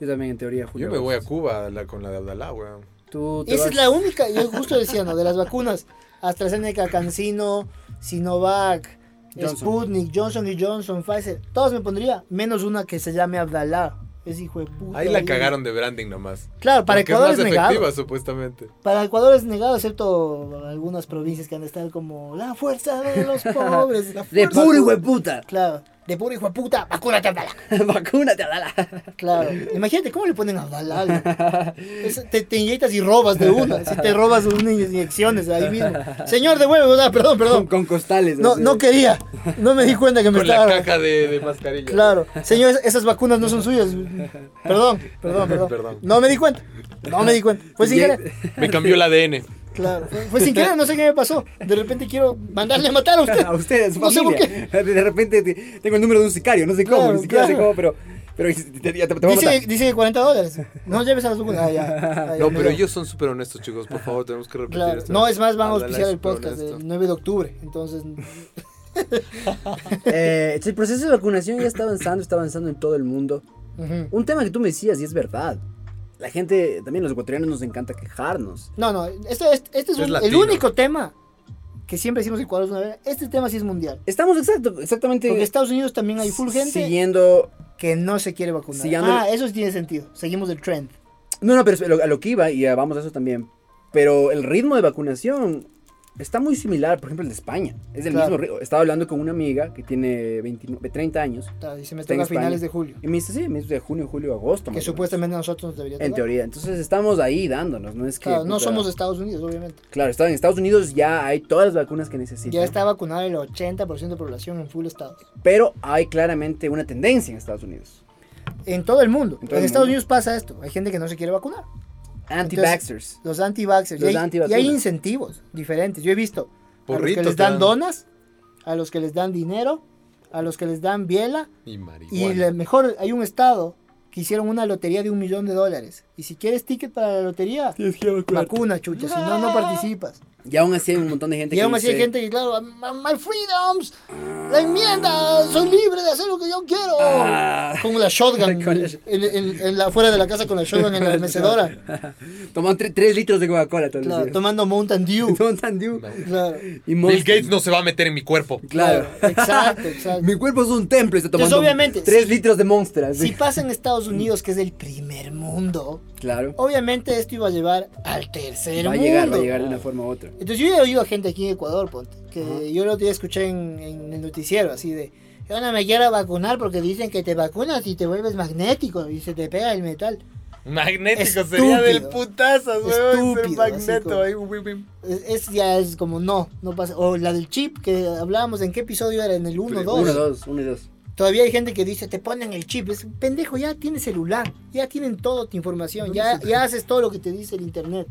[SPEAKER 2] Yo también, en teoría, Julio.
[SPEAKER 1] Yo me voy a Cuba la- con la de Abdalá, weón.
[SPEAKER 2] Tú te
[SPEAKER 3] Esa
[SPEAKER 2] vas-
[SPEAKER 3] es la única, yo justo decía, ¿no? De las vacunas, AstraZeneca, Cancino, Sinovac,
[SPEAKER 2] Johnson.
[SPEAKER 3] Sputnik, Johnson y Johnson, Pfizer, todas me pondría, menos una que se llame Abdalá, Es hijo de puta.
[SPEAKER 1] Ahí la cagaron de branding nomás.
[SPEAKER 3] Claro, para
[SPEAKER 1] Porque
[SPEAKER 3] Ecuador es,
[SPEAKER 1] es más
[SPEAKER 3] negado.
[SPEAKER 1] efectiva, supuestamente.
[SPEAKER 3] Para Ecuador es negado, excepto algunas provincias que han de estar como la fuerza de los pobres. la
[SPEAKER 2] De
[SPEAKER 3] fuerza-
[SPEAKER 2] puro hijo de puta.
[SPEAKER 3] Claro, de puro hijo de puta, vacúnate Abdala.
[SPEAKER 2] Vacúnate, Adala.
[SPEAKER 3] Claro, imagínate cómo le ponen Abdala. algo. Es- te, te inyectas y robas de una. Si te robas unas inyecciones ahí mismo. Señor, devuelve, ah,
[SPEAKER 2] Con,
[SPEAKER 3] perdón, perdón.
[SPEAKER 2] con costales.
[SPEAKER 3] No,
[SPEAKER 2] así.
[SPEAKER 3] no quería, no me di cuenta que me
[SPEAKER 1] Con la
[SPEAKER 3] estaba.
[SPEAKER 1] caja de, de mascarilla.
[SPEAKER 3] Claro, señor, es- esas vacunas no son suyas. Perdón, perdón, perdón.
[SPEAKER 1] Perdón.
[SPEAKER 3] No me di cuenta, no me di cuenta. Fue sin
[SPEAKER 2] Inyec-
[SPEAKER 3] querer.
[SPEAKER 1] Me cambió el ADN.
[SPEAKER 3] Claro, fue, fue sin querer, no sé qué me pasó. De repente quiero mandarle a matar a usted.
[SPEAKER 2] a ustedes, a su
[SPEAKER 3] No sé por
[SPEAKER 2] familia. De repente te- tengo el número de un sicario, no sé cómo,
[SPEAKER 3] Claro,
[SPEAKER 2] ni siquiera sé
[SPEAKER 3] claro.
[SPEAKER 2] cómo, pero, pero te, te- te voy a
[SPEAKER 3] Dice,
[SPEAKER 2] matar.
[SPEAKER 3] que- dice que 40 dólares. No lleves a las vacunas. Ah, ya. Ah, ya,
[SPEAKER 1] No, pero
[SPEAKER 3] ya.
[SPEAKER 1] ellos son súper honestos, chicos. Por favor, tenemos que repetir
[SPEAKER 3] Claro.
[SPEAKER 1] esto.
[SPEAKER 3] No, es más, van a
[SPEAKER 1] Abdala
[SPEAKER 3] auspiciar
[SPEAKER 1] es
[SPEAKER 3] el podcast
[SPEAKER 1] superhonesto.
[SPEAKER 3] el 9 de octubre. Entonces,
[SPEAKER 2] Eh, el proceso de vacunación ya está avanzando, está avanzando en todo el mundo.
[SPEAKER 3] ujú.
[SPEAKER 2] Un tema que tú me decías, y es verdad. La gente, también los ecuatorianos nos encanta quejarnos.
[SPEAKER 3] no, no. Este, este- este es,
[SPEAKER 1] Es
[SPEAKER 3] un- el
[SPEAKER 1] latino.
[SPEAKER 3] único tema que siempre decimos en cuadros una vez. Este tema sí es mundial.
[SPEAKER 2] Estamos exacto, exactamente
[SPEAKER 3] Porque en Estados Unidos también hay full gente
[SPEAKER 2] siguiendo
[SPEAKER 3] que no se quiere vacunar.
[SPEAKER 2] Siguiendo-
[SPEAKER 3] Ah, eso sí tiene sentido. Seguimos el trend.
[SPEAKER 2] No, no, pero es lo- a lo que iba, y ya vamos a eso también. Pero el ritmo de vacunación está muy similar, por ejemplo, el de España. Es el
[SPEAKER 3] Claro.
[SPEAKER 2] mismo ritmo. Estaba hablando con una amiga que tiene 29, 30 años.
[SPEAKER 3] Claro, Y se me
[SPEAKER 2] Está en
[SPEAKER 3] toca a finales
[SPEAKER 2] España.
[SPEAKER 3] de julio.
[SPEAKER 2] Y me dice, sí, me dice de junio, julio, agosto.
[SPEAKER 3] Que
[SPEAKER 2] más o menos.
[SPEAKER 3] supuestamente a nosotros nos debería
[SPEAKER 2] En
[SPEAKER 3] tocar.
[SPEAKER 2] teoría. Entonces estamos ahí dándonos, ¿no? Es que.
[SPEAKER 3] Claro, no
[SPEAKER 2] puta,
[SPEAKER 3] somos de Estados Unidos, obviamente.
[SPEAKER 2] Claro, está- en Estados Unidos ya hay todas las vacunas que necesitan.
[SPEAKER 3] ya está vacunada el 80% de población en full estado.
[SPEAKER 2] Pero hay claramente una tendencia en Estados Unidos.
[SPEAKER 3] En todo el mundo.
[SPEAKER 2] En
[SPEAKER 3] En,
[SPEAKER 2] todo el
[SPEAKER 3] Estados
[SPEAKER 2] mundo.
[SPEAKER 3] Unidos pasa esto. Hay gente que no se quiere vacunar.
[SPEAKER 2] Anti-vaxxers.
[SPEAKER 3] Los anti-vaxxers.
[SPEAKER 2] Los
[SPEAKER 3] y, hay-
[SPEAKER 2] antivacunas.
[SPEAKER 3] y hay incentivos diferentes. Yo he visto a los que
[SPEAKER 1] Porritos
[SPEAKER 3] les
[SPEAKER 1] te
[SPEAKER 3] dan
[SPEAKER 1] dan.
[SPEAKER 3] donas, a los que les dan dinero, a los que les dan biela.
[SPEAKER 1] Y
[SPEAKER 3] Y
[SPEAKER 1] marihuana.
[SPEAKER 3] la mejor, hay un estado que hicieron una lotería de un millón de dólares. Y si quieres ticket para la lotería, vacuna, chucha. Si no, no participas.
[SPEAKER 2] Y aún así hay un montón de gente
[SPEAKER 3] Y
[SPEAKER 2] que
[SPEAKER 3] aún así hay
[SPEAKER 2] dice,
[SPEAKER 3] gente que, claro, "My- my freedoms, la enmienda, soy libre de hacer lo que yo quiero.
[SPEAKER 2] Ah.
[SPEAKER 3] Con la shotgun,
[SPEAKER 2] Con la-
[SPEAKER 3] en, en- en la, fuera de la casa con la shotgun en la mecedora.
[SPEAKER 2] Toman 3 litros de Coca-Cola todos los
[SPEAKER 3] Claro,
[SPEAKER 2] días.
[SPEAKER 3] tomando Mountain Dew.
[SPEAKER 2] Mountain Dew.
[SPEAKER 1] No.
[SPEAKER 3] Claro,
[SPEAKER 2] Y
[SPEAKER 1] Bill
[SPEAKER 2] Monster.
[SPEAKER 1] Gates no se va a meter en mi cuerpo.
[SPEAKER 2] Claro.
[SPEAKER 3] exacto, exacto.
[SPEAKER 2] Mi cuerpo es un templo y está tomando
[SPEAKER 3] Entonces, obviamente,
[SPEAKER 2] 3
[SPEAKER 3] si-
[SPEAKER 2] litros de Monster. así.
[SPEAKER 3] Si pasa en Estados Unidos, que es el primer mundo,
[SPEAKER 2] Claro.
[SPEAKER 3] obviamente esto iba a llevar al tercer
[SPEAKER 2] Va a
[SPEAKER 3] mundo.
[SPEAKER 2] llegar, va a llegar de una forma u otra.
[SPEAKER 3] Entonces yo he oído a gente aquí en Ecuador, ponte, que yo el otro día escuché en, en el noticiero, así de, yo no me quiero vacunar porque dicen que te vacunas y te vuelves magnético y se te pega el metal.
[SPEAKER 1] Magnético,
[SPEAKER 3] Estúpido.
[SPEAKER 1] sería del putazo, weón. Ser
[SPEAKER 3] Estúpido, así
[SPEAKER 1] magneto.
[SPEAKER 3] como-
[SPEAKER 1] ahí, wim, wim.
[SPEAKER 3] Es, es- ya es como, no, no pasa. O la del chip, que hablábamos en qué episodio era, en el 1
[SPEAKER 1] Sí,
[SPEAKER 3] 2.
[SPEAKER 2] 1, 2, 1 y 2.
[SPEAKER 3] Todavía hay gente que dice, te ponen el chip. Es pendejo, ya tienes celular, ya tienen toda tu información, ya, ya haces todo lo que te dice el internet.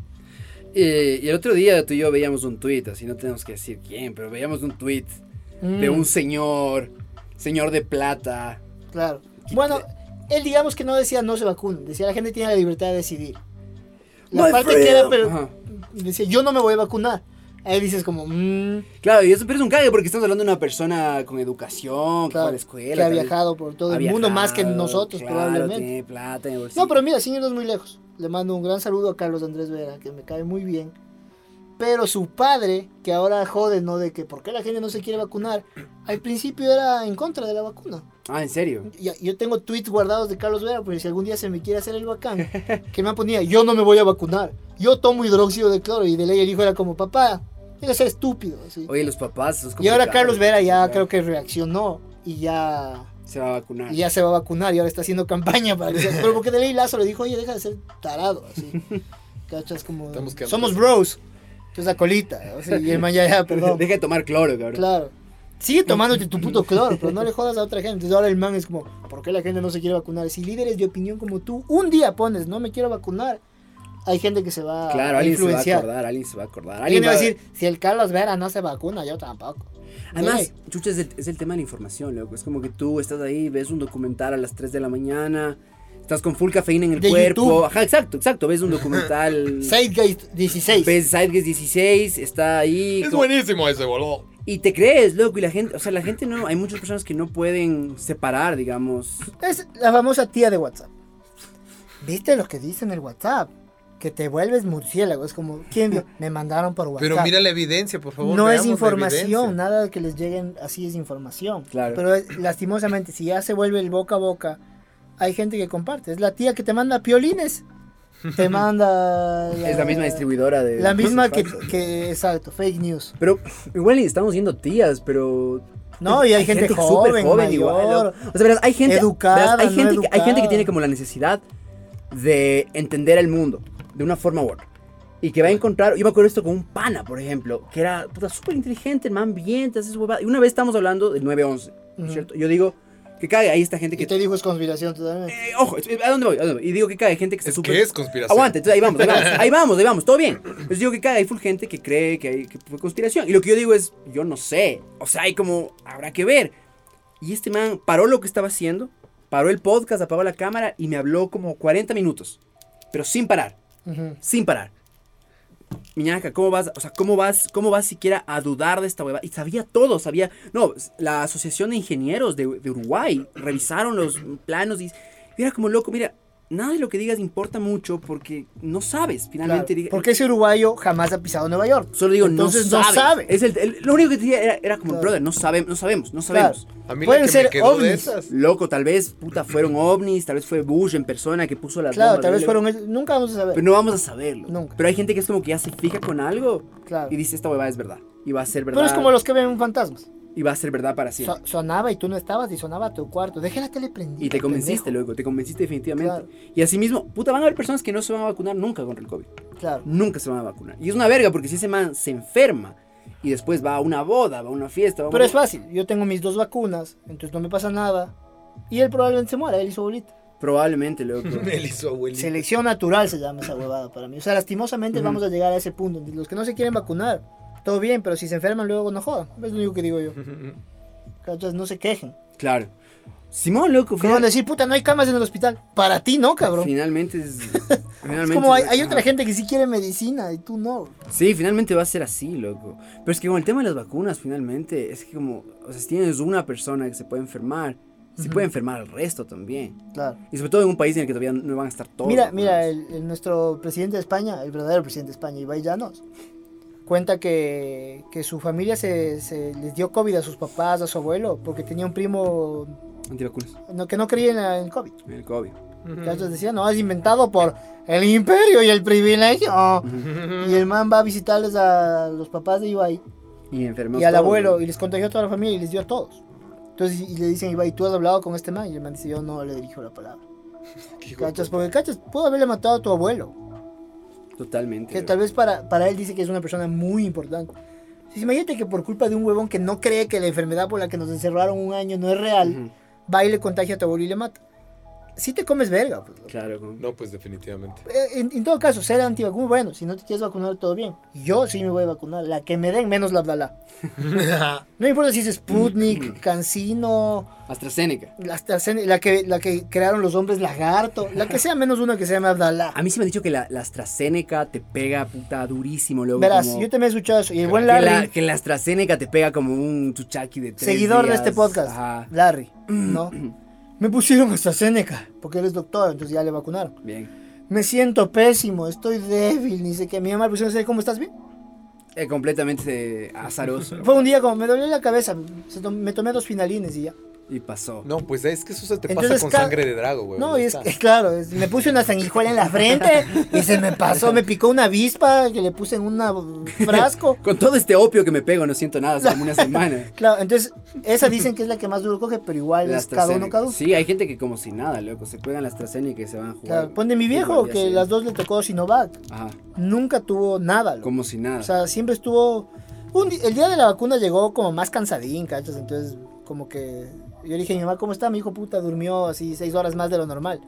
[SPEAKER 2] Eh, y el otro día tú y yo veíamos un tweet, así no tenemos que decir quién, pero veíamos un tweet de
[SPEAKER 3] Mm,
[SPEAKER 2] un señor, señor de plata.
[SPEAKER 3] Claro. Bueno, él digamos que no decía no se vacunen, decía la gente tiene la libertad de decidir. La
[SPEAKER 2] My
[SPEAKER 3] parte que
[SPEAKER 2] freedom.
[SPEAKER 3] era, pero
[SPEAKER 2] Ajá.
[SPEAKER 3] decía, yo no me voy a vacunar. Ahí dices como, mmm,
[SPEAKER 2] Claro, y eso pero es un cague porque estamos hablando de una persona con educación, que fue a la escuela.
[SPEAKER 3] que ha
[SPEAKER 2] tal vez
[SPEAKER 3] viajado por todo
[SPEAKER 2] ha
[SPEAKER 3] el mundo,
[SPEAKER 2] viajado,
[SPEAKER 3] más que nosotros
[SPEAKER 2] claro,
[SPEAKER 3] probablemente.
[SPEAKER 2] Tiene plata en el bolsillo.
[SPEAKER 3] No, pero mira, sin irnos muy lejos, le mando un gran saludo a Carlos Andrés Vera, que me cae muy bien. Pero su padre, que ahora jode, ¿no? De que por qué la gente no se quiere vacunar, al principio era en contra de la vacuna.
[SPEAKER 2] Ah, en serio.
[SPEAKER 3] Ya- yo tengo tweets guardados de Carlos Vera, porque si algún día se me quiere hacer el bacán, que me ponía, yo no me voy a vacunar, yo tomo hidróxido de cloro, y de ley el hijo era como, papá, eres estúpido. así.
[SPEAKER 2] Oye, los papás. eso es
[SPEAKER 3] Y ahora
[SPEAKER 2] complicado.
[SPEAKER 3] Carlos Vera ya
[SPEAKER 2] Claro.
[SPEAKER 3] creo que reaccionó y ya
[SPEAKER 2] se va a vacunar.
[SPEAKER 3] y ya se va a vacunar y ahora está haciendo campaña para que sea- Pero porque de ley Lazo le dijo, oye, deja de ser tarado, así. ¿Cachas? Como,
[SPEAKER 1] Estamos quedando-
[SPEAKER 3] somos bros. Entonces la colita, así, y el man ya, ya, perdón.
[SPEAKER 2] Deja de tomar cloro, cabrón.
[SPEAKER 3] Claro. Sigue tomándote tu puto cloro, pero no le jodas a otra gente. Entonces ahora el man es como, ¿por qué la gente no se quiere vacunar? Si líderes de opinión como tú, un día pones, no me quiero vacunar, hay gente que se va
[SPEAKER 2] Claro,
[SPEAKER 3] a
[SPEAKER 2] alguien se va a
[SPEAKER 3] influenciar.
[SPEAKER 2] acordar, alguien se va a acordar.
[SPEAKER 3] Alguien
[SPEAKER 2] Alguien
[SPEAKER 3] va a decir, si el Carlos Vera no se vacuna, yo tampoco.
[SPEAKER 2] Además,
[SPEAKER 3] Dale.
[SPEAKER 2] chucha, es el, es el tema de la información, loco. Es como que tú estás ahí, ves un documental a las 3 de la mañana, estás con full cafeína en el
[SPEAKER 3] De
[SPEAKER 2] cuerpo.
[SPEAKER 3] YouTube.
[SPEAKER 2] Ajá, exacto, exacto. Ves un documental.
[SPEAKER 3] Zeitgeist 16.
[SPEAKER 2] ves Sidegates 16, está ahí.
[SPEAKER 1] Es
[SPEAKER 2] como-
[SPEAKER 1] buenísimo ese, boludo.
[SPEAKER 2] Y te crees, loco. Y la gente, o sea, la gente no. Hay muchas personas que no pueden separar, digamos.
[SPEAKER 3] Es la famosa tía de WhatsApp. ¿Viste lo que dice en el WhatsApp? Que te vuelves murciélago. Es como, ¿quién dio? Me mandaron por WhatsApp.
[SPEAKER 1] Pero mira la evidencia, por favor.
[SPEAKER 3] no es
[SPEAKER 1] veamos la
[SPEAKER 3] información,
[SPEAKER 1] evidencia.
[SPEAKER 3] nada que les lleguen así es información.
[SPEAKER 2] Claro.
[SPEAKER 3] Pero es- lastimosamente, si ya se vuelve el boca a boca hay gente que comparte. Es la tía que te manda piolines. Te manda.
[SPEAKER 2] Es la misma distribuidora de.
[SPEAKER 3] La misma que,
[SPEAKER 2] Faxo.
[SPEAKER 3] que- Exacto, fake news.
[SPEAKER 2] Pero igual y estamos siendo tías, pero.
[SPEAKER 3] No, y hay gente joven,
[SPEAKER 2] súper
[SPEAKER 3] mayor.
[SPEAKER 2] loco. O sea, verás, hay gente.
[SPEAKER 3] Educada,
[SPEAKER 2] verás, hay,
[SPEAKER 3] no
[SPEAKER 2] gente que, hay gente que
[SPEAKER 3] educada.
[SPEAKER 2] tiene como la necesidad de entender el mundo de una forma u otra. Y que va a encontrar. Yo me acuerdo esto con un pana, por ejemplo, que era puta, súper inteligente, el man bien, te haces huevada. Y una vez estamos hablando del 9-11, ¿no es
[SPEAKER 3] Ujú.
[SPEAKER 2] ¿cierto? Yo digo, que cae, ahí está gente que.
[SPEAKER 3] Que Mm. te dijo es conspiración totalmente.
[SPEAKER 2] Eh, ojo, ¿a dónde voy? ¿A dónde voy? Y digo que cae, hay gente que se
[SPEAKER 1] Es
[SPEAKER 2] súper-
[SPEAKER 1] que es conspiración.
[SPEAKER 2] Aguante, entonces ahí vamos, ahí vamos, ahí vamos, ahí vamos, todo bien. Entonces digo que cada hay full gente que cree que, hay, que fue conspiración. Y lo que yo digo es, yo no sé. O sea, hay como, habrá que ver. Y este man paró lo que estaba haciendo, paró el podcast, apagó la cámara y me habló como 40 minutos. Pero sin parar,
[SPEAKER 3] Ujú.
[SPEAKER 2] sin parar. Miñaca, ¿cómo vas? O sea, ¿cómo vas, cómo vas siquiera a dudar de esta hueva? Y sabía todo, sabía. No, la Asociación de Ingenieros de, de Uruguay revisaron los planos y, y era como loco, mira, nada de lo que digas importa mucho porque no sabes
[SPEAKER 3] Claro,
[SPEAKER 2] finalmente. diga-
[SPEAKER 3] Porque ese uruguayo jamás ha pisado Nueva York.
[SPEAKER 2] Solo digo,
[SPEAKER 3] Entonces
[SPEAKER 2] no
[SPEAKER 3] no
[SPEAKER 2] sabes.
[SPEAKER 3] sabe.
[SPEAKER 2] Es el- el- lo único que te decía era, era como,
[SPEAKER 3] Claro.
[SPEAKER 2] brother, no, sabe, no sabemos, no
[SPEAKER 3] Claro.
[SPEAKER 2] sabemos.
[SPEAKER 1] A mí la
[SPEAKER 3] Pueden
[SPEAKER 1] que me
[SPEAKER 3] ser
[SPEAKER 1] quedó de
[SPEAKER 3] ovnis.
[SPEAKER 1] esas.
[SPEAKER 2] Loco, tal vez, puta, fueron ovnis, tal vez fue Bush en persona que puso las
[SPEAKER 3] Claro,
[SPEAKER 2] bombas,
[SPEAKER 3] tal vez
[SPEAKER 2] ¿no?
[SPEAKER 3] fueron ellos. Nunca vamos a saber.
[SPEAKER 2] Pero no vamos a saberlo.
[SPEAKER 3] Nunca.
[SPEAKER 2] Pero hay gente que es como que ya se fija con algo
[SPEAKER 3] Claro.
[SPEAKER 2] y dice esta huevada es verdad. Y va a ser verdad.
[SPEAKER 3] Pero es como los que ven fantasmas.
[SPEAKER 2] Y va a ser verdad para siempre.
[SPEAKER 3] So- sonaba y tú no estabas y sonaba a tu cuarto. Deja la tele prendida.
[SPEAKER 2] y te convenciste
[SPEAKER 3] pendejo.
[SPEAKER 2] luego, te convenciste definitivamente.
[SPEAKER 3] Claro.
[SPEAKER 2] Y así mismo, puta, van a haber personas que no se van a vacunar nunca contra el COVID.
[SPEAKER 3] Claro.
[SPEAKER 2] Nunca se van a vacunar. Y es una verga porque si ese man se enferma y después va a una boda, va a una fiesta, va a
[SPEAKER 3] Pero
[SPEAKER 2] una-
[SPEAKER 3] es fácil. Yo tengo mis dos vacunas, entonces no me pasa nada. Y él probablemente se muera, él y su abuelita.
[SPEAKER 2] probablemente luego.
[SPEAKER 1] Él y su abuelita.
[SPEAKER 3] Selección natural se llama esa huevada para mí. O sea, lastimosamente
[SPEAKER 2] Ujú.
[SPEAKER 3] vamos a llegar a ese punto. donde Los que no se quieren vacunar, todo bien, pero si se enferman luego no jodan. Es lo único que digo yo. Entonces no se quejen.
[SPEAKER 2] claro. Simón, loco,
[SPEAKER 3] Que van a
[SPEAKER 2] final-
[SPEAKER 3] decir, puta, no hay camas en el hospital. Para ti no, cabrón.
[SPEAKER 2] finalmente es.
[SPEAKER 3] Es
[SPEAKER 2] finalmente
[SPEAKER 3] como hay,
[SPEAKER 2] es-
[SPEAKER 3] hay
[SPEAKER 2] ajá.
[SPEAKER 3] otra gente que sí quiere medicina y tú no.
[SPEAKER 2] Sí, finalmente va a ser así, loco. Pero es que con el tema de las vacunas, finalmente, es que como, o sea, si tienes una persona que se puede enfermar, se
[SPEAKER 3] Ujú.
[SPEAKER 2] puede enfermar al resto también.
[SPEAKER 3] Claro.
[SPEAKER 2] Y sobre todo en un país en el que todavía no van a estar todos.
[SPEAKER 3] Mira,
[SPEAKER 2] vacunados.
[SPEAKER 3] mira, el, el- nuestro presidente de España, el verdadero presidente de España, Ibai Llanos, cuenta que, que su familia se, se les dio COVID a sus papás, a su abuelo, porque tenía un primo
[SPEAKER 2] Antivacunas,
[SPEAKER 3] no- que no creía en la- en el COVID.
[SPEAKER 2] el COVID.
[SPEAKER 1] Mm.
[SPEAKER 3] Entonces decía, no, es inventado por el imperio y el privilegio. Y el man va a visitarles a los papás de Ibai
[SPEAKER 2] Y enfermos.
[SPEAKER 3] y al
[SPEAKER 2] todos,
[SPEAKER 3] abuelo
[SPEAKER 2] ¿no?
[SPEAKER 3] y les contagió a toda la familia y les dio a todos. Entonces, y le dicen, Ibai, ¿tú has hablado con este man? Y el man dice, yo no le dirijo la palabra. ¿Cachas? Porque, ¿cachas? Pudo haberle matado a tu abuelo.
[SPEAKER 2] Totalmente.
[SPEAKER 3] Que
[SPEAKER 2] loco.
[SPEAKER 3] tal vez para, para él dice que es una persona muy importante. Si imagínate que por culpa de un huevón que no cree que la enfermedad por la que nos encerraron un año no es real,
[SPEAKER 2] Ujú,
[SPEAKER 3] va y le contagia a tu abuelo y le mata. Si te comes verga. pues.
[SPEAKER 2] Claro, como-
[SPEAKER 1] No, pues definitivamente.
[SPEAKER 3] Eh, En, en todo caso, ser antivacuno, bueno, si no te quieres vacunar, todo bien. Yo sí me voy a vacunar, la que me den, menos la blala. No importa si es Sputnik, Cancino,
[SPEAKER 2] AstraZeneca.
[SPEAKER 3] la, AstraZene- la que, la que crearon los hombres lagarto, la que sea menos una que se llame Abdalá.
[SPEAKER 2] A mí sí me han dicho que la, la AstraZeneca te pega puta durísimo, luego.
[SPEAKER 3] Verás,
[SPEAKER 2] como-
[SPEAKER 3] yo también he escuchado eso. Y el buen
[SPEAKER 2] que
[SPEAKER 3] Larry,
[SPEAKER 2] la, que la AstraZeneca te pega como un chuchaki de tres
[SPEAKER 3] seguidor
[SPEAKER 2] días.
[SPEAKER 3] de este podcast,
[SPEAKER 2] Ajá.
[SPEAKER 3] Larry, ¿no? Me pusieron AstraZeneca, porque él es doctor, entonces ya le vacunaron.
[SPEAKER 2] Bien.
[SPEAKER 3] Me siento pésimo, estoy débil, ni sé qué. Mi mamá le pusieron AstraZeneca, ¿cómo estás bien?
[SPEAKER 2] Eh, completamente azaroso.
[SPEAKER 3] Fue un día como, me dolió la cabeza, se tom- me tomé dos finalines y ya.
[SPEAKER 2] Y pasó.
[SPEAKER 1] No, pues es que eso se te
[SPEAKER 3] Entonces,
[SPEAKER 1] pasa con
[SPEAKER 3] ca-
[SPEAKER 1] sangre de drago, güey.
[SPEAKER 2] Pues
[SPEAKER 3] No,
[SPEAKER 1] ya
[SPEAKER 3] y es
[SPEAKER 1] está.
[SPEAKER 3] que, claro, es- me puse una sanguijuela en la frente y se me pasó, me picó una avispa que le puse en una- un frasco.
[SPEAKER 2] Con todo este opio que me pego, no siento nada, hace como una semana.
[SPEAKER 3] Claro, entonces, esa dicen que es la que más duro coge, pero igual
[SPEAKER 2] La
[SPEAKER 3] es cada uno
[SPEAKER 2] AstraZeneca.
[SPEAKER 3] cada uno.
[SPEAKER 2] Sí, hay gente que como si nada, loco, se juegan la AstraZeneca y se van a jugar.
[SPEAKER 3] Claro, ponte mi viejo,
[SPEAKER 2] fútbol, ya
[SPEAKER 3] que
[SPEAKER 2] sé.
[SPEAKER 3] las dos le tocó Sinovac,
[SPEAKER 2] Ajá,
[SPEAKER 3] nunca tuvo nada. loco.
[SPEAKER 2] como si nada.
[SPEAKER 3] O sea, siempre estuvo... un di- el día de la vacuna llegó como más cansadín, ¿cachas? Entonces, como que... Yo le dije a mi mamá, ¿cómo está? Mi hijo puta durmió así seis horas más de lo normal.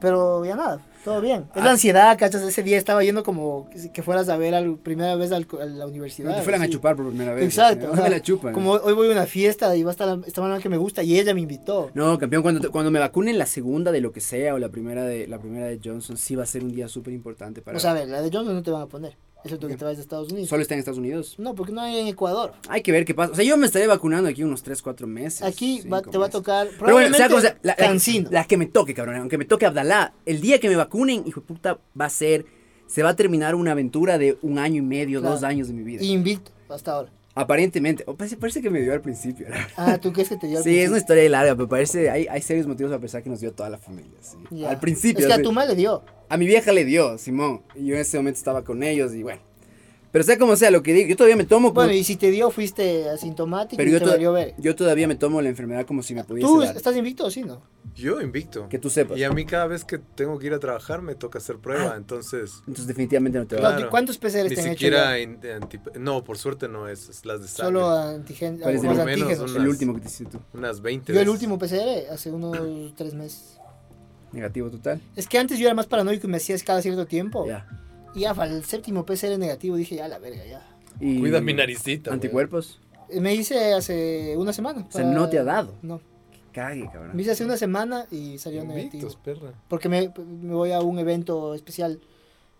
[SPEAKER 3] Pero ya nada, todo bien. Es
[SPEAKER 2] Ah.
[SPEAKER 3] la ansiedad, cachas. Ese día estaba yendo como que- que fueras a ver al, primera vez al- a la
[SPEAKER 2] Como
[SPEAKER 3] universidad.
[SPEAKER 2] te fueran a
[SPEAKER 3] así.
[SPEAKER 2] chupar pues. por primera vez.
[SPEAKER 3] Exacto.
[SPEAKER 2] ¿no?
[SPEAKER 3] o sea,
[SPEAKER 2] me la chupan.
[SPEAKER 3] Como hoy voy a una fiesta y va a estar la- esta manera que me gusta y ella me invitó.
[SPEAKER 2] No, campeón, cuando, te- cuando me vacunen la segunda de lo que sea o la primera de la primera de Johnson, sí va a ser un día súper importante para...
[SPEAKER 3] O sea, a ver, la de Johnson no te van a poner. Excepto que te vayas a Estados Unidos.
[SPEAKER 2] Solo está en Estados Unidos.
[SPEAKER 3] No, porque no hay en Ecuador.
[SPEAKER 2] Hay que ver qué pasa. O sea, yo me estaré vacunando aquí unos 3, 4 meses.
[SPEAKER 3] Aquí
[SPEAKER 2] cinco
[SPEAKER 3] va- te va a
[SPEAKER 2] meses.
[SPEAKER 3] tocar
[SPEAKER 2] Pero bueno,
[SPEAKER 3] probablemente
[SPEAKER 2] sea como sea, la, la-
[SPEAKER 3] Cancino.
[SPEAKER 2] la que me toque, cabrón. Aunque me toque Abdalá, el día que me vacunen, hijo de puta, va a ser. Se va a terminar una aventura de un año y medio,
[SPEAKER 3] Claro.
[SPEAKER 2] dos años de mi vida.
[SPEAKER 3] Invicto hasta ahora.
[SPEAKER 2] Aparentemente. O parece, parece que me dio al principio. la verdad.
[SPEAKER 3] Ah, ¿tú crees que te dio al
[SPEAKER 2] Sí, es
[SPEAKER 3] principio?
[SPEAKER 2] una historia ahí larga, pero parece. Hay, hay serios motivos para pensar que nos dio a toda la familia. sí.
[SPEAKER 3] Ya.
[SPEAKER 2] Al principio.
[SPEAKER 3] Es que a
[SPEAKER 2] sí.
[SPEAKER 3] tu madre le dio.
[SPEAKER 2] A mi vieja le dio, Simón. Y yo en ese momento estaba con ellos y bueno. Pero sea como sea, lo que digo, yo todavía me tomo como-
[SPEAKER 3] Bueno, y si te dio, fuiste asintomático
[SPEAKER 2] pero
[SPEAKER 3] y
[SPEAKER 2] yo,
[SPEAKER 3] te
[SPEAKER 2] to-
[SPEAKER 3] valió ver.
[SPEAKER 2] yo todavía me tomo la enfermedad como si me pudiese
[SPEAKER 3] ¿Tú
[SPEAKER 2] dar.
[SPEAKER 3] estás invicto o sí, no?
[SPEAKER 1] Yo invicto.
[SPEAKER 2] Que tú sepas.
[SPEAKER 1] Y a mí cada vez que tengo que ir a trabajar me toca hacer prueba, entonces
[SPEAKER 2] Entonces definitivamente no te va a
[SPEAKER 1] Claro.
[SPEAKER 2] dar.
[SPEAKER 3] No, ¿Cuántos PCRs
[SPEAKER 1] ni
[SPEAKER 3] te han Ah. hecho? ya?
[SPEAKER 1] siquiera in- anti- no, por suerte no es, es las de sangre.
[SPEAKER 3] Solo ah, antigen-
[SPEAKER 2] ¿Cuál es el
[SPEAKER 3] algunos
[SPEAKER 1] menos?
[SPEAKER 3] antígenos.
[SPEAKER 1] Una-
[SPEAKER 2] El último que te hiciste tú.
[SPEAKER 1] Unas 20.
[SPEAKER 3] Yo el
[SPEAKER 1] veces.
[SPEAKER 3] último PCR hace unos tres meses.
[SPEAKER 2] Negativo total.
[SPEAKER 3] Es que antes yo era más paranoico y me hacías cada cierto tiempo.
[SPEAKER 2] Ya.
[SPEAKER 3] Y ya al séptimo PCR negativo dije, ya la verga, ya.
[SPEAKER 2] Y
[SPEAKER 1] Cuida mi naricita. güey.
[SPEAKER 2] Anticuerpos.
[SPEAKER 3] Eh, Me hice hace una semana.
[SPEAKER 2] O sea, no te ha dado.
[SPEAKER 3] No.
[SPEAKER 2] Cague,
[SPEAKER 3] Me
[SPEAKER 2] cabrón.
[SPEAKER 3] hice hace una semana y salió negativo.
[SPEAKER 1] Invictos, perra.
[SPEAKER 3] Porque me, me voy a un evento especial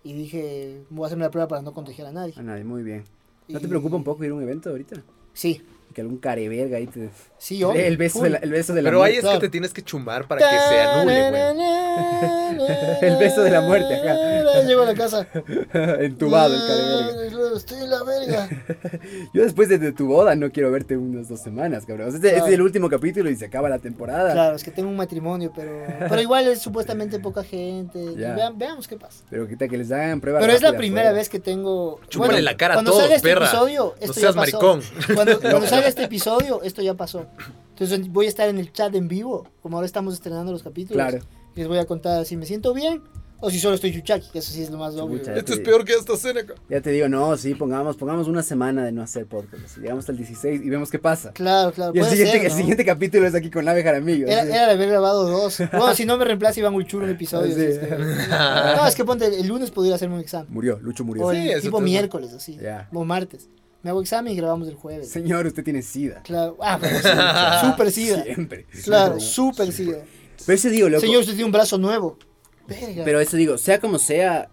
[SPEAKER 3] y dije, voy a hacerme la prueba para no contagiar a nadie.
[SPEAKER 2] A nadie, muy bien. ¿No te
[SPEAKER 3] Y-
[SPEAKER 2] preocupa un poco ir a un evento ahorita?
[SPEAKER 3] Sí,
[SPEAKER 2] Que algún careverga ahí te...
[SPEAKER 3] sí, yo.
[SPEAKER 2] el, beso de la, el beso de la
[SPEAKER 1] Pero ahí
[SPEAKER 2] muerte.
[SPEAKER 1] es
[SPEAKER 3] Claro.
[SPEAKER 1] que te tienes que chumar para que se anule, güey.
[SPEAKER 3] güey.
[SPEAKER 2] El beso de la muerte, ajá.
[SPEAKER 3] Llego a la casa.
[SPEAKER 2] Entubado el careverga.
[SPEAKER 3] Ah, Estoy en la verga. Ah.
[SPEAKER 2] Yo después de, de tu boda no quiero verte unas dos semanas, cabrón. O sea, este, este
[SPEAKER 3] Claro.
[SPEAKER 2] es el último capítulo y se acaba la temporada.
[SPEAKER 3] Claro, es que tengo un matrimonio, pero, pero igual es supuestamente poca gente.
[SPEAKER 2] Ya.
[SPEAKER 3] Vean- veamos qué pasa.
[SPEAKER 2] Pero que, que les hagan pues. pruebas.
[SPEAKER 3] Pero es la
[SPEAKER 2] rápidas,
[SPEAKER 3] primera
[SPEAKER 2] fuera.
[SPEAKER 3] vez que tengo.
[SPEAKER 1] Chúpale la cara a
[SPEAKER 3] cuando
[SPEAKER 1] todos,
[SPEAKER 3] salga este
[SPEAKER 1] perra.
[SPEAKER 3] Episodio, esto
[SPEAKER 1] No
[SPEAKER 3] ya
[SPEAKER 1] seas
[SPEAKER 3] pasó.
[SPEAKER 1] maricón.
[SPEAKER 3] Cuando, cuando salga este episodio, esto ya pasó. Entonces voy a estar en el chat en vivo, como ahora estamos estrenando los capítulos.
[SPEAKER 2] Claro.
[SPEAKER 3] Y les voy a contar si me siento bien o si solo estoy chuchaki, que eso sí es lo más obvio.
[SPEAKER 2] Chucha.
[SPEAKER 1] Esto es peor que esta cena. ca-
[SPEAKER 2] Ya te digo, no, sí, pongamos, pongamos una semana de no hacer podcast. así, Llegamos hasta el 16 y vemos qué pasa.
[SPEAKER 3] Claro, claro.
[SPEAKER 2] Y el
[SPEAKER 3] puede
[SPEAKER 2] siguiente,
[SPEAKER 3] ser,
[SPEAKER 2] el
[SPEAKER 3] ¿no?
[SPEAKER 2] siguiente capítulo es aquí con Ave Jaramillo.
[SPEAKER 3] Era,
[SPEAKER 2] así.
[SPEAKER 3] era de haber grabado dos. Bueno, si no me reemplaza Iván Ulchur un episodio.
[SPEAKER 2] Ah, Sí.
[SPEAKER 3] así es que- No, es que ponte, el lunes pudiera hacerme un examen.
[SPEAKER 2] Murió, Lucho murió.
[SPEAKER 3] O
[SPEAKER 1] Sí,
[SPEAKER 3] el
[SPEAKER 1] eso
[SPEAKER 3] tipo
[SPEAKER 1] te-
[SPEAKER 3] miércoles, así.
[SPEAKER 2] Ya.
[SPEAKER 3] O martes. Me hago examen y grabamos el jueves.
[SPEAKER 2] Señor, usted tiene sida.
[SPEAKER 3] Claro. Ah, pero sí, súper sida.
[SPEAKER 2] Siempre.
[SPEAKER 3] Claro, súper sida.
[SPEAKER 2] Pero eso digo, loco.
[SPEAKER 3] Señor, usted tiene un brazo nuevo. Verga.
[SPEAKER 2] Pero eso digo, sea como sea,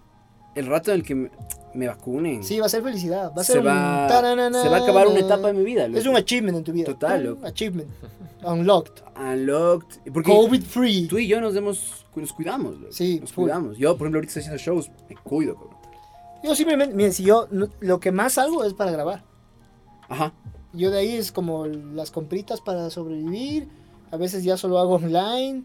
[SPEAKER 2] el rato en el que me, me vacunen.
[SPEAKER 3] sí, va a ser felicidad. Va a ser
[SPEAKER 2] se,
[SPEAKER 3] un
[SPEAKER 2] va,
[SPEAKER 3] taranana.
[SPEAKER 2] se va a acabar una etapa de mi vida.
[SPEAKER 3] Es un achievement en tu vida.
[SPEAKER 2] Total,
[SPEAKER 3] Un
[SPEAKER 2] loco.
[SPEAKER 3] achievement. Unlocked.
[SPEAKER 2] Unlocked. Porque
[SPEAKER 3] COVID free.
[SPEAKER 2] tú y yo nos demos, nos cuidamos. loco.
[SPEAKER 3] Sí,
[SPEAKER 2] Nos
[SPEAKER 3] full.
[SPEAKER 2] cuidamos. Yo, por ejemplo, ahorita estoy haciendo shows, me cuido, cabrón.
[SPEAKER 3] Yo simplemente, miren, si yo no- lo que más hago es para grabar.
[SPEAKER 2] Ajá.
[SPEAKER 3] Yo de ahí es como las compritas para sobrevivir. A veces ya solo hago online.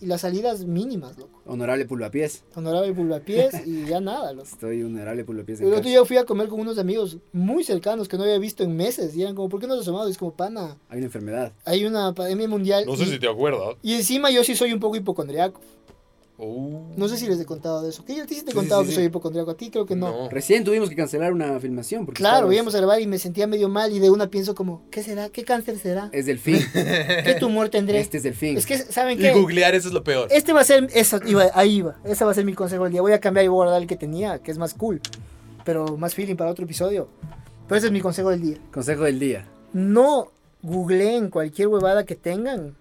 [SPEAKER 3] Y las salidas mínimas, loco.
[SPEAKER 2] Honorable Pulvapiés.
[SPEAKER 3] Honorable Bulbapiés y ya nada, loco.
[SPEAKER 2] Estoy honorable Pulvapiés. en
[SPEAKER 3] El otro
[SPEAKER 2] casa.
[SPEAKER 3] día fui a comer con unos amigos muy cercanos que no había visto en meses. Y eran como, ¿por qué no has asomado? Y es como, pana,
[SPEAKER 2] Hay una enfermedad.
[SPEAKER 3] hay una pandemia mundial. Eh, y,
[SPEAKER 1] te acuerdas.
[SPEAKER 3] y encima yo sí soy un poco hipocondriaco.
[SPEAKER 1] Uh.
[SPEAKER 3] No sé si les he contado de eso. ¿Qué? ¿A ti sí te he
[SPEAKER 2] Sí,
[SPEAKER 3] contado
[SPEAKER 2] sí,
[SPEAKER 3] que
[SPEAKER 2] sí.
[SPEAKER 3] soy hipocondriaco? A ti creo que no.
[SPEAKER 2] Recién tuvimos que cancelar una filmación. Porque
[SPEAKER 3] Claro,
[SPEAKER 2] estábamos-
[SPEAKER 3] íbamos a grabar y me sentía medio mal. Y de una pienso como, ¿qué será? ¿Qué cáncer será?
[SPEAKER 2] Es del fin.
[SPEAKER 3] ¿Qué tumor tendré?
[SPEAKER 2] este es del fin.
[SPEAKER 3] Es que, ¿saben
[SPEAKER 1] Y
[SPEAKER 3] qué?
[SPEAKER 1] googlear eso es lo peor.
[SPEAKER 3] Este va a ser, eso, iba, ahí iba, ese va a ser mi consejo del día. Voy a cambiar y voy a guardar el que tenía, que es más cool, pero más feeling para otro episodio. Pero ese es mi consejo del día.
[SPEAKER 2] Consejo del día.
[SPEAKER 3] No googleen cualquier huevada que tengan,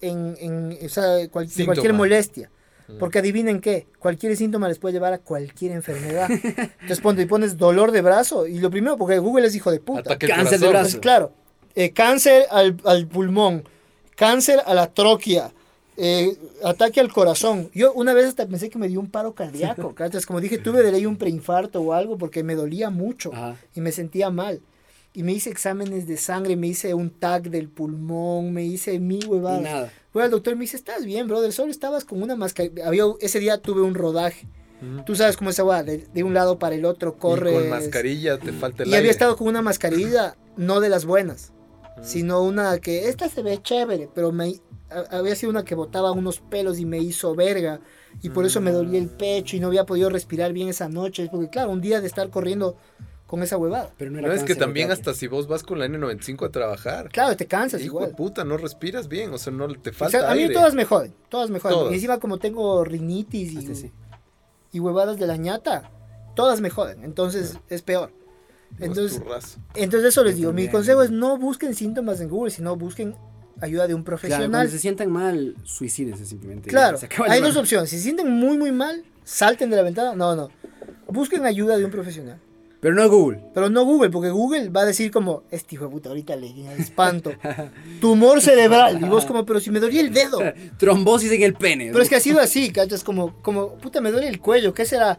[SPEAKER 3] en, en- o sea, cual- de cualquier
[SPEAKER 1] Síntoma.
[SPEAKER 3] molestia. Porque adivinen qué, cualquier síntoma les puede llevar a cualquier enfermedad. Entonces ponte- y pones dolor de brazo y lo primero, porque Google es hijo de puta.
[SPEAKER 1] Ataque al
[SPEAKER 2] Cáncer de
[SPEAKER 1] corazón.
[SPEAKER 2] brazo.
[SPEAKER 3] Entonces, claro, eh, cáncer al, al pulmón, cáncer a la tróquia, eh, ataque al corazón. Yo una vez hasta pensé que me dio un paro cardíaco, ¿cachas? Como dije, tuve de ley un preinfarto o algo porque me dolía mucho
[SPEAKER 2] Ajá.
[SPEAKER 3] y me sentía mal. Y me hice exámenes de sangre, me hice un tag del pulmón, me hice mi
[SPEAKER 2] Y
[SPEAKER 3] huevada.
[SPEAKER 2] nada.
[SPEAKER 3] Bueno, el doctor me dice, estás bien, brother, solo estabas con una mascarilla. Había, ese día tuve un rodaje.
[SPEAKER 1] Ujú.
[SPEAKER 3] Tú sabes cómo es esa huevada, de, de un lado para el otro corre
[SPEAKER 1] Y con mascarilla te falta el
[SPEAKER 3] y había
[SPEAKER 1] aire.
[SPEAKER 3] estado con una mascarilla, no de las buenas,
[SPEAKER 1] Ujú.
[SPEAKER 3] sino una que esta se ve chévere, pero me a- había sido una que botaba unos pelos y me hizo verga y por eso me dolía
[SPEAKER 1] Mm.
[SPEAKER 3] el pecho y no había podido respirar bien esa noche, porque claro, un día de estar corriendo con esa huevada.
[SPEAKER 2] Pero no era
[SPEAKER 1] No es que
[SPEAKER 2] cáncer,
[SPEAKER 1] también
[SPEAKER 2] era
[SPEAKER 1] hasta si vos vas con la N95 a trabajar,
[SPEAKER 3] Claro, te cansas
[SPEAKER 1] hijo de
[SPEAKER 3] igual.
[SPEAKER 1] puta, no respiras bien, o sea, no te
[SPEAKER 3] O
[SPEAKER 1] falta
[SPEAKER 3] sea, a mí
[SPEAKER 1] aire.
[SPEAKER 3] todas me joden, todas me joden.
[SPEAKER 1] Todas.
[SPEAKER 3] Y encima como tengo rinitis y,
[SPEAKER 2] terapia. Este sí.
[SPEAKER 3] y huevadas de la ñata, todas me joden, entonces
[SPEAKER 1] Ah.
[SPEAKER 3] es peor.
[SPEAKER 1] Vos
[SPEAKER 3] Entonces,
[SPEAKER 1] turrazo.
[SPEAKER 3] entonces eso les digo, mi
[SPEAKER 2] también.
[SPEAKER 3] consejo es no busquen síntomas en Google, sino busquen ayuda de un
[SPEAKER 2] Claro,
[SPEAKER 3] profesional.
[SPEAKER 2] cuando se sientan mal, suicídense simplemente.
[SPEAKER 3] Claro,
[SPEAKER 2] Se acaba el
[SPEAKER 3] hay
[SPEAKER 2] mal.
[SPEAKER 3] dos opciones. Si se sienten muy, muy mal, salten de la ventana. No, no. Busquen ayuda de un profesional.
[SPEAKER 2] Pero no Google.
[SPEAKER 3] Pero no Google, porque Google va a decir como, este hijo de puta, ahorita le di al espanto. Tumor cerebral. Y vos como, pero si me dolía el dedo.
[SPEAKER 2] Trombosis en el pene.
[SPEAKER 3] Pero es que ha sido así, ¿cachas? Como, como, puta, me duele el cuello. ¿Qué será?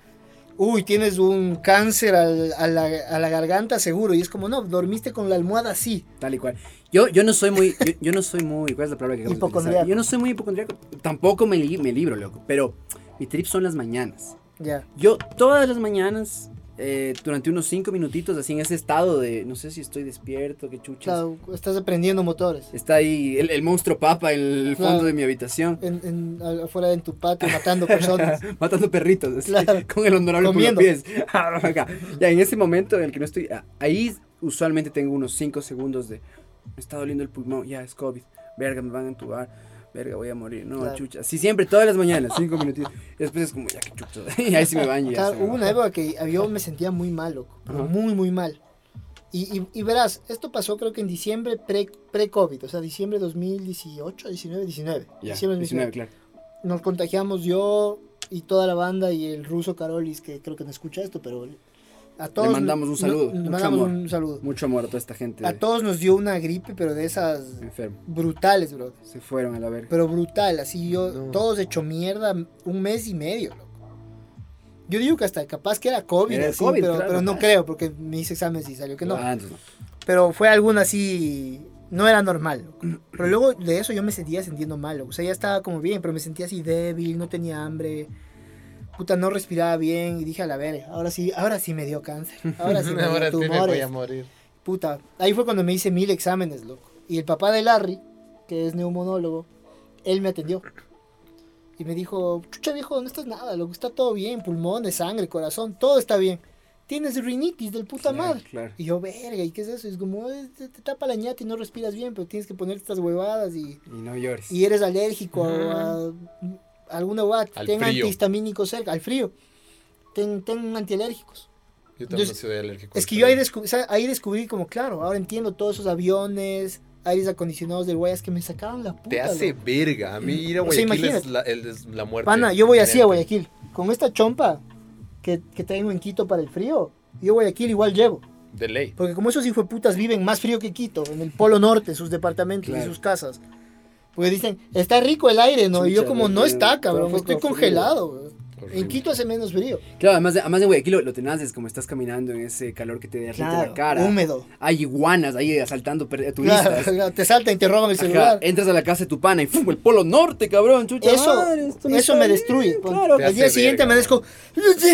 [SPEAKER 3] uy, tienes un cáncer al- a, la, a la garganta seguro. Y es como, no, dormiste con la almohada así.
[SPEAKER 2] Tal y cual. Yo, yo no soy muy. Yo, yo no soy muy. ¿Cuál es la palabra que acabas de utilizar?
[SPEAKER 3] Hipocondriaco.
[SPEAKER 2] Yo no soy muy hipocondriaco. Tampoco me, li- me libro, loco. Pero mi trip son las mañanas.
[SPEAKER 3] Ya.
[SPEAKER 2] Yo todas las mañanas, eh, durante unos cinco minutitos, así en ese estado de. No sé si estoy despierto, qué
[SPEAKER 3] O
[SPEAKER 2] chuchas.
[SPEAKER 3] sea, estás aprendiendo motores.
[SPEAKER 2] Está ahí el, el monstruo papa en el fondo
[SPEAKER 3] Claro.
[SPEAKER 2] de mi habitación.
[SPEAKER 3] En, en- al- afuera de tu patio, matando personas.
[SPEAKER 2] Matando perritos, así,
[SPEAKER 3] Claro.
[SPEAKER 2] con el honorable
[SPEAKER 3] Comiendo.
[SPEAKER 2] pies. Ah, ya, en ese momento en el que no estoy, ah, ahí usualmente tengo unos 5 segundos de, me está doliendo el pulmón, ya es COVID, verga, me van a entubar, verga, voy a morir, no,
[SPEAKER 3] Claro.
[SPEAKER 2] chucha. Así siempre, todas las mañanas, 5 minutitos. Y después es como, ya que chucho, y ahí sí me baño. ya
[SPEAKER 3] Claro,
[SPEAKER 2] se me
[SPEAKER 3] hubo una
[SPEAKER 2] baja.
[SPEAKER 3] época que yo me sentía muy mal, loco, pero
[SPEAKER 2] Ajá.
[SPEAKER 3] muy, muy mal. Y, y- y verás, esto pasó creo que en diciembre pre- pre-COVID, o sea, diciembre 2018, 19, 19.
[SPEAKER 2] Ya,
[SPEAKER 3] diciembre
[SPEAKER 2] 19, claro.
[SPEAKER 3] Nos contagiamos yo y toda la banda y el ruso Carolis, que creo que no escucha esto, pero a todos...
[SPEAKER 2] mandamos un
[SPEAKER 3] no-
[SPEAKER 2] saludo,
[SPEAKER 3] le
[SPEAKER 2] mucho
[SPEAKER 3] mandamos
[SPEAKER 2] amor.
[SPEAKER 3] un saludo.
[SPEAKER 2] Mucho amor a toda esta gente
[SPEAKER 3] A todos nos dio una gripe, pero de esas
[SPEAKER 2] enferma.
[SPEAKER 3] brutales, bro.
[SPEAKER 2] Se fueron a la verga.
[SPEAKER 3] Pero brutal, así yo,
[SPEAKER 1] No.
[SPEAKER 3] todos hecho mierda un mes y medio, loco. Yo digo que hasta capaz que era COVID,
[SPEAKER 2] Era
[SPEAKER 3] así,
[SPEAKER 2] COVID,
[SPEAKER 3] pero,
[SPEAKER 2] claro.
[SPEAKER 3] pero no creo, porque me hice exámenes y salió que no.
[SPEAKER 2] Ah, entonces no.
[SPEAKER 3] Pero fue alguna así, no era normal. loco. Pero luego de eso yo me sentía sintiendo mal, loco. o sea, ya estaba como bien, pero me sentía así débil, no tenía hambre. Puta, no respiraba bien y dije a la verga, ahora sí, ahora sí me dio cáncer. Ahora sí me
[SPEAKER 1] Ahora
[SPEAKER 3] dio
[SPEAKER 1] sí me voy
[SPEAKER 3] tumores.
[SPEAKER 1] a morir.
[SPEAKER 3] Puta, ahí fue cuando me hice mil exámenes, loco. Y el papá de Larry, que es neumonólogo, él me atendió. Y me dijo, chucha viejo, no estás nada, loco, está todo bien, pulmones, sangre, corazón, todo está bien. Tienes rinitis del puta
[SPEAKER 2] Claro,
[SPEAKER 3] madre.
[SPEAKER 2] Claro.
[SPEAKER 3] Y yo, verga, ¿y qué es eso? Y es como, "Eh, te, te tapa la ñata y no respiras bien, pero tienes que poner estas huevadas y,
[SPEAKER 2] Y no llores.
[SPEAKER 3] y eres alérgico a, a alguna huevada.
[SPEAKER 1] Al
[SPEAKER 3] Ten
[SPEAKER 1] frío.
[SPEAKER 3] antihistamínico cerca, al frío. Ten, ten antialérgicos.
[SPEAKER 1] Yo también
[SPEAKER 3] Entonces,
[SPEAKER 1] soy alérgico.
[SPEAKER 3] Es
[SPEAKER 1] al
[SPEAKER 3] que yo ahí,
[SPEAKER 1] frío.
[SPEAKER 3] descubrí, o sea, ahí descubrí como, claro, ahora entiendo todos esos aviones, aires acondicionados del Guayas que me sacaron la puta.
[SPEAKER 1] Te hace
[SPEAKER 3] loco.
[SPEAKER 1] verga. A mí ir a
[SPEAKER 3] O sea,
[SPEAKER 1] Guayaquil es,
[SPEAKER 3] imagínate.
[SPEAKER 1] la, el- es la muerte.
[SPEAKER 3] Pana, yo voy así
[SPEAKER 1] inminente.
[SPEAKER 3] a Guayaquil. Con esta chompa que, que tengo en Quito para el frío, yo Guayaquil igual llevo.
[SPEAKER 1] De ley.
[SPEAKER 3] Porque como esos putas viven más frío que Quito, en el Polo Norte, sus departamentos y
[SPEAKER 2] Claro.
[SPEAKER 3] sus casas. Porque dicen, está rico el aire, ¿no? y yo
[SPEAKER 2] Chucha,
[SPEAKER 3] como, no
[SPEAKER 2] loco,
[SPEAKER 3] está, cabrón,
[SPEAKER 2] todo
[SPEAKER 3] estoy
[SPEAKER 2] frío.
[SPEAKER 3] congelado. güey". En
[SPEAKER 1] Horrible.
[SPEAKER 3] Quito hace menos frío.
[SPEAKER 2] Claro, además de, además de Guayaquil, lo, lo tenaz es como estás caminando en ese calor que te derrite la cara.
[SPEAKER 3] húmedo.
[SPEAKER 2] Hay iguanas ahí asaltando per- a turistas.
[SPEAKER 3] Claro, claro, te salta y te roban el
[SPEAKER 2] Ajá, Eh,
[SPEAKER 3] celular.
[SPEAKER 2] entras a la casa de tu pana y ¡fum! el polo norte, cabrón, chucha.
[SPEAKER 3] Eso,
[SPEAKER 2] madre, esto no está
[SPEAKER 3] eso me
[SPEAKER 2] bien,
[SPEAKER 3] destruye. pon.
[SPEAKER 2] Claro,
[SPEAKER 1] Te
[SPEAKER 3] al
[SPEAKER 1] hace
[SPEAKER 3] día siguiente
[SPEAKER 1] verga,
[SPEAKER 3] amanezco.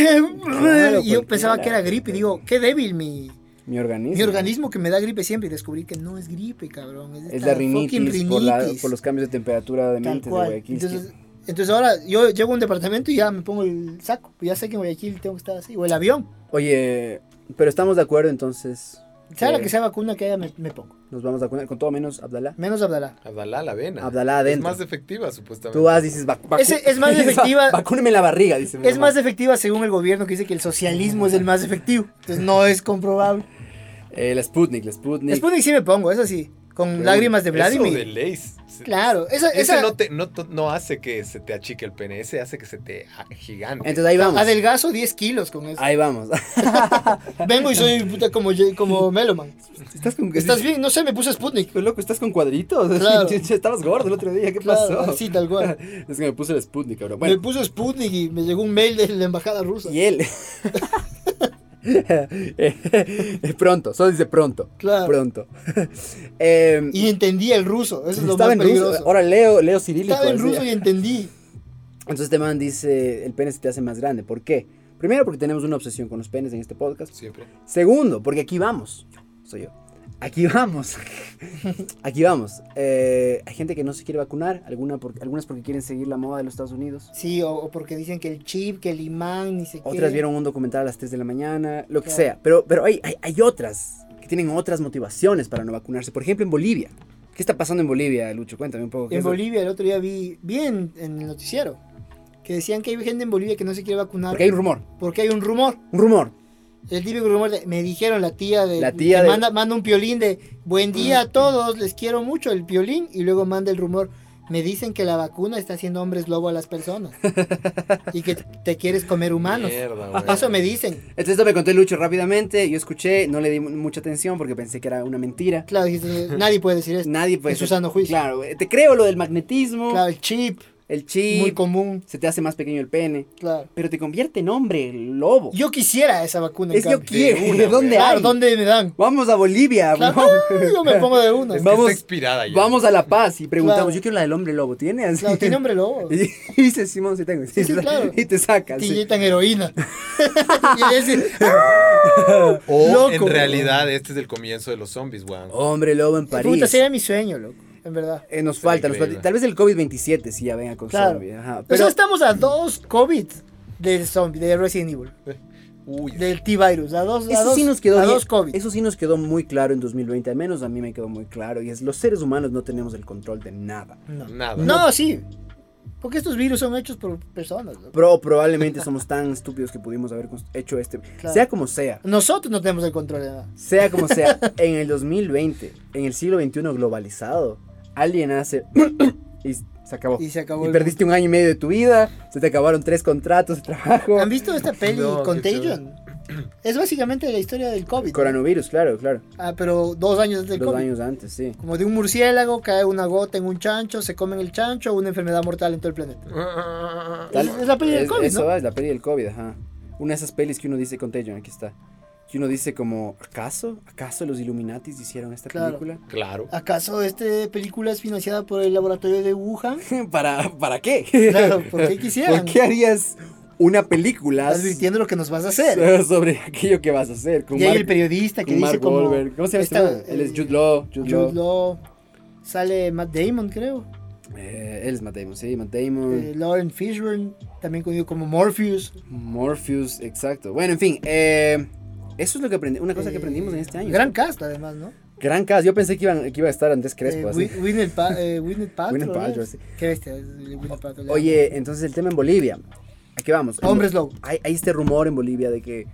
[SPEAKER 2] Claro,
[SPEAKER 3] y yo
[SPEAKER 2] cualquiera.
[SPEAKER 3] pensaba que era gripe. Y digo, qué débil mi,
[SPEAKER 2] mi organismo.
[SPEAKER 3] mi organismo que me da gripe siempre. Y descubrí que no es gripe, cabrón. Es,
[SPEAKER 2] Es
[SPEAKER 3] esta
[SPEAKER 2] la
[SPEAKER 3] fucking
[SPEAKER 2] rinitis, Por, la-
[SPEAKER 3] rinitis.
[SPEAKER 2] por los cambios de temperatura de
[SPEAKER 3] Tal
[SPEAKER 2] mente de
[SPEAKER 3] cual.
[SPEAKER 2] Guayaquil.
[SPEAKER 3] Entonces, entonces ahora yo llego a un departamento y ya me pongo el saco. Ya sé que en Guayaquil tengo que estar así. O el avión.
[SPEAKER 2] Oye, pero estamos de acuerdo entonces.
[SPEAKER 3] Sea la
[SPEAKER 2] que
[SPEAKER 3] que sea vacuna que haya, me, me pongo.
[SPEAKER 2] Nos vamos a acuerdo con todo menos Abdalá.
[SPEAKER 3] Menos Abdalá.
[SPEAKER 1] Abdalá la vena.
[SPEAKER 2] Abdalá
[SPEAKER 1] Es
[SPEAKER 2] adentro.
[SPEAKER 1] más efectiva, supuestamente.
[SPEAKER 2] Tú vas, dices, vac- vacu-
[SPEAKER 3] Ese- es más efectiva-
[SPEAKER 2] Vacúneme la barriga, dice. mi
[SPEAKER 3] Es
[SPEAKER 2] mamá.
[SPEAKER 3] más efectiva según el gobierno que dice que el socialismo es el más efectivo. Entonces no es comprobable.
[SPEAKER 2] Eh, la Sputnik, la Sputnik.
[SPEAKER 3] e-, Sputnik sí me pongo, eso sí. Con
[SPEAKER 2] Pero
[SPEAKER 3] lágrimas de Vladimir.
[SPEAKER 1] Eso de ley. Se-
[SPEAKER 3] Claro, esa,
[SPEAKER 1] Ese
[SPEAKER 3] esa
[SPEAKER 1] no, te, no, to- no hace que se te achique el pene, ese hace que se te a- gigante.
[SPEAKER 2] Entonces ahí vamos.
[SPEAKER 3] adelgazo 10 kilos con eso.
[SPEAKER 2] Ahí vamos.
[SPEAKER 3] Vengo y soy puta como, ye- como Meloman.
[SPEAKER 2] ¿Estás con
[SPEAKER 3] ¿Estás bien? No sé, me puse Sputnik.
[SPEAKER 2] Pero, loco, estás con cuadritos.
[SPEAKER 3] Claro.
[SPEAKER 2] Estabas gordo el otro día, ¿qué
[SPEAKER 3] Claro,
[SPEAKER 2] pasó?
[SPEAKER 3] así tal cual.
[SPEAKER 2] Es que me puse el Sputnik, cabrón.
[SPEAKER 3] Me
[SPEAKER 2] Bueno,
[SPEAKER 3] puso Sputnik y me llegó un mail de la embajada rusa.
[SPEAKER 2] y él. Eh, pronto, solo dice pronto.
[SPEAKER 3] Claro.
[SPEAKER 2] Pronto. Eh,
[SPEAKER 3] Y entendí el ruso, eso es lo
[SPEAKER 2] estaba
[SPEAKER 3] más
[SPEAKER 2] en
[SPEAKER 3] peligroso.
[SPEAKER 2] ruso. Ahora leo, leo cirílico.
[SPEAKER 3] Estaba en
[SPEAKER 2] así.
[SPEAKER 3] ruso y entendí.
[SPEAKER 2] Entonces este man dice, el pene se te hace más grande. ¿Por qué? Primero, porque tenemos una obsesión con los penes en este podcast.
[SPEAKER 1] Siempre.
[SPEAKER 2] Segundo, porque aquí vamos. Soy yo. Aquí vamos. aquí vamos. Eh, hay gente que no se quiere vacunar, alguna por- algunas porque quieren seguir la moda de los Estados Unidos.
[SPEAKER 3] Sí, o, o porque dicen que el chip, que el imán, ni se
[SPEAKER 2] Otras vieron un documental a las 3 de la mañana, lo que
[SPEAKER 3] Claro.
[SPEAKER 2] sea. Pero, pero hay, hay, hay otras que tienen otras motivaciones para no vacunarse. Por ejemplo, en Bolivia. ¿Qué está pasando en Bolivia, Lucho? Cuéntame un poco. ¿qué
[SPEAKER 3] En
[SPEAKER 2] es lo-
[SPEAKER 3] Bolivia el otro día vi, vi en, en el noticiero, que decían que hay gente en Bolivia que no se quiere vacunar
[SPEAKER 2] Porque hay un rumor.
[SPEAKER 3] porque hay un rumor.
[SPEAKER 2] Un rumor.
[SPEAKER 3] El típico rumor de, me dijeron la tía de
[SPEAKER 2] La tía
[SPEAKER 3] que
[SPEAKER 2] de-
[SPEAKER 3] manda, manda un piolín de buen día a todos, les quiero mucho el piolín y luego manda el rumor, me dicen que la vacuna está haciendo hombres lobo a las personas y que te quieres comer humanos.
[SPEAKER 1] Mierda, güey.
[SPEAKER 3] Eso me dicen.
[SPEAKER 2] Entonces esto me contó Lucho rápidamente. Yo escuché, no le di mu- mucha atención porque pensé que era una mentira.
[SPEAKER 3] Claro, dijiste, nadie puede decir esto.
[SPEAKER 2] Nadie puede.
[SPEAKER 3] En su sano juicio.
[SPEAKER 2] Claro, eh, te creo lo del magnetismo.
[SPEAKER 3] Claro, el chip.
[SPEAKER 2] el
[SPEAKER 3] Muy
[SPEAKER 2] chip,
[SPEAKER 3] común,
[SPEAKER 2] se te hace más pequeño el pene,
[SPEAKER 3] claro.
[SPEAKER 2] pero te convierte en hombre, el lobo.
[SPEAKER 3] Yo quisiera esa vacuna. en
[SPEAKER 2] es yo
[SPEAKER 3] cambio.
[SPEAKER 2] quiero,
[SPEAKER 1] una,
[SPEAKER 2] ¿de dónde
[SPEAKER 3] Claro,
[SPEAKER 2] hay? Ah,
[SPEAKER 3] ¿dónde me dan?
[SPEAKER 2] Vamos a Bolivia,
[SPEAKER 3] Claro,
[SPEAKER 2] weón.
[SPEAKER 3] yo me pongo de una.
[SPEAKER 1] Es que
[SPEAKER 2] Vamos-
[SPEAKER 1] está expirada ya.
[SPEAKER 2] Vamos a La Paz y preguntamos,
[SPEAKER 3] Claro.
[SPEAKER 2] yo quiero la del hombre lobo, ¿tiene? Así.
[SPEAKER 3] Claro, tiene hombre lobo.
[SPEAKER 2] Y dice, Simón, sí tengo.
[SPEAKER 3] Sí, sí, claro.
[SPEAKER 2] Y te sacas.
[SPEAKER 3] Te inyectan heroína. y "Ah, él dice,
[SPEAKER 1] O
[SPEAKER 3] Loco,
[SPEAKER 1] en realidad este es el comienzo de los zombies, weón.
[SPEAKER 2] Hombre lobo en París.
[SPEAKER 3] puta, sería mi sueño, loco, en verdad.
[SPEAKER 2] Eh, nos falta, nos
[SPEAKER 1] Increíble.
[SPEAKER 2] falta- Tal vez el COVID-27 sí ya venga con
[SPEAKER 3] Claro. Pues
[SPEAKER 2] zombie. Ajá.
[SPEAKER 3] Pero,
[SPEAKER 2] Pero
[SPEAKER 3] estamos a dos COVID del zombie, de Resident Evil,
[SPEAKER 1] Uy,
[SPEAKER 3] del T-Virus, a dos, a
[SPEAKER 2] eso
[SPEAKER 3] dos,
[SPEAKER 2] sí nos quedó
[SPEAKER 3] a
[SPEAKER 2] bien-
[SPEAKER 3] dos COVID.
[SPEAKER 2] Eso sí nos quedó muy claro en 2020, al menos a mí me quedó muy claro. Y es los seres humanos no tenemos el control de nada.
[SPEAKER 3] No.
[SPEAKER 1] nada.
[SPEAKER 3] No, sí. Porque estos virus son hechos por personas. loco.
[SPEAKER 2] Pero probablemente somos tan estúpidos que pudimos haber cons- hecho este.
[SPEAKER 3] Claro.
[SPEAKER 2] Sea como sea,
[SPEAKER 3] Nosotros no tenemos el control de nada.
[SPEAKER 2] sea como sea, en el 2020, en el siglo XXI globalizado, alguien hace y se acabó.
[SPEAKER 3] Y se acabó.
[SPEAKER 2] Y
[SPEAKER 3] el
[SPEAKER 2] perdiste un año y medio de tu vida, se te acabaron tres contratos de trabajo.
[SPEAKER 3] mundo. ¿Han visto esta peli
[SPEAKER 1] No, qué
[SPEAKER 3] Contagion? Es básicamente la historia del COVID.
[SPEAKER 2] Coronavirus, claro, claro.
[SPEAKER 3] Ah, pero dos años antes del
[SPEAKER 2] Dos
[SPEAKER 3] COVID.
[SPEAKER 2] años antes, sí.
[SPEAKER 3] Como de un murciélago, cae una gota en un chancho, se comen el chancho, una enfermedad mortal en todo el planeta.
[SPEAKER 2] Tal-
[SPEAKER 3] Es- es la peli del COVID,
[SPEAKER 2] Eso
[SPEAKER 3] ¿no?
[SPEAKER 2] es la peli del COVID, ajá. Una de esas pelis que uno dice, Contagion, aquí está. Que uno dice como, ¿acaso? ¿Acaso los Illuminatis hicieron esta
[SPEAKER 3] Claro.
[SPEAKER 2] película?
[SPEAKER 1] Claro.
[SPEAKER 3] ¿Acaso esta película es financiada por el laboratorio de Wuhan?
[SPEAKER 2] ¿Para, ¿Para qué?
[SPEAKER 3] Claro, ¿por qué quisieran?
[SPEAKER 2] ¿Por qué harías una película
[SPEAKER 3] Advirtiendo lo que nos vas a hacer.
[SPEAKER 2] so- sobre aquello que vas a hacer? Con
[SPEAKER 3] Y hay
[SPEAKER 2] Mark-
[SPEAKER 3] el periodista que
[SPEAKER 2] con Mark
[SPEAKER 3] dice como...
[SPEAKER 2] Wahlberg. ¿Cómo se llama? este
[SPEAKER 3] esta-
[SPEAKER 2] man? él es
[SPEAKER 3] eh,
[SPEAKER 2] Jude Law. Jude Law.
[SPEAKER 3] Jude Law, Sale Matt Damon, creo.
[SPEAKER 2] Eh, él es Matt Damon, sí, Matt Damon.
[SPEAKER 3] Eh, Lauren Fishburne, también conocido como Morpheus.
[SPEAKER 2] Morpheus, exacto. Bueno, en fin, eh, eso es lo que aprendí, una cosa que
[SPEAKER 3] Eh,
[SPEAKER 2] aprendimos en este año.
[SPEAKER 3] Gran cast, además, ¿no?
[SPEAKER 2] Gran caso. Yo pensé que, iban, que iba a estar Andrés Crespo.
[SPEAKER 3] Eh,
[SPEAKER 2] así.
[SPEAKER 3] Win- Winnet Pa- eh, Winnet Paltrow,
[SPEAKER 2] Winnet
[SPEAKER 3] ¿no?
[SPEAKER 2] Paltrow, sí.
[SPEAKER 3] Qué bestia es Winnet Paltrow, la-
[SPEAKER 2] Oye, entonces el tema en Bolivia. Aquí vamos. En
[SPEAKER 3] Hombres
[SPEAKER 2] Bo-
[SPEAKER 3] lobo.
[SPEAKER 2] Hay, hay este rumor en Bolivia de que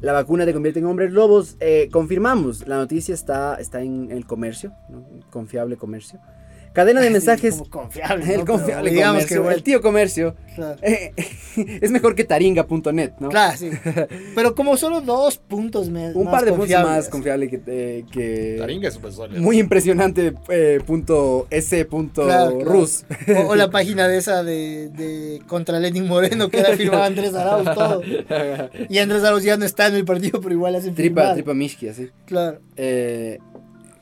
[SPEAKER 2] la vacuna te convierte en hombres lobos. Eh, confirmamos. La noticia está, está en el comercio. ¿no? Confiable comercio. Cadena de
[SPEAKER 3] Sí,
[SPEAKER 2] mensajes.
[SPEAKER 3] como confiable.
[SPEAKER 2] el
[SPEAKER 3] ¿no?
[SPEAKER 2] confiable
[SPEAKER 3] Pero digamos
[SPEAKER 2] comercio.
[SPEAKER 3] que bueno,
[SPEAKER 2] el tío comercio.
[SPEAKER 3] claro.
[SPEAKER 2] eh, es mejor que taringa.net, ¿no?
[SPEAKER 3] Claro, sí. Pero como solo dos puntos me-
[SPEAKER 2] Un
[SPEAKER 3] más
[SPEAKER 2] par de puntos
[SPEAKER 3] confiables.
[SPEAKER 2] más confiable que. eh, que-
[SPEAKER 1] Taringa es súper sólida.
[SPEAKER 2] Muy impresionante eh, punto S punto
[SPEAKER 3] Claro, claro.
[SPEAKER 2] Rus.
[SPEAKER 3] O, o la página de esa de, de contra Lenin Moreno que era firmada Andrés Arauz todo. Y Andrés Arauz ya no está en el partido, pero igual hacen
[SPEAKER 2] tripa,
[SPEAKER 3] firmar.
[SPEAKER 2] tripa Mishki, así.
[SPEAKER 3] Claro.
[SPEAKER 2] Eh,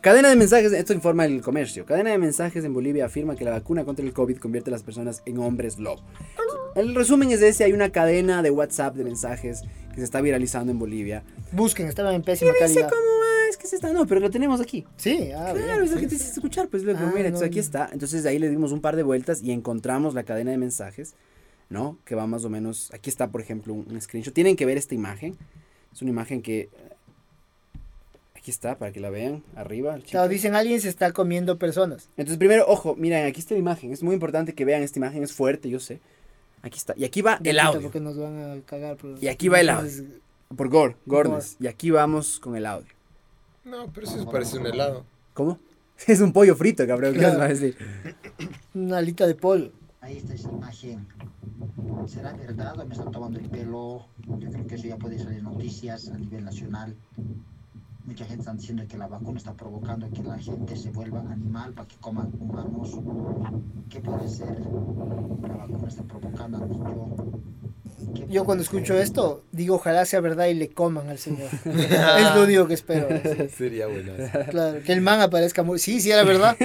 [SPEAKER 2] cadena de mensajes, esto informa el comercio. Cadena de mensajes en Bolivia afirma que la vacuna contra el COVID convierte a las personas en hombres lobo. El resumen es ese, hay una cadena de WhatsApp de mensajes que se está viralizando en Bolivia.
[SPEAKER 3] Busquen, estaban en pésima calidad.
[SPEAKER 2] Ah, es que se está, no, pero lo tenemos aquí.
[SPEAKER 3] Sí, ah,
[SPEAKER 2] Claro,
[SPEAKER 3] bien,
[SPEAKER 2] es lo
[SPEAKER 3] sí,
[SPEAKER 2] que te
[SPEAKER 3] sí.
[SPEAKER 2] hiciste escuchar, pues loco,
[SPEAKER 3] Ah,
[SPEAKER 2] mira,
[SPEAKER 3] no,
[SPEAKER 2] entonces aquí
[SPEAKER 3] no.
[SPEAKER 2] está. Entonces ahí le dimos un par de vueltas y encontramos la cadena de mensajes, ¿no? Que va más o menos, aquí está, por ejemplo, un, un screenshot. Tienen que ver esta imagen. Es una imagen que... eh, Aquí está, para que la vean, arriba. el chico.
[SPEAKER 3] Claro, dicen alguien se está comiendo personas.
[SPEAKER 2] Entonces primero, ojo, miren, aquí está la imagen. Es muy importante que vean esta imagen, es fuerte, yo sé. Aquí está. Y aquí va el
[SPEAKER 3] Puta,
[SPEAKER 2] audio.
[SPEAKER 3] Porque nos van a cagar. pero-
[SPEAKER 2] Y aquí va el audio.
[SPEAKER 3] Entonces,
[SPEAKER 2] Por Gore, Gornes. Y aquí vamos con el audio.
[SPEAKER 1] No, pero eso parece un helado.
[SPEAKER 2] ¿Cómo? Es un pollo frito, cabrón. ¿Qué
[SPEAKER 3] Claro.
[SPEAKER 2] vas a decir?
[SPEAKER 3] Una alita de pollo.
[SPEAKER 4] Ahí está esa imagen. ¿Será verdad o me están tomando el pelo? Yo creo que eso ya puede salir en noticias a nivel nacional. Mucha gente está diciendo que la vacuna está provocando que la gente se vuelva animal para que coman humanos. ¿Qué puede ser? La vacuna está provocando al niño. ¿Qué
[SPEAKER 3] Yo
[SPEAKER 4] puede
[SPEAKER 3] cuando
[SPEAKER 4] ser?
[SPEAKER 3] escucho esto, digo ojalá sea verdad y le coman al señor. es lo único que espero.
[SPEAKER 1] Sería bueno.
[SPEAKER 3] Claro, que el man aparezca muerto. Sí, sí, era verdad.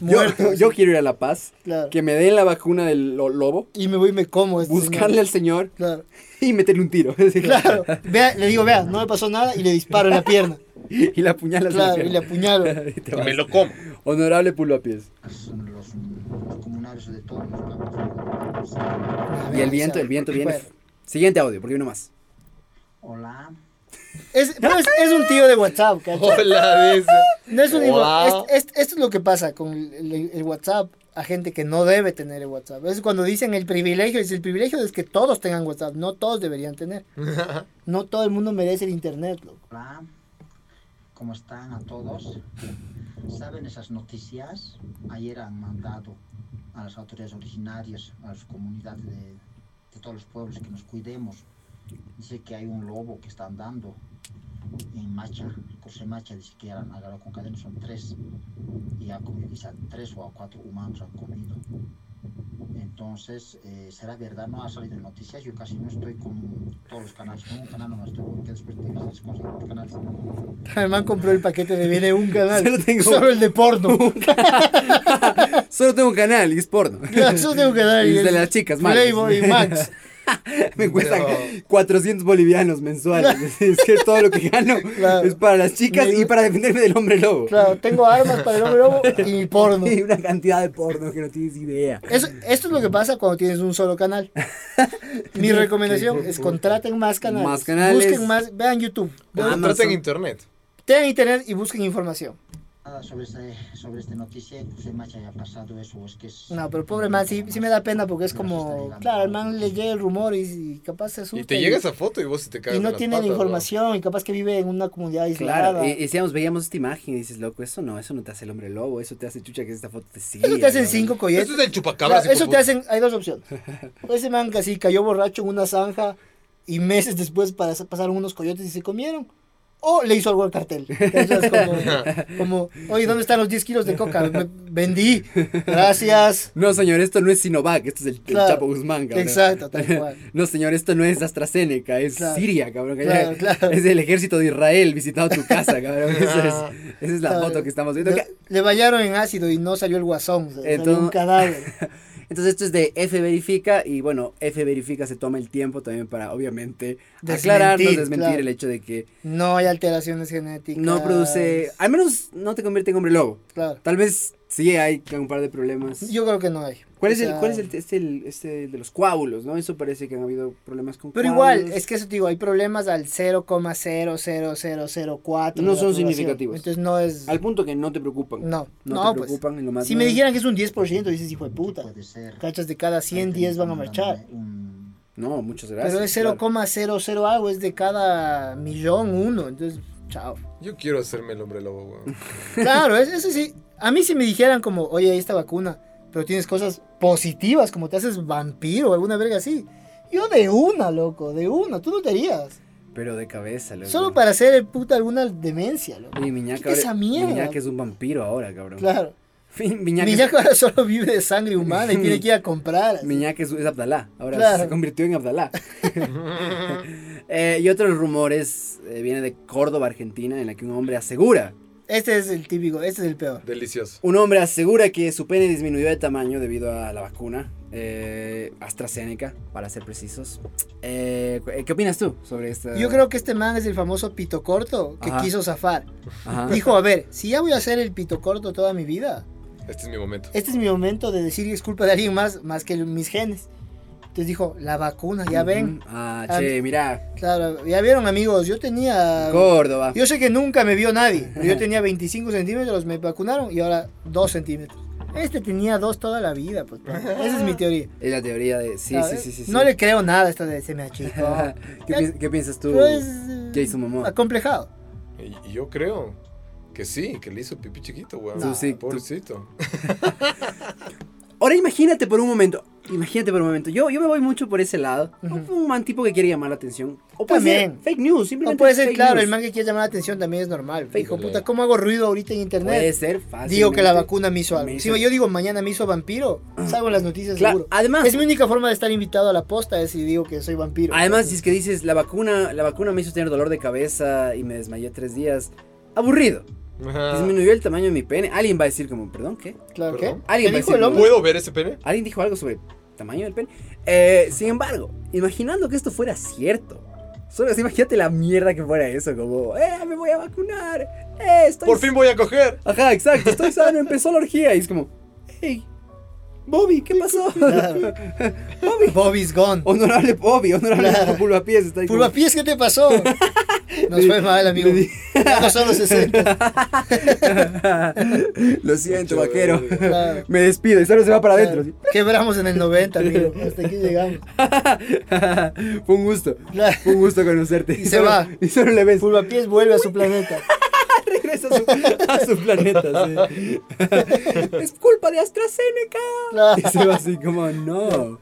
[SPEAKER 3] Muerto.
[SPEAKER 2] Yo, yo quiero ir a La Paz.
[SPEAKER 3] Claro.
[SPEAKER 2] que me den la vacuna del lo- lobo,
[SPEAKER 3] Y me voy y me como. a este
[SPEAKER 2] buscarle al señor
[SPEAKER 3] señor.
[SPEAKER 2] y meterle un tiro.
[SPEAKER 3] Claro, claro. Vea, le digo, vea, no me pasó nada y le disparo en la pierna.
[SPEAKER 2] Y la apuñalas en la
[SPEAKER 3] Claro, y le
[SPEAKER 2] pierna.
[SPEAKER 3] apuñalo.
[SPEAKER 2] Y te vas.
[SPEAKER 1] Me lo como.
[SPEAKER 2] Honorable Pulopies.
[SPEAKER 4] Los, los, los comunarios de todos los campos.
[SPEAKER 2] Y el viento, el viento viene.
[SPEAKER 3] Ah, Bueno,
[SPEAKER 2] Siguiente audio, porque uno más.
[SPEAKER 4] Hola.
[SPEAKER 3] es, pero es, es un tío de WhatsApp, ¿cachai?
[SPEAKER 1] Hola, dice.
[SPEAKER 3] No es un
[SPEAKER 1] Wow.
[SPEAKER 3] igual- es- es- esto es lo que pasa con el, el- el WhatsApp a gente que no debe tener el WhatsApp. Es cuando dicen el privilegio, es el privilegio es que todos tengan WhatsApp, no todos deberían tener. No todo el mundo merece el internet, loco.
[SPEAKER 4] Hola, ¿cómo están a todos? ¿Saben esas noticias? Ayer han mandado a las autoridades originarias, a las comunidades de, de todos los pueblos que nos cuidemos. Dice que hay un lobo que están dando en Macha, en Cosemacha, dice que han agarrado con cadena, son tres. Y han comido quizá tres o a cuatro humanos han comido. Entonces, eh, será verdad, no ha salido en noticias. Yo casi no estoy con todos los canales. Con un canal no me estoy, porque después te vas a los canales.
[SPEAKER 3] El man compró el paquete de viene un canal.
[SPEAKER 2] Solo tengo-
[SPEAKER 3] Solo el de porno.
[SPEAKER 2] Solo tengo un canal y es porno.
[SPEAKER 3] Claro, Solo tengo que dar.
[SPEAKER 2] Y
[SPEAKER 3] y
[SPEAKER 2] es de
[SPEAKER 3] el
[SPEAKER 2] las chicas, malas.
[SPEAKER 3] Playboy y Max.
[SPEAKER 2] Me cuestan
[SPEAKER 1] Pero-
[SPEAKER 2] 400 bolivianos mensuales. es que todo lo que gano
[SPEAKER 3] Claro.
[SPEAKER 2] es para las chicas
[SPEAKER 3] Me-
[SPEAKER 2] y para defenderme del hombre lobo.
[SPEAKER 3] Claro, tengo armas para el hombre lobo y porno.
[SPEAKER 2] Y una cantidad de porno que no tienes idea.
[SPEAKER 3] Eso- esto es lo que pasa cuando tienes un solo canal. Mi recomendación es contraten más canales.
[SPEAKER 2] Más canales.
[SPEAKER 3] Busquen más, vean YouTube.
[SPEAKER 1] No,
[SPEAKER 2] Amazon.
[SPEAKER 1] traten internet.
[SPEAKER 3] Tengan internet y busquen información.
[SPEAKER 4] Nada sobre, este, sobre esta noticia, incluso más haya pasado eso. Es que es.
[SPEAKER 3] No, pero pobre man, sí, sí me da pena porque es como, claro, al man le llega el rumor y, y capaz se asusta.
[SPEAKER 1] Y te llega esa foto y vos si te cagas
[SPEAKER 3] y no
[SPEAKER 1] en las
[SPEAKER 3] tiene la
[SPEAKER 1] patas,
[SPEAKER 3] información y capaz que vive en una comunidad aislada.
[SPEAKER 2] Claro, y decíamos, veíamos esta imagen y dices, loco, eso no, eso no te hace el hombre lobo, eso te hace chucha que esta foto te sigue.
[SPEAKER 3] eso te hacen
[SPEAKER 2] ¿no?
[SPEAKER 3] cinco
[SPEAKER 1] ¿no?
[SPEAKER 3] colletes.
[SPEAKER 1] Eso es el chupacabras.
[SPEAKER 3] Claro, eso
[SPEAKER 1] hijo
[SPEAKER 3] te
[SPEAKER 1] de
[SPEAKER 3] hacen, hay dos opciones. Ese man que así cayó borracho en una zanja y meses después pas- pasaron unos coyotes y se comieron. O le hizo algo al cartel. Entonces, como, como, oye, ¿dónde están los 10 kilos de coca? Me- vendí. Gracias.
[SPEAKER 2] No, señor, esto no es Sinovac, esto es el, el
[SPEAKER 3] Claro.
[SPEAKER 2] Chapo Guzmán, cabrón.
[SPEAKER 3] Exacto, tal cual.
[SPEAKER 2] No, señor, esto no es AstraZeneca, es
[SPEAKER 3] Claro.
[SPEAKER 2] Siria, cabrón. que
[SPEAKER 3] Claro,
[SPEAKER 2] ya-
[SPEAKER 3] claro.
[SPEAKER 2] Es el ejército de Israel visitando tu casa, cabrón. Eso es- esa es la
[SPEAKER 3] Ah, Claro.
[SPEAKER 2] foto que estamos viendo.
[SPEAKER 3] Le, le bañaron en ácido y no salió el guasón. o sea, salió un
[SPEAKER 2] Entonces-
[SPEAKER 3] cadáver.
[SPEAKER 2] Entonces esto es de F Verifica y bueno, F Verifica se toma el tiempo también para obviamente
[SPEAKER 3] Desmentir,
[SPEAKER 2] aclararnos, desmentir
[SPEAKER 3] claro.
[SPEAKER 2] el hecho de que
[SPEAKER 3] No hay alteraciones genéticas.
[SPEAKER 2] no produce, al menos no te convierte en hombre lobo.
[SPEAKER 3] Claro.
[SPEAKER 2] Tal vez sí hay un par de problemas.
[SPEAKER 3] Yo creo que no hay.
[SPEAKER 2] ¿Cuál
[SPEAKER 3] O
[SPEAKER 2] es el,
[SPEAKER 3] sea,
[SPEAKER 2] cuál es el, este, el- este de los coágulos, no? Eso parece que han habido problemas con
[SPEAKER 3] Pero
[SPEAKER 2] coágulos.
[SPEAKER 3] igual, es que eso te digo, hay problemas al 0,00004. de
[SPEAKER 2] No
[SPEAKER 3] la
[SPEAKER 2] son
[SPEAKER 3] población.
[SPEAKER 2] significativos.
[SPEAKER 3] Entonces no es.
[SPEAKER 2] al punto que no te preocupan.
[SPEAKER 3] No,
[SPEAKER 2] No,
[SPEAKER 3] no,
[SPEAKER 2] te
[SPEAKER 3] pues.
[SPEAKER 2] preocupan en lo más
[SPEAKER 3] Si me
[SPEAKER 2] mínimo.
[SPEAKER 3] dijeran que es un 10%, dices, hijo de puta.
[SPEAKER 4] Puede ser.
[SPEAKER 3] Cachas de cada 100, 10 van a marchar.
[SPEAKER 4] Un-
[SPEAKER 2] No, muchas gracias.
[SPEAKER 3] Pero es
[SPEAKER 2] claro.
[SPEAKER 3] 0,00 algo, es de cada millón uno. Entonces, chao.
[SPEAKER 1] puta. Yo quiero hacerme el hombre lobo, weón.
[SPEAKER 3] Claro, es- eso sí. A mí si me dijeran como, oye, hay esta vacuna, pero tienes cosas positivas, como te haces vampiro o alguna verga así. Yo de una, loco, de una. Tú no te harías.
[SPEAKER 2] Pero de cabeza, loco.
[SPEAKER 3] Solo para hacer el puta alguna demencia, loco.
[SPEAKER 2] Oye, Miñaca,
[SPEAKER 3] Quita esa
[SPEAKER 2] ahora-
[SPEAKER 3] mierda.
[SPEAKER 2] Miñaca es un vampiro ahora, cabrón.
[SPEAKER 3] Claro.
[SPEAKER 2] Miñaca, es-
[SPEAKER 3] Miñaca ahora solo vive de sangre humana y tiene que ir a comprar. así.
[SPEAKER 2] Miñaca es, es Abdalá. Ahora
[SPEAKER 3] Claro.
[SPEAKER 2] se convirtió en Abdalá. Eh, y otros rumores eh, viene de Córdoba, Argentina, en la que un hombre asegura.
[SPEAKER 3] Este es el típico, este es el peor.
[SPEAKER 1] Delicioso.
[SPEAKER 2] Un hombre asegura que su pene disminuyó de tamaño debido a la vacuna eh, AstraZeneca, para ser precisos. Eh, cu- eh, ¿Qué opinas tú sobre esta?
[SPEAKER 3] Yo creo que este man es el famoso pito corto que
[SPEAKER 2] Ajá.
[SPEAKER 3] quiso zafar.
[SPEAKER 2] Ajá.
[SPEAKER 3] Dijo, a ver, si ya voy a hacer el pito corto toda mi vida,
[SPEAKER 1] Este es mi momento.
[SPEAKER 3] este es mi momento de decir que es culpa de alguien más, más que mis genes. Entonces dijo, la vacuna, ya ven.
[SPEAKER 2] Ujú. Ah, che, mirá.
[SPEAKER 3] Claro, ya vieron amigos, yo tenía...
[SPEAKER 2] Córdoba.
[SPEAKER 3] Yo sé que nunca me vio nadie, pero yo tenía 25 centímetros, me vacunaron y ahora 2 centímetros. Este tenía 2 toda la vida, pues. Esa es mi teoría.
[SPEAKER 2] Es la teoría de. Sí, sí,
[SPEAKER 3] ¿sabes?
[SPEAKER 2] sí, sí. sí.
[SPEAKER 3] No le creo nada a esto de se me achicó.
[SPEAKER 2] ¿Qué, pi- qué piensas tú,
[SPEAKER 3] Pero es, eh,
[SPEAKER 2] Jason Momoa?
[SPEAKER 3] Acomplejado.
[SPEAKER 1] Y, y yo creo que sí, que le hizo pipí chiquito, weón.
[SPEAKER 2] Tú sí, tú-
[SPEAKER 1] Pobrecito.
[SPEAKER 2] Ahora imagínate por un momento, imagínate por un momento, yo, yo me voy mucho por ese lado,
[SPEAKER 3] Ujú.
[SPEAKER 2] un man tipo que quiere llamar la atención, o puede ser
[SPEAKER 3] También.
[SPEAKER 2] fake news, simplemente
[SPEAKER 3] No puede ser,
[SPEAKER 2] fake
[SPEAKER 3] claro,
[SPEAKER 2] news.
[SPEAKER 3] el man que quiere llamar la atención también es normal.
[SPEAKER 2] Fake
[SPEAKER 3] Dijo,
[SPEAKER 1] news.
[SPEAKER 3] puta, ¿cómo hago ruido ahorita en
[SPEAKER 2] puede
[SPEAKER 3] internet?
[SPEAKER 2] ser fácil.
[SPEAKER 3] Digo que la vacuna me hizo
[SPEAKER 2] Me
[SPEAKER 3] algo. Si
[SPEAKER 2] hizo-
[SPEAKER 3] yo digo mañana me hizo vampiro, salgo en las noticias
[SPEAKER 2] Claro,
[SPEAKER 3] seguro.
[SPEAKER 2] además,
[SPEAKER 3] Es mi única forma de estar invitado a la posta es si digo que soy vampiro.
[SPEAKER 2] además si es que dices la vacuna, la vacuna me hizo tener dolor de cabeza y me desmayé tres días, aburrido,
[SPEAKER 1] Ajá.
[SPEAKER 2] disminuyó el tamaño de mi pene, alguien va a decir como, perdón, ¿qué?
[SPEAKER 3] Claro que.
[SPEAKER 1] Perdón.
[SPEAKER 2] Alguien
[SPEAKER 3] ¿Qué
[SPEAKER 2] va a
[SPEAKER 3] dijo el
[SPEAKER 2] decir,
[SPEAKER 3] hombre?
[SPEAKER 1] ¿Puedo ver ese pene?
[SPEAKER 2] Alguien dijo algo sobre tamaño del pene. Eh, sin embargo, imaginando que esto fuera cierto. Solo así, imagínate la mierda que fuera eso, como, eh, me voy a vacunar, eh, estoy
[SPEAKER 1] Por fin voy a coger.
[SPEAKER 2] Ajá, exacto, estoy sano, empezó la orgía y es como, hey, Bobby, ¿qué pasó?
[SPEAKER 3] Claro. Bobby's gone.
[SPEAKER 2] honorable Bobby, honorable
[SPEAKER 3] Claro.
[SPEAKER 2] Pulvapiés está ahí. como-
[SPEAKER 3] Pulvapiés, ¿qué te pasó? Nos
[SPEAKER 2] Le-
[SPEAKER 3] fue mal, amigo.
[SPEAKER 2] le di-
[SPEAKER 3] Ya no son los 60.
[SPEAKER 2] Lo siento,
[SPEAKER 1] Mucho
[SPEAKER 2] vaquero.
[SPEAKER 1] verga.
[SPEAKER 3] Claro.
[SPEAKER 2] Me despido y solo se va para adentro.
[SPEAKER 3] Claro. Quebramos en el 90, amigo. Hasta aquí llegamos.
[SPEAKER 2] así. Fue un gusto.
[SPEAKER 3] Claro.
[SPEAKER 2] Fue un gusto conocerte.
[SPEAKER 3] Y se
[SPEAKER 2] solo-
[SPEAKER 3] va.
[SPEAKER 2] Y solo le ves.
[SPEAKER 3] Pulvapiés vuelve a su planeta.
[SPEAKER 2] Regresa a su, a su planeta. sí. es culpa de AstraZeneca.
[SPEAKER 3] Claro.
[SPEAKER 2] Y se va así como, no.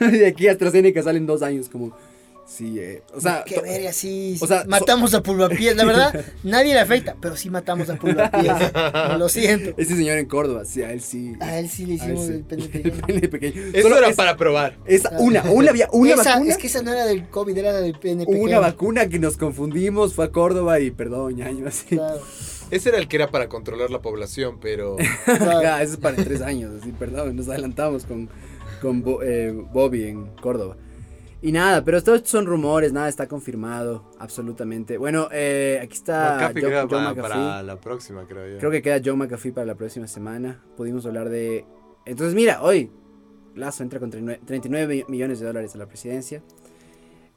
[SPEAKER 2] Y aquí AstraZeneca salen dos años como, Sí, eh, o sea,
[SPEAKER 3] Qué
[SPEAKER 2] to-
[SPEAKER 3] verga, sí.
[SPEAKER 2] o sea,
[SPEAKER 3] matamos a Pulvapiés. La verdad, nadie le afecta, pero sí matamos a Pulvapiés. Lo siento.
[SPEAKER 2] ese este señor en Córdoba, sí, a él sí.
[SPEAKER 3] A él sí le
[SPEAKER 2] a él
[SPEAKER 3] hicimos
[SPEAKER 2] sí.
[SPEAKER 3] el pene
[SPEAKER 2] El
[SPEAKER 3] pequeño.
[SPEAKER 2] pene pequeño.
[SPEAKER 1] Eso
[SPEAKER 2] Solo
[SPEAKER 1] era
[SPEAKER 2] es-
[SPEAKER 1] para probar.
[SPEAKER 2] Esa, una, una, había una
[SPEAKER 3] Esa-
[SPEAKER 2] vacuna.
[SPEAKER 3] Es que esa no era del COVID, era la del pene pequeño.
[SPEAKER 2] Una vacuna que nos confundimos, fue a Córdoba y perdón, ñaño, así.
[SPEAKER 3] Claro,
[SPEAKER 1] Ese era el que era para controlar la población, pero.
[SPEAKER 3] claro.
[SPEAKER 2] Ya, eso es para en tres años, así, perdón, nos adelantamos con, con Bo- eh, Bobby en Córdoba. Y nada, pero todos estos son rumores, nada está confirmado, absolutamente. Bueno, eh, aquí está
[SPEAKER 1] McAfee
[SPEAKER 2] Joe-
[SPEAKER 1] creo
[SPEAKER 2] Joe
[SPEAKER 1] para,
[SPEAKER 2] McAfee.
[SPEAKER 1] para la próxima, creo yo.
[SPEAKER 2] Creo que queda Joe McAfee para la próxima semana. Pudimos hablar de... Entonces, mira, hoy Lazo entra con 39, 39 mi- millones de dólares a la presidencia.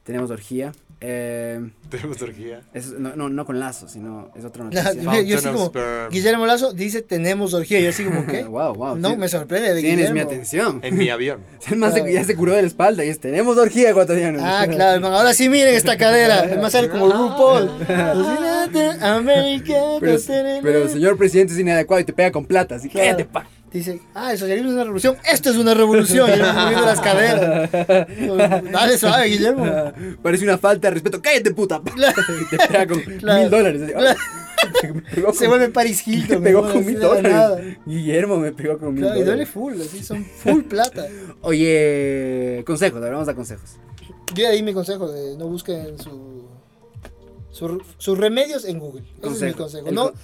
[SPEAKER 2] Tenemos orgía. Eh,
[SPEAKER 1] Tenemos orgía.
[SPEAKER 2] es- no, no, no con Lazo, sino es otra
[SPEAKER 3] La-
[SPEAKER 2] noticia.
[SPEAKER 3] Yo- yo sí
[SPEAKER 1] Fountain
[SPEAKER 3] como-
[SPEAKER 1] of sperm
[SPEAKER 3] Guillermo Lazo dice: Tenemos orgía. Yo así como, ¿qué?
[SPEAKER 2] wow, wow.
[SPEAKER 3] No,
[SPEAKER 2] tien-
[SPEAKER 3] me sorprende. De
[SPEAKER 2] Tienes mi
[SPEAKER 3] Guillermo.
[SPEAKER 2] atención.
[SPEAKER 1] En mi avión.
[SPEAKER 2] El man se-
[SPEAKER 3] Claro.
[SPEAKER 2] ya se curó de la espalda y es, tenemos orgía ecuatoriana.
[SPEAKER 3] Ah, claro, hermano. Ahora sí, miren esta cadera. Es más, sale como RuPaul. América,
[SPEAKER 2] Pero, pero señor presidente es inadecuado y te pega con plata, así
[SPEAKER 3] Claro.
[SPEAKER 2] cállate, pa.
[SPEAKER 3] Dice, ah, el socialismo es una revolución. Esto es una revolución. Y el man moviendo las caderas. Dale suave, Guillermo.
[SPEAKER 2] ah, Parece una falta de respeto, cállate, puta. pa. Y te pega con
[SPEAKER 3] Claro.
[SPEAKER 2] mil dólares. así,
[SPEAKER 3] Claro.
[SPEAKER 2] "Ay, me pegó
[SPEAKER 3] Se
[SPEAKER 2] con-
[SPEAKER 3] vuelve Paris
[SPEAKER 2] me
[SPEAKER 3] Hilton.
[SPEAKER 2] pegó
[SPEAKER 3] ¿no?
[SPEAKER 2] con
[SPEAKER 3] Así
[SPEAKER 2] mil
[SPEAKER 3] de la nada.
[SPEAKER 2] dólares. Guillermo me pegó con mil
[SPEAKER 3] Claro, y duele
[SPEAKER 2] dólares.
[SPEAKER 3] full, así son full plata.
[SPEAKER 2] Oye, consejos, ahora vamos a consejos.
[SPEAKER 3] Yo de ahí mi consejo de no busquen su, su- sus remedios en Google. Ese es mi
[SPEAKER 2] Consejo.
[SPEAKER 3] consejo.
[SPEAKER 2] El
[SPEAKER 3] No,
[SPEAKER 2] co-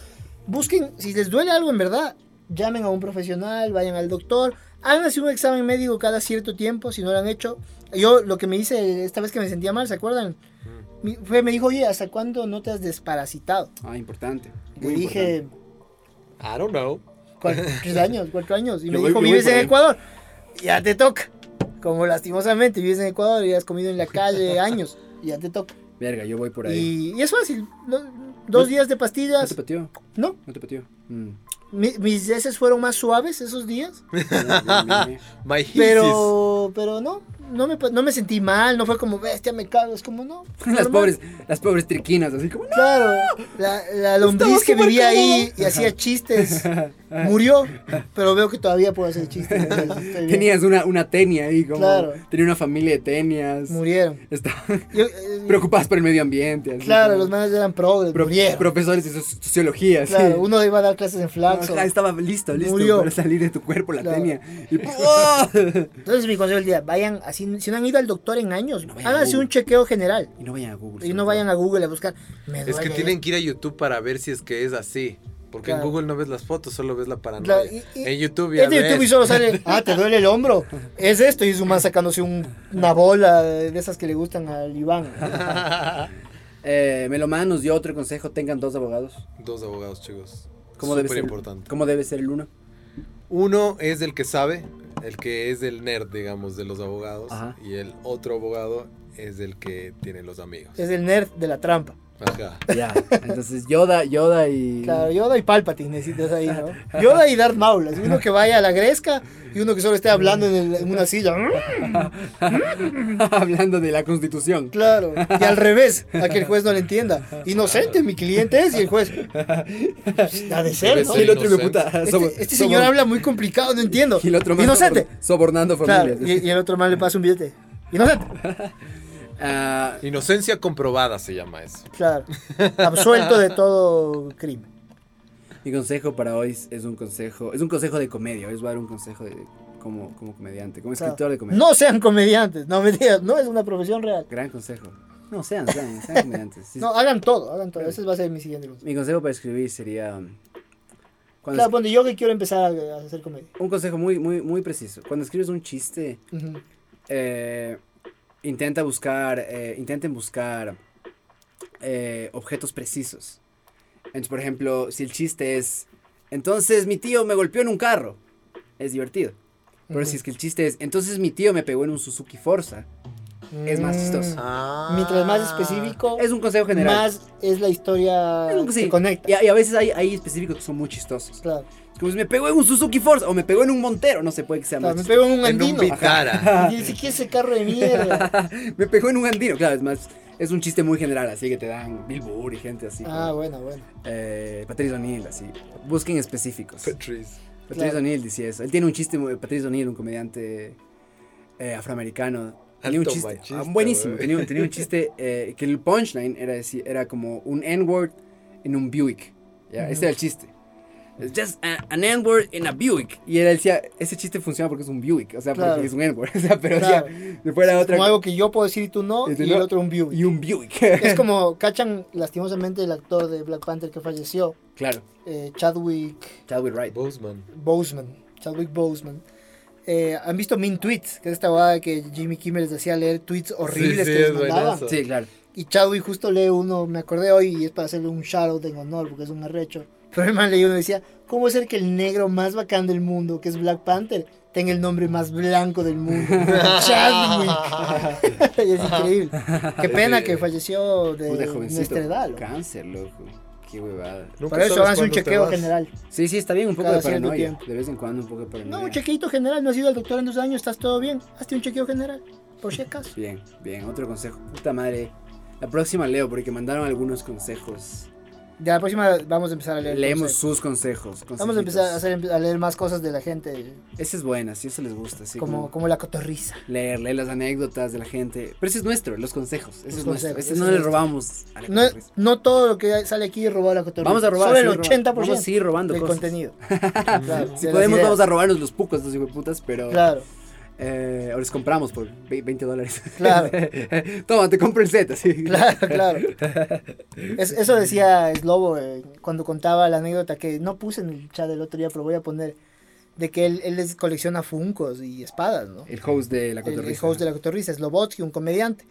[SPEAKER 3] busquen, si les duele algo en verdad, llamen a un profesional, vayan al doctor, háganse un examen médico cada cierto tiempo, si no lo han hecho. Yo lo que me hice esta vez que me sentía mal, ¿se acuerdan?
[SPEAKER 2] Mm.
[SPEAKER 3] Mi- fue, me dijo, oye, ¿hasta cuándo no te has desparasitado?
[SPEAKER 2] Ah, importante.
[SPEAKER 3] Le
[SPEAKER 2] muy
[SPEAKER 3] dije,
[SPEAKER 1] I don't know.
[SPEAKER 3] "Cuatro- tres años, cuatro años. Y
[SPEAKER 2] Yo
[SPEAKER 3] me
[SPEAKER 2] voy-
[SPEAKER 3] dijo,
[SPEAKER 2] yo voy
[SPEAKER 3] vives
[SPEAKER 2] por
[SPEAKER 3] en
[SPEAKER 2] ahí".
[SPEAKER 3] Ecuador, ya te toca. Como lastimosamente vives en Ecuador y has comido en la calle años, ya te toca.
[SPEAKER 2] importante. Verga, yo voy por ahí.
[SPEAKER 3] Y, y es fácil. no- dos días
[SPEAKER 2] ¿No te
[SPEAKER 3] de pastillas.
[SPEAKER 2] pateó?
[SPEAKER 3] No,
[SPEAKER 2] ¿No te pateó? Mm.
[SPEAKER 3] mi- mis heces fueron más suaves esos días.
[SPEAKER 2] Bien, bien, bien.
[SPEAKER 1] My heesis.
[SPEAKER 3] Pero, pero no, no me, pa- no me sentí mal. No fue como bestia, me cago. Es como no.
[SPEAKER 2] Las
[SPEAKER 3] normal.
[SPEAKER 2] pobres, las pobres triquinas, así como...
[SPEAKER 3] Claro, la, la lombriz
[SPEAKER 2] Estaba
[SPEAKER 3] que
[SPEAKER 2] súper
[SPEAKER 3] vivía
[SPEAKER 2] cómodo.
[SPEAKER 3] ahí y hacía chistes murió, pero veo que todavía puedo hacer chistes. entonces estoy bien.
[SPEAKER 2] Tenías una, una tenia ahí, como.
[SPEAKER 3] Claro.
[SPEAKER 2] Tenía una familia de tenias.
[SPEAKER 3] Murieron.
[SPEAKER 2] Estaban
[SPEAKER 3] Yo, eh,
[SPEAKER 2] preocupadas por el medio ambiente. así
[SPEAKER 3] claro,
[SPEAKER 2] como
[SPEAKER 3] los manes eran progres,
[SPEAKER 2] pro-
[SPEAKER 3] murieron.
[SPEAKER 2] profesores de soci- sociología. así.
[SPEAKER 3] claro, uno iba a dar clases en Flaxo.
[SPEAKER 2] Ajá, estaba listo, listo
[SPEAKER 3] Murió.
[SPEAKER 2] para salir de tu cuerpo la
[SPEAKER 3] Claro.
[SPEAKER 2] tenia. Y ¡oh! ¡pum!
[SPEAKER 3] Entonces mi consejo del día, vayan, así, si no han ido al doctor en años,
[SPEAKER 2] No vayan a
[SPEAKER 3] háganse
[SPEAKER 2] Google.
[SPEAKER 3] un chequeo general.
[SPEAKER 2] Y no vayan a Google.
[SPEAKER 3] Y
[SPEAKER 2] sobre
[SPEAKER 3] no
[SPEAKER 2] todo.
[SPEAKER 3] vayan a Google a buscar. Me
[SPEAKER 1] Es que
[SPEAKER 3] duele.
[SPEAKER 1] tienen que ir a YouTube para ver si es que es así. Porque en
[SPEAKER 3] Claro.
[SPEAKER 1] Google no ves las fotos, solo ves la paranoia.
[SPEAKER 3] Claro, y- y-
[SPEAKER 1] en YouTube ya
[SPEAKER 3] Es de
[SPEAKER 1] ves.
[SPEAKER 3] YouTube y solo sale, ah, te duele el hombro. Es esto, y es un man sacándose un- una bola de esas que le gustan al Iván.
[SPEAKER 2] Eh, Melomán nos dio otro consejo: tengan dos abogados.
[SPEAKER 1] Dos abogados, chicos.
[SPEAKER 2] ¿Cómo debe,
[SPEAKER 1] Súper
[SPEAKER 2] ser,
[SPEAKER 1] importante.
[SPEAKER 2] ¿Cómo debe ser el uno?
[SPEAKER 1] Uno es el que sabe, el que es el nerd, digamos, de los abogados.
[SPEAKER 2] Ajá.
[SPEAKER 1] Y el otro abogado es el que tiene los amigos.
[SPEAKER 3] Es el nerd de la trampa.
[SPEAKER 1] Ajá.
[SPEAKER 2] Ya. Entonces, Yoda, Yoda y.
[SPEAKER 3] Claro, Yoda y Palpatine necesitas ahí, ¿no? Yoda y Darth Maul. así, uno que vaya a la gresca y uno que solo esté hablando en, el- en una silla.
[SPEAKER 2] Hablando de la constitución.
[SPEAKER 3] Claro. Y al revés, a que el juez no le entienda. Inocente, mi cliente es, y el juez. pues, Ha de ser,
[SPEAKER 1] Debe
[SPEAKER 3] ¿no?
[SPEAKER 2] Y el otro hijo de
[SPEAKER 1] inocente.
[SPEAKER 2] puta.
[SPEAKER 3] Este,
[SPEAKER 2] sobo-
[SPEAKER 3] este
[SPEAKER 2] sobo-
[SPEAKER 3] señor habla muy complicado, no entiendo.
[SPEAKER 2] Y el otro más
[SPEAKER 3] Inocente.
[SPEAKER 2] sobor- sobornando
[SPEAKER 3] Claro,
[SPEAKER 2] familias.
[SPEAKER 3] y, y el otro man le pasa un billete. Inocente.
[SPEAKER 2] Ah,
[SPEAKER 1] Inocencia comprobada se llama eso.
[SPEAKER 3] Claro. Absuelto de todo crimen.
[SPEAKER 2] Mi consejo para hoy es, es un consejo, es un consejo de comedia. Hoy os voy a dar un consejo de- como, como comediante, como
[SPEAKER 3] Claro.
[SPEAKER 2] escritor de comedia.
[SPEAKER 3] No sean comediantes, no me digas, no es una profesión real.
[SPEAKER 2] Gran consejo. No, sean, sean, sean comediantes. Sí.
[SPEAKER 3] No, hagan todo, hagan todo. Ese va a ser mi siguiente consejo.
[SPEAKER 2] Mi consejo para escribir sería... um, cuando
[SPEAKER 3] Claro,
[SPEAKER 2] es-
[SPEAKER 3] bueno, yo que quiero empezar a, a hacer comedia.
[SPEAKER 2] un consejo muy, muy, muy preciso. Cuando escribes un chiste,
[SPEAKER 3] Ujú.
[SPEAKER 2] eh, intenta buscar, eh, intenten buscar eh, objetos precisos. Entonces, por ejemplo, si el chiste es, entonces mi tío me golpeó en un carro, es divertido. Pero
[SPEAKER 3] Ujú.
[SPEAKER 2] si es que el chiste es, entonces mi tío me pegó en un Suzuki Forza, es más chistoso. Ah,
[SPEAKER 3] Mm. Mientras más específico,
[SPEAKER 2] Es un consejo general.
[SPEAKER 3] más es la historia
[SPEAKER 2] Es un-
[SPEAKER 3] que
[SPEAKER 2] sí.
[SPEAKER 3] conecta.
[SPEAKER 2] Y, a- y a veces hay, hay específicos que son muy chistosos.
[SPEAKER 3] Claro.
[SPEAKER 2] Es Como si me pegó en un Suzuki Forza o me pegó en un Montero, no se puede que sea
[SPEAKER 3] Claro,
[SPEAKER 2] más
[SPEAKER 3] me pego en un
[SPEAKER 1] En un
[SPEAKER 3] andino.
[SPEAKER 1] vitara.
[SPEAKER 3] y dice, ¿qué es ese carro de mierda?
[SPEAKER 2] Me pegó en un andino, claro, es más, es un chiste muy general, así que te dan Bill Burr y gente así.
[SPEAKER 3] ah,
[SPEAKER 2] como,
[SPEAKER 3] bueno, bueno.
[SPEAKER 2] eh, Patrice O'Neill, así. Busquen específicos.
[SPEAKER 1] Patrice.
[SPEAKER 2] Patrice
[SPEAKER 3] claro.
[SPEAKER 2] O'Neill decía eso. Él tiene un chiste, muy- Patrice O'Neill, un comediante eh, afroamericano, Tenía un
[SPEAKER 1] Alto
[SPEAKER 2] chiste.
[SPEAKER 1] machista,
[SPEAKER 2] ah, buenísimo.
[SPEAKER 1] güey.
[SPEAKER 2] Tenía, tenía un chiste eh, que el punchline era, decir, era como un N-word en un Buick. Ya, Ese era el chiste. It's just a- an N-word in a Buick. Y él decía, ese chiste funciona porque es un Buick. O sea,
[SPEAKER 3] Claro.
[SPEAKER 2] porque es un N-word. O sea, pero
[SPEAKER 3] Claro.
[SPEAKER 2] decía, después era otra.
[SPEAKER 3] Como algo que yo puedo decir y tú no,
[SPEAKER 2] Y
[SPEAKER 3] y,
[SPEAKER 2] tú
[SPEAKER 3] el
[SPEAKER 2] no.
[SPEAKER 3] otro un view.
[SPEAKER 2] Y un Buick.
[SPEAKER 3] Es como, cachan lastimosamente el actor de Black Panther que falleció,
[SPEAKER 2] claro.
[SPEAKER 3] eh, Chadwick
[SPEAKER 2] Chadwick Wright.
[SPEAKER 1] Boseman.
[SPEAKER 3] Boseman. Chadwick Boseman. Eh, ¿Han visto Mean Tweets? Que es esta guada que Jimmy Kimmel les hacía leer tweets horribles
[SPEAKER 1] sí,
[SPEAKER 3] que les
[SPEAKER 1] es buenazo.
[SPEAKER 3] mandaban.
[SPEAKER 2] Sí, claro.
[SPEAKER 3] Y Chadwick justo lee uno, me acordé hoy, y es para hacerle un shoutout en honor, porque es un arrecho. Pero el man leí uno y decía, ¿cómo ser que el negro más bacán del mundo, que es Black Panther, tenga el nombre más blanco del mundo? Chadwick. Y es increíble. Qué pena
[SPEAKER 1] Sí.
[SPEAKER 3] que falleció de
[SPEAKER 2] Puta,
[SPEAKER 3] nuestra edad.
[SPEAKER 2] pues jovencito.
[SPEAKER 3] loco.
[SPEAKER 2] Cáncer, loco. Qué huevada.
[SPEAKER 1] Nunca
[SPEAKER 3] Para eso
[SPEAKER 1] sabes
[SPEAKER 3] hace un
[SPEAKER 1] cuándo te
[SPEAKER 3] chequeo
[SPEAKER 1] vas.
[SPEAKER 3] general.
[SPEAKER 2] Sí, sí, está bien, un poco
[SPEAKER 3] Cada
[SPEAKER 2] de
[SPEAKER 3] cierto
[SPEAKER 2] paranoia.
[SPEAKER 3] tiempo.
[SPEAKER 2] De vez en cuando, un poco de paranoia.
[SPEAKER 3] No, un chequeito general, no has ido al doctor en dos años, estás todo bien. Hazte un chequeo general, por si acaso.
[SPEAKER 2] Bien, bien, otro consejo. Puta madre. La próxima leo porque mandaron algunos consejos.
[SPEAKER 3] De la próxima vamos a empezar a leer.
[SPEAKER 2] Leemos
[SPEAKER 3] consejos.
[SPEAKER 2] sus consejos.
[SPEAKER 3] Vamos
[SPEAKER 2] consejitos.
[SPEAKER 3] a empezar a, hacer- a leer más cosas de la gente,
[SPEAKER 2] Esa es buena, si eso les gusta. Así como,
[SPEAKER 3] como, como la cotorriza.
[SPEAKER 2] leer, leer las anécdotas de la gente. Pero ese es nuestro, los consejos. Ese
[SPEAKER 3] Los
[SPEAKER 2] es nuestro.
[SPEAKER 3] consejos,
[SPEAKER 2] Ese
[SPEAKER 3] ese
[SPEAKER 2] no
[SPEAKER 3] es
[SPEAKER 2] le
[SPEAKER 3] nuestro.
[SPEAKER 2] robamos a la
[SPEAKER 3] No,
[SPEAKER 2] cotorriza.
[SPEAKER 3] no todo lo que sale aquí es robado a la cotorriza.
[SPEAKER 2] Pues, Vamos a robar.
[SPEAKER 3] Solo
[SPEAKER 2] sí,
[SPEAKER 3] el
[SPEAKER 2] robar.
[SPEAKER 3] 80%
[SPEAKER 2] Vamos a seguir robando
[SPEAKER 3] del
[SPEAKER 2] cosas.
[SPEAKER 3] contenido.
[SPEAKER 1] Ujú.
[SPEAKER 2] Si
[SPEAKER 3] Claro, de las
[SPEAKER 2] podemos,
[SPEAKER 3] ideas.
[SPEAKER 2] vamos a robarnos los pucos, estos hijueputas, pero.
[SPEAKER 3] Claro,
[SPEAKER 2] Eh, o les compramos por ve- 20 dólares.
[SPEAKER 3] Claro.
[SPEAKER 2] Toma, te compro el set. Así.
[SPEAKER 3] claro, claro. Es- eso decía Slobo eh, cuando contaba la anécdota que no puse en el chat el otro día, pero voy a poner de que él, él les colecciona funcos y espadas, ¿no?
[SPEAKER 2] El host de la
[SPEAKER 3] el, el
[SPEAKER 2] cotorriza.
[SPEAKER 3] host de la cotorriza, Slobotsky, un comediante.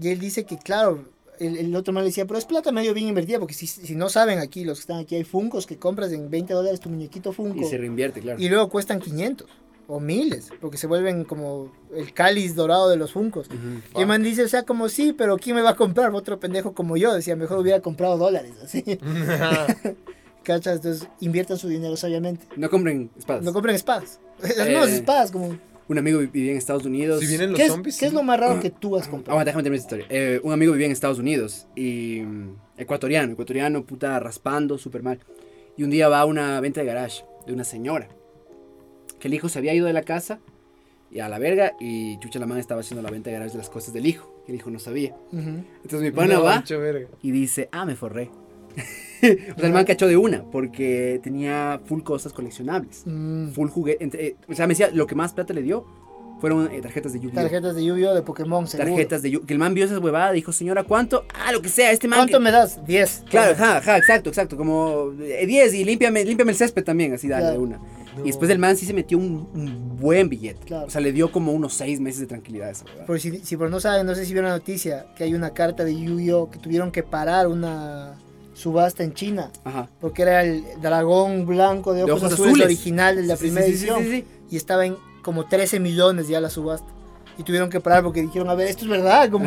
[SPEAKER 3] Y él dice que, claro, el, el otro man le decía, pero es plata medio bien invertida, porque si, si no saben aquí, los que están aquí, hay funcos que compras en 20 dólares tu muñequito funko.
[SPEAKER 2] Y se reinvierte, claro.
[SPEAKER 3] y luego cuestan 500 o miles, porque se vuelven como el cáliz dorado de los funcos.
[SPEAKER 2] Ujú.
[SPEAKER 3] Y el man dice, o sea, como sí, pero ¿quién me va a comprar? Otro pendejo como yo, decía, mejor hubiera comprado dólares, así. ¿Cachas? Entonces, inviertan su dinero sabiamente.
[SPEAKER 2] No compren espadas.
[SPEAKER 3] No compren espadas. Las
[SPEAKER 2] Eh,
[SPEAKER 3] nuevas espadas, como...
[SPEAKER 2] Un amigo vi- vivía en Estados Unidos.
[SPEAKER 1] Si vienen los
[SPEAKER 3] ¿Qué es,
[SPEAKER 1] zombies.
[SPEAKER 3] qué es
[SPEAKER 1] sí.
[SPEAKER 3] lo más raro que tú has comprado?
[SPEAKER 2] Aguanta, déjame terminar esta historia. Eh, un amigo vivía en Estados Unidos y. mm, ecuatoriano, ecuatoriano, puta, raspando, súper mal. Y un día va a una venta de garage de una señora. Que el hijo se había ido de la casa y a la verga y Chucha la man estaba haciendo la venta de garage de las cosas del hijo. Que el hijo no sabía.
[SPEAKER 3] Ujú.
[SPEAKER 2] Entonces mi pana
[SPEAKER 1] No,
[SPEAKER 2] va.
[SPEAKER 1] hecho verga.
[SPEAKER 2] y dice, ah, me forré. o sea, el man cachó de una, porque tenía full cosas coleccionables.
[SPEAKER 3] Mm,
[SPEAKER 2] Full juguetes. o sea, me decía, lo que más plata le dio fueron eh, tarjetas de Yu-Gi-Oh!
[SPEAKER 3] tarjetas de lluvia de Pokémon, seguro.
[SPEAKER 2] Tarjetas de Yu-Gi-Oh! Que el man vio esas huevadas, dijo, señora, ¿cuánto? Ah, lo que sea, este man.
[SPEAKER 3] ¿Cuánto
[SPEAKER 2] que-".
[SPEAKER 3] me das? 10.
[SPEAKER 2] Claro, ajá, ajá, exacto, exacto. Como eh, 10 y límpiame, límpiame el césped también, así dale de
[SPEAKER 3] Claro.
[SPEAKER 2] una.
[SPEAKER 1] No.
[SPEAKER 2] Y después el man sí se metió un, un buen billete.
[SPEAKER 3] Claro.
[SPEAKER 2] O sea, le dio como unos 6 meses de tranquilidad a esa huevada.
[SPEAKER 3] Por si, si por no saben, no sé si vieron la noticia, que hay una carta de Yu-Gi-Oh! que tuvieron que parar una subasta en China,
[SPEAKER 2] Ajá.
[SPEAKER 3] porque era el dragón blanco de
[SPEAKER 2] De
[SPEAKER 3] ojos,
[SPEAKER 2] ojos
[SPEAKER 3] azules,
[SPEAKER 2] azules.
[SPEAKER 3] original de
[SPEAKER 2] Sí,
[SPEAKER 3] la
[SPEAKER 2] sí,
[SPEAKER 3] primera
[SPEAKER 2] sí, sí,
[SPEAKER 3] edición,
[SPEAKER 2] sí, sí.
[SPEAKER 3] y estaba en como 13 millones ya la subasta. Y tuvieron que parar porque dijeron, a ver, esto es verdad, como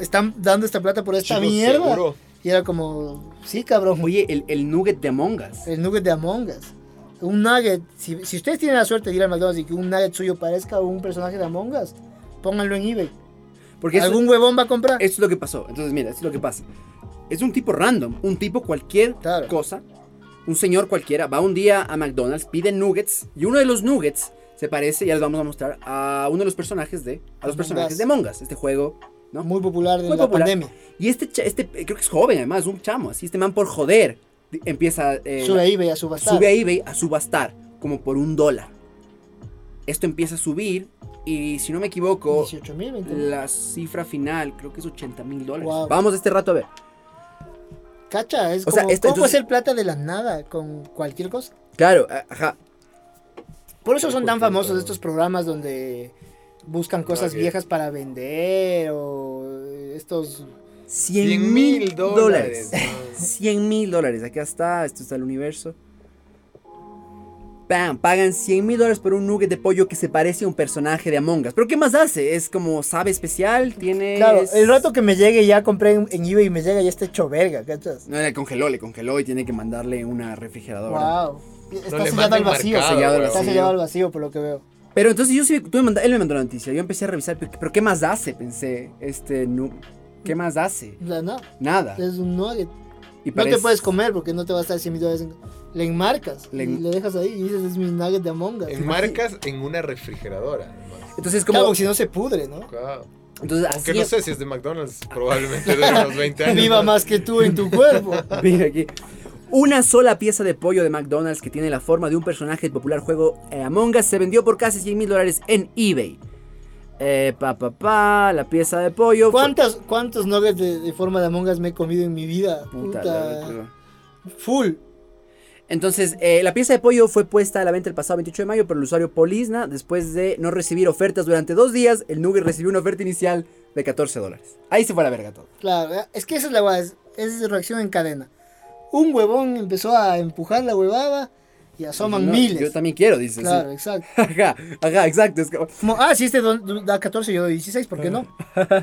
[SPEAKER 3] están dando esta plata por esta
[SPEAKER 1] Chicos,
[SPEAKER 3] mierda.
[SPEAKER 1] seguro.
[SPEAKER 3] Y era como, sí, cabrón,
[SPEAKER 2] Oye, el, el nugget de Among Us.
[SPEAKER 3] El nugget de Among Us. Un nugget. Si, si ustedes tienen la suerte de ir al McDonald's y que un nugget suyo parezca un personaje de Among Us, pónganlo en eBay.
[SPEAKER 2] Porque eso-
[SPEAKER 3] Algún huevón va a comprar.
[SPEAKER 2] Esto es Eh, lo que pasó. Entonces, mira, esto es lo que pasa. Es un tipo random, un tipo cualquier
[SPEAKER 3] Claro.
[SPEAKER 2] cosa. Un señor cualquiera va un día a McDonald's, pide nuggets y uno de los nuggets se parece, ya les vamos a mostrar, a uno de los personajes de a los
[SPEAKER 3] Among
[SPEAKER 2] personajes
[SPEAKER 3] Us.
[SPEAKER 2] de Among Us, este juego, ¿no?
[SPEAKER 3] Muy popular de
[SPEAKER 2] Muy
[SPEAKER 3] la
[SPEAKER 2] popular.
[SPEAKER 3] pandemia.
[SPEAKER 2] Y este cha- este eh, creo que es joven además, un chamo, así este man por joder di- empieza eh,
[SPEAKER 3] Sube a eBay a subastar.
[SPEAKER 2] sube a eBay a subastar como por un dólar. Esto empieza a subir y si no me equivoco,
[SPEAKER 3] 18 mil, 20 mil.
[SPEAKER 2] la cifra final creo que es 80 mil dólares.
[SPEAKER 3] Wow.
[SPEAKER 2] Vamos este rato a ver.
[SPEAKER 3] Cacha, es
[SPEAKER 2] O
[SPEAKER 3] como,
[SPEAKER 2] sea, esto-
[SPEAKER 3] ¿cómo
[SPEAKER 2] entonces-
[SPEAKER 3] hacer plata de la nada con cualquier cosa?
[SPEAKER 2] Claro, a- ajá.
[SPEAKER 3] Por eso son tan
[SPEAKER 1] Por
[SPEAKER 3] famosos
[SPEAKER 1] ejemplo,
[SPEAKER 3] estos programas donde buscan cosas
[SPEAKER 1] Nugget.
[SPEAKER 3] viejas para vender o eh, estos...
[SPEAKER 2] 100 mil dólares. 100 mil dólares. Acá está, esto está el universo. Pam, pagan 100 mil dólares por un nugget de pollo que se parece a un personaje de Among Us. ¿Pero qué más hace? Es como sabe especial, tiene...
[SPEAKER 3] Claro,
[SPEAKER 2] es-
[SPEAKER 3] el rato que me llegue ya compré en, en eBay y me llega ya este hecho verga, ¿cachas?
[SPEAKER 2] No, le congeló, le congeló y tiene que mandarle una refrigeradora.
[SPEAKER 3] Wow. Está
[SPEAKER 1] le
[SPEAKER 3] sellado al
[SPEAKER 1] manden
[SPEAKER 3] vacío.
[SPEAKER 1] marcado,
[SPEAKER 2] sellado al
[SPEAKER 1] weón.
[SPEAKER 3] Está
[SPEAKER 2] vacío.
[SPEAKER 3] sellado al vacío, por lo que veo.
[SPEAKER 2] Pero entonces yo sí, tú me manda- él me mandó la noticia, yo empecé a revisar, pero, pero ¿qué más hace? Pensé, este, nu- ¿qué más hace?
[SPEAKER 3] O sea, no,
[SPEAKER 2] Nada.
[SPEAKER 3] es un nugget.
[SPEAKER 2] Y
[SPEAKER 3] No te
[SPEAKER 2] parece-
[SPEAKER 3] puedes comer porque no te va a estar 100 mil dólares. en- Le enmarcas
[SPEAKER 2] Le
[SPEAKER 3] y
[SPEAKER 2] en-
[SPEAKER 3] lo dejas ahí y dices, es mi nugget de Among Us.
[SPEAKER 1] Enmarcas en una refrigeradora. además.
[SPEAKER 2] Entonces, como.
[SPEAKER 3] Claro, porque si no se pudre, ¿no?
[SPEAKER 1] Wow.
[SPEAKER 2] Entonces, así
[SPEAKER 1] Aunque no
[SPEAKER 2] es-
[SPEAKER 1] sé si es de McDonald's, probablemente de unos 20 años.
[SPEAKER 3] Viva más que tú en tu cuerpo.
[SPEAKER 2] Mira aquí. Una sola pieza de pollo de McDonald's que tiene la forma de un personaje del popular juego eh, Among Us se vendió por casi 100 mil dólares en eBay. Eh, pa, pa, pa, la pieza de pollo. fue-
[SPEAKER 3] ¿Cuántos, cuántos nuggets de, de forma de Among Us me he comido en mi vida?
[SPEAKER 2] Puta,
[SPEAKER 3] Puta.
[SPEAKER 2] la verdad.
[SPEAKER 3] Full.
[SPEAKER 2] Entonces, eh, la pieza de pollo fue puesta a la venta el pasado 28 de mayo por el usuario Polizna. Después de no recibir ofertas durante dos días, el Nugget recibió una oferta inicial de 14 dólares. Ahí se fue a la verga todo.
[SPEAKER 3] Claro, ¿eh? es que esa es la guada, es, es reacción en cadena. Un huevón empezó a empujar la huevada y asoman
[SPEAKER 2] No,
[SPEAKER 3] miles.
[SPEAKER 2] Yo también quiero, dice. sí.
[SPEAKER 3] Claro, exacto.
[SPEAKER 2] Ajá, ajá, exacto. es como-
[SPEAKER 3] Como, ah, si este don- da 14, yo doy 16, ¿por qué no?
[SPEAKER 2] Ah.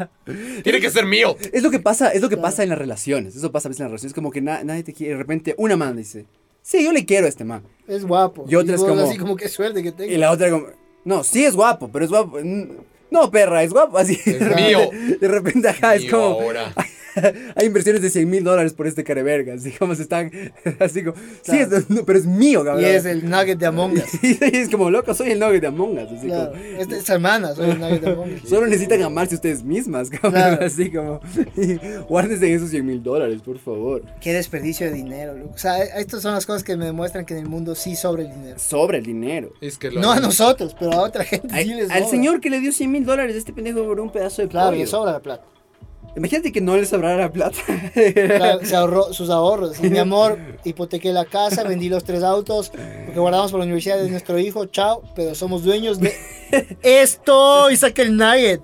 [SPEAKER 1] Tiene que ser mío.
[SPEAKER 2] Es lo que pasa, es lo que
[SPEAKER 3] Claro.
[SPEAKER 2] pasa en las relaciones. Eso pasa a veces en las relaciones. Como que na- nadie te quiere. De repente, una man dice, sí, yo le quiero a este man.
[SPEAKER 3] Es guapo.
[SPEAKER 2] Y otra es
[SPEAKER 3] vos
[SPEAKER 2] como-
[SPEAKER 3] Así como, qué suerte que tengo.
[SPEAKER 2] Y la otra como, no, sí es guapo, pero es guapo. mm, No, perra, es guapo. Así.
[SPEAKER 1] Es
[SPEAKER 2] de repente-
[SPEAKER 1] mío.
[SPEAKER 2] De repente,
[SPEAKER 3] Ah,
[SPEAKER 2] ajá, es
[SPEAKER 1] Mío
[SPEAKER 2] como,
[SPEAKER 1] ahora.
[SPEAKER 2] hay inversiones de 100 mil dólares por este careverga. Así como se están, así como, sí, es, de- no, pero es mío,
[SPEAKER 3] Y
[SPEAKER 2] cabrón.
[SPEAKER 3] es el nugget de Among Us.
[SPEAKER 2] Y es como, loco, soy el novio de Among Us. Así
[SPEAKER 3] Claro, este
[SPEAKER 2] como,
[SPEAKER 3] es de hermanas, soy el nugget de Among Us.
[SPEAKER 2] Solo necesitan amarse ustedes mismas, cabrón.
[SPEAKER 3] Claro.
[SPEAKER 2] Así como, guárdense esos 100 mil dólares, por favor.
[SPEAKER 3] Qué desperdicio de dinero, loco. O sea, estas son las cosas que me demuestran que en el mundo sí sobra el dinero.
[SPEAKER 2] Sobre el dinero.
[SPEAKER 1] Es que lo-
[SPEAKER 3] No a nosotros, pero a otra gente
[SPEAKER 2] Ay,
[SPEAKER 3] sí les
[SPEAKER 2] al
[SPEAKER 3] sobra.
[SPEAKER 2] señor que le dio 100 mil dólares a este pendejo por un pedazo de
[SPEAKER 3] Claro,
[SPEAKER 2] pollo.
[SPEAKER 3] le sobra la plata.
[SPEAKER 2] Imagínate que no le sobrara la plata.
[SPEAKER 3] Claro, se ahorró sus ahorros. Y, mi amor, hipotequé la casa, vendí los tres autos, lo que guardamos por la universidad de nuestro hijo, chao, pero somos dueños de esto. Y saca el nugget.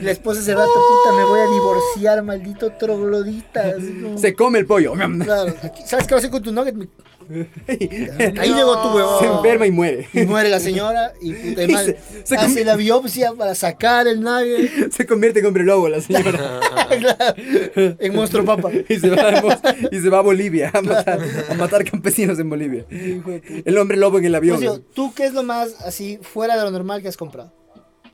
[SPEAKER 3] Y La esposa se rato, puta, me voy a divorciar, maldito troglodita. Así como-
[SPEAKER 2] Se come el pollo.
[SPEAKER 3] Claro, ¿sabes qué va a hacer con tu nugget? mi- Ahí
[SPEAKER 2] Ahí
[SPEAKER 3] llegó tu huevón.
[SPEAKER 2] Se enferma y muere.
[SPEAKER 3] Y muere la señora y puta,
[SPEAKER 2] Y
[SPEAKER 3] además
[SPEAKER 2] se- se
[SPEAKER 3] hace
[SPEAKER 2] convi-
[SPEAKER 3] la biopsia para sacar el nugget
[SPEAKER 2] Se convierte en hombre lobo la señora.
[SPEAKER 3] en monstruo papa.
[SPEAKER 2] Y se, va a, Mos- y se va a Bolivia a matar, a matar campesinos en Bolivia. El hombre lobo en el avión.
[SPEAKER 3] Lucio, Pues ¿tú qué es lo más así fuera de lo normal que has comprado?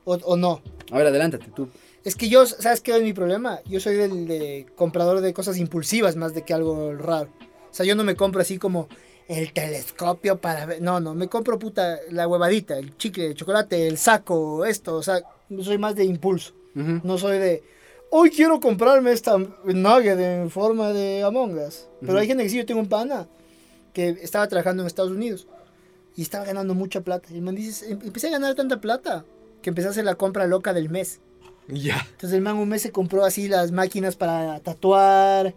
[SPEAKER 3] ¿O, o no?
[SPEAKER 2] A ver, adelántate tú.
[SPEAKER 3] Es que yo, ¿sabes qué es mi problema? Yo soy del de comprador de cosas impulsivas más de que algo raro. O sea, yo no me compro así como el telescopio para ver. No, no, me compro puta la huevadita, el chicle, el chocolate, el saco, esto. O sea, yo soy más de impulso.
[SPEAKER 2] Ujú.
[SPEAKER 3] No soy de. Hoy quiero comprarme esta nugget en forma de Among Us. Pero hay gente que sí, yo tengo un pana que estaba trabajando en Estados Unidos y estaba ganando mucha plata. Y el man dice: "Em- Empecé a ganar tanta plata que empecé a hacer la compra loca del mes.
[SPEAKER 1] Ya.
[SPEAKER 3] Entonces el man un mes se compró así las máquinas para tatuar.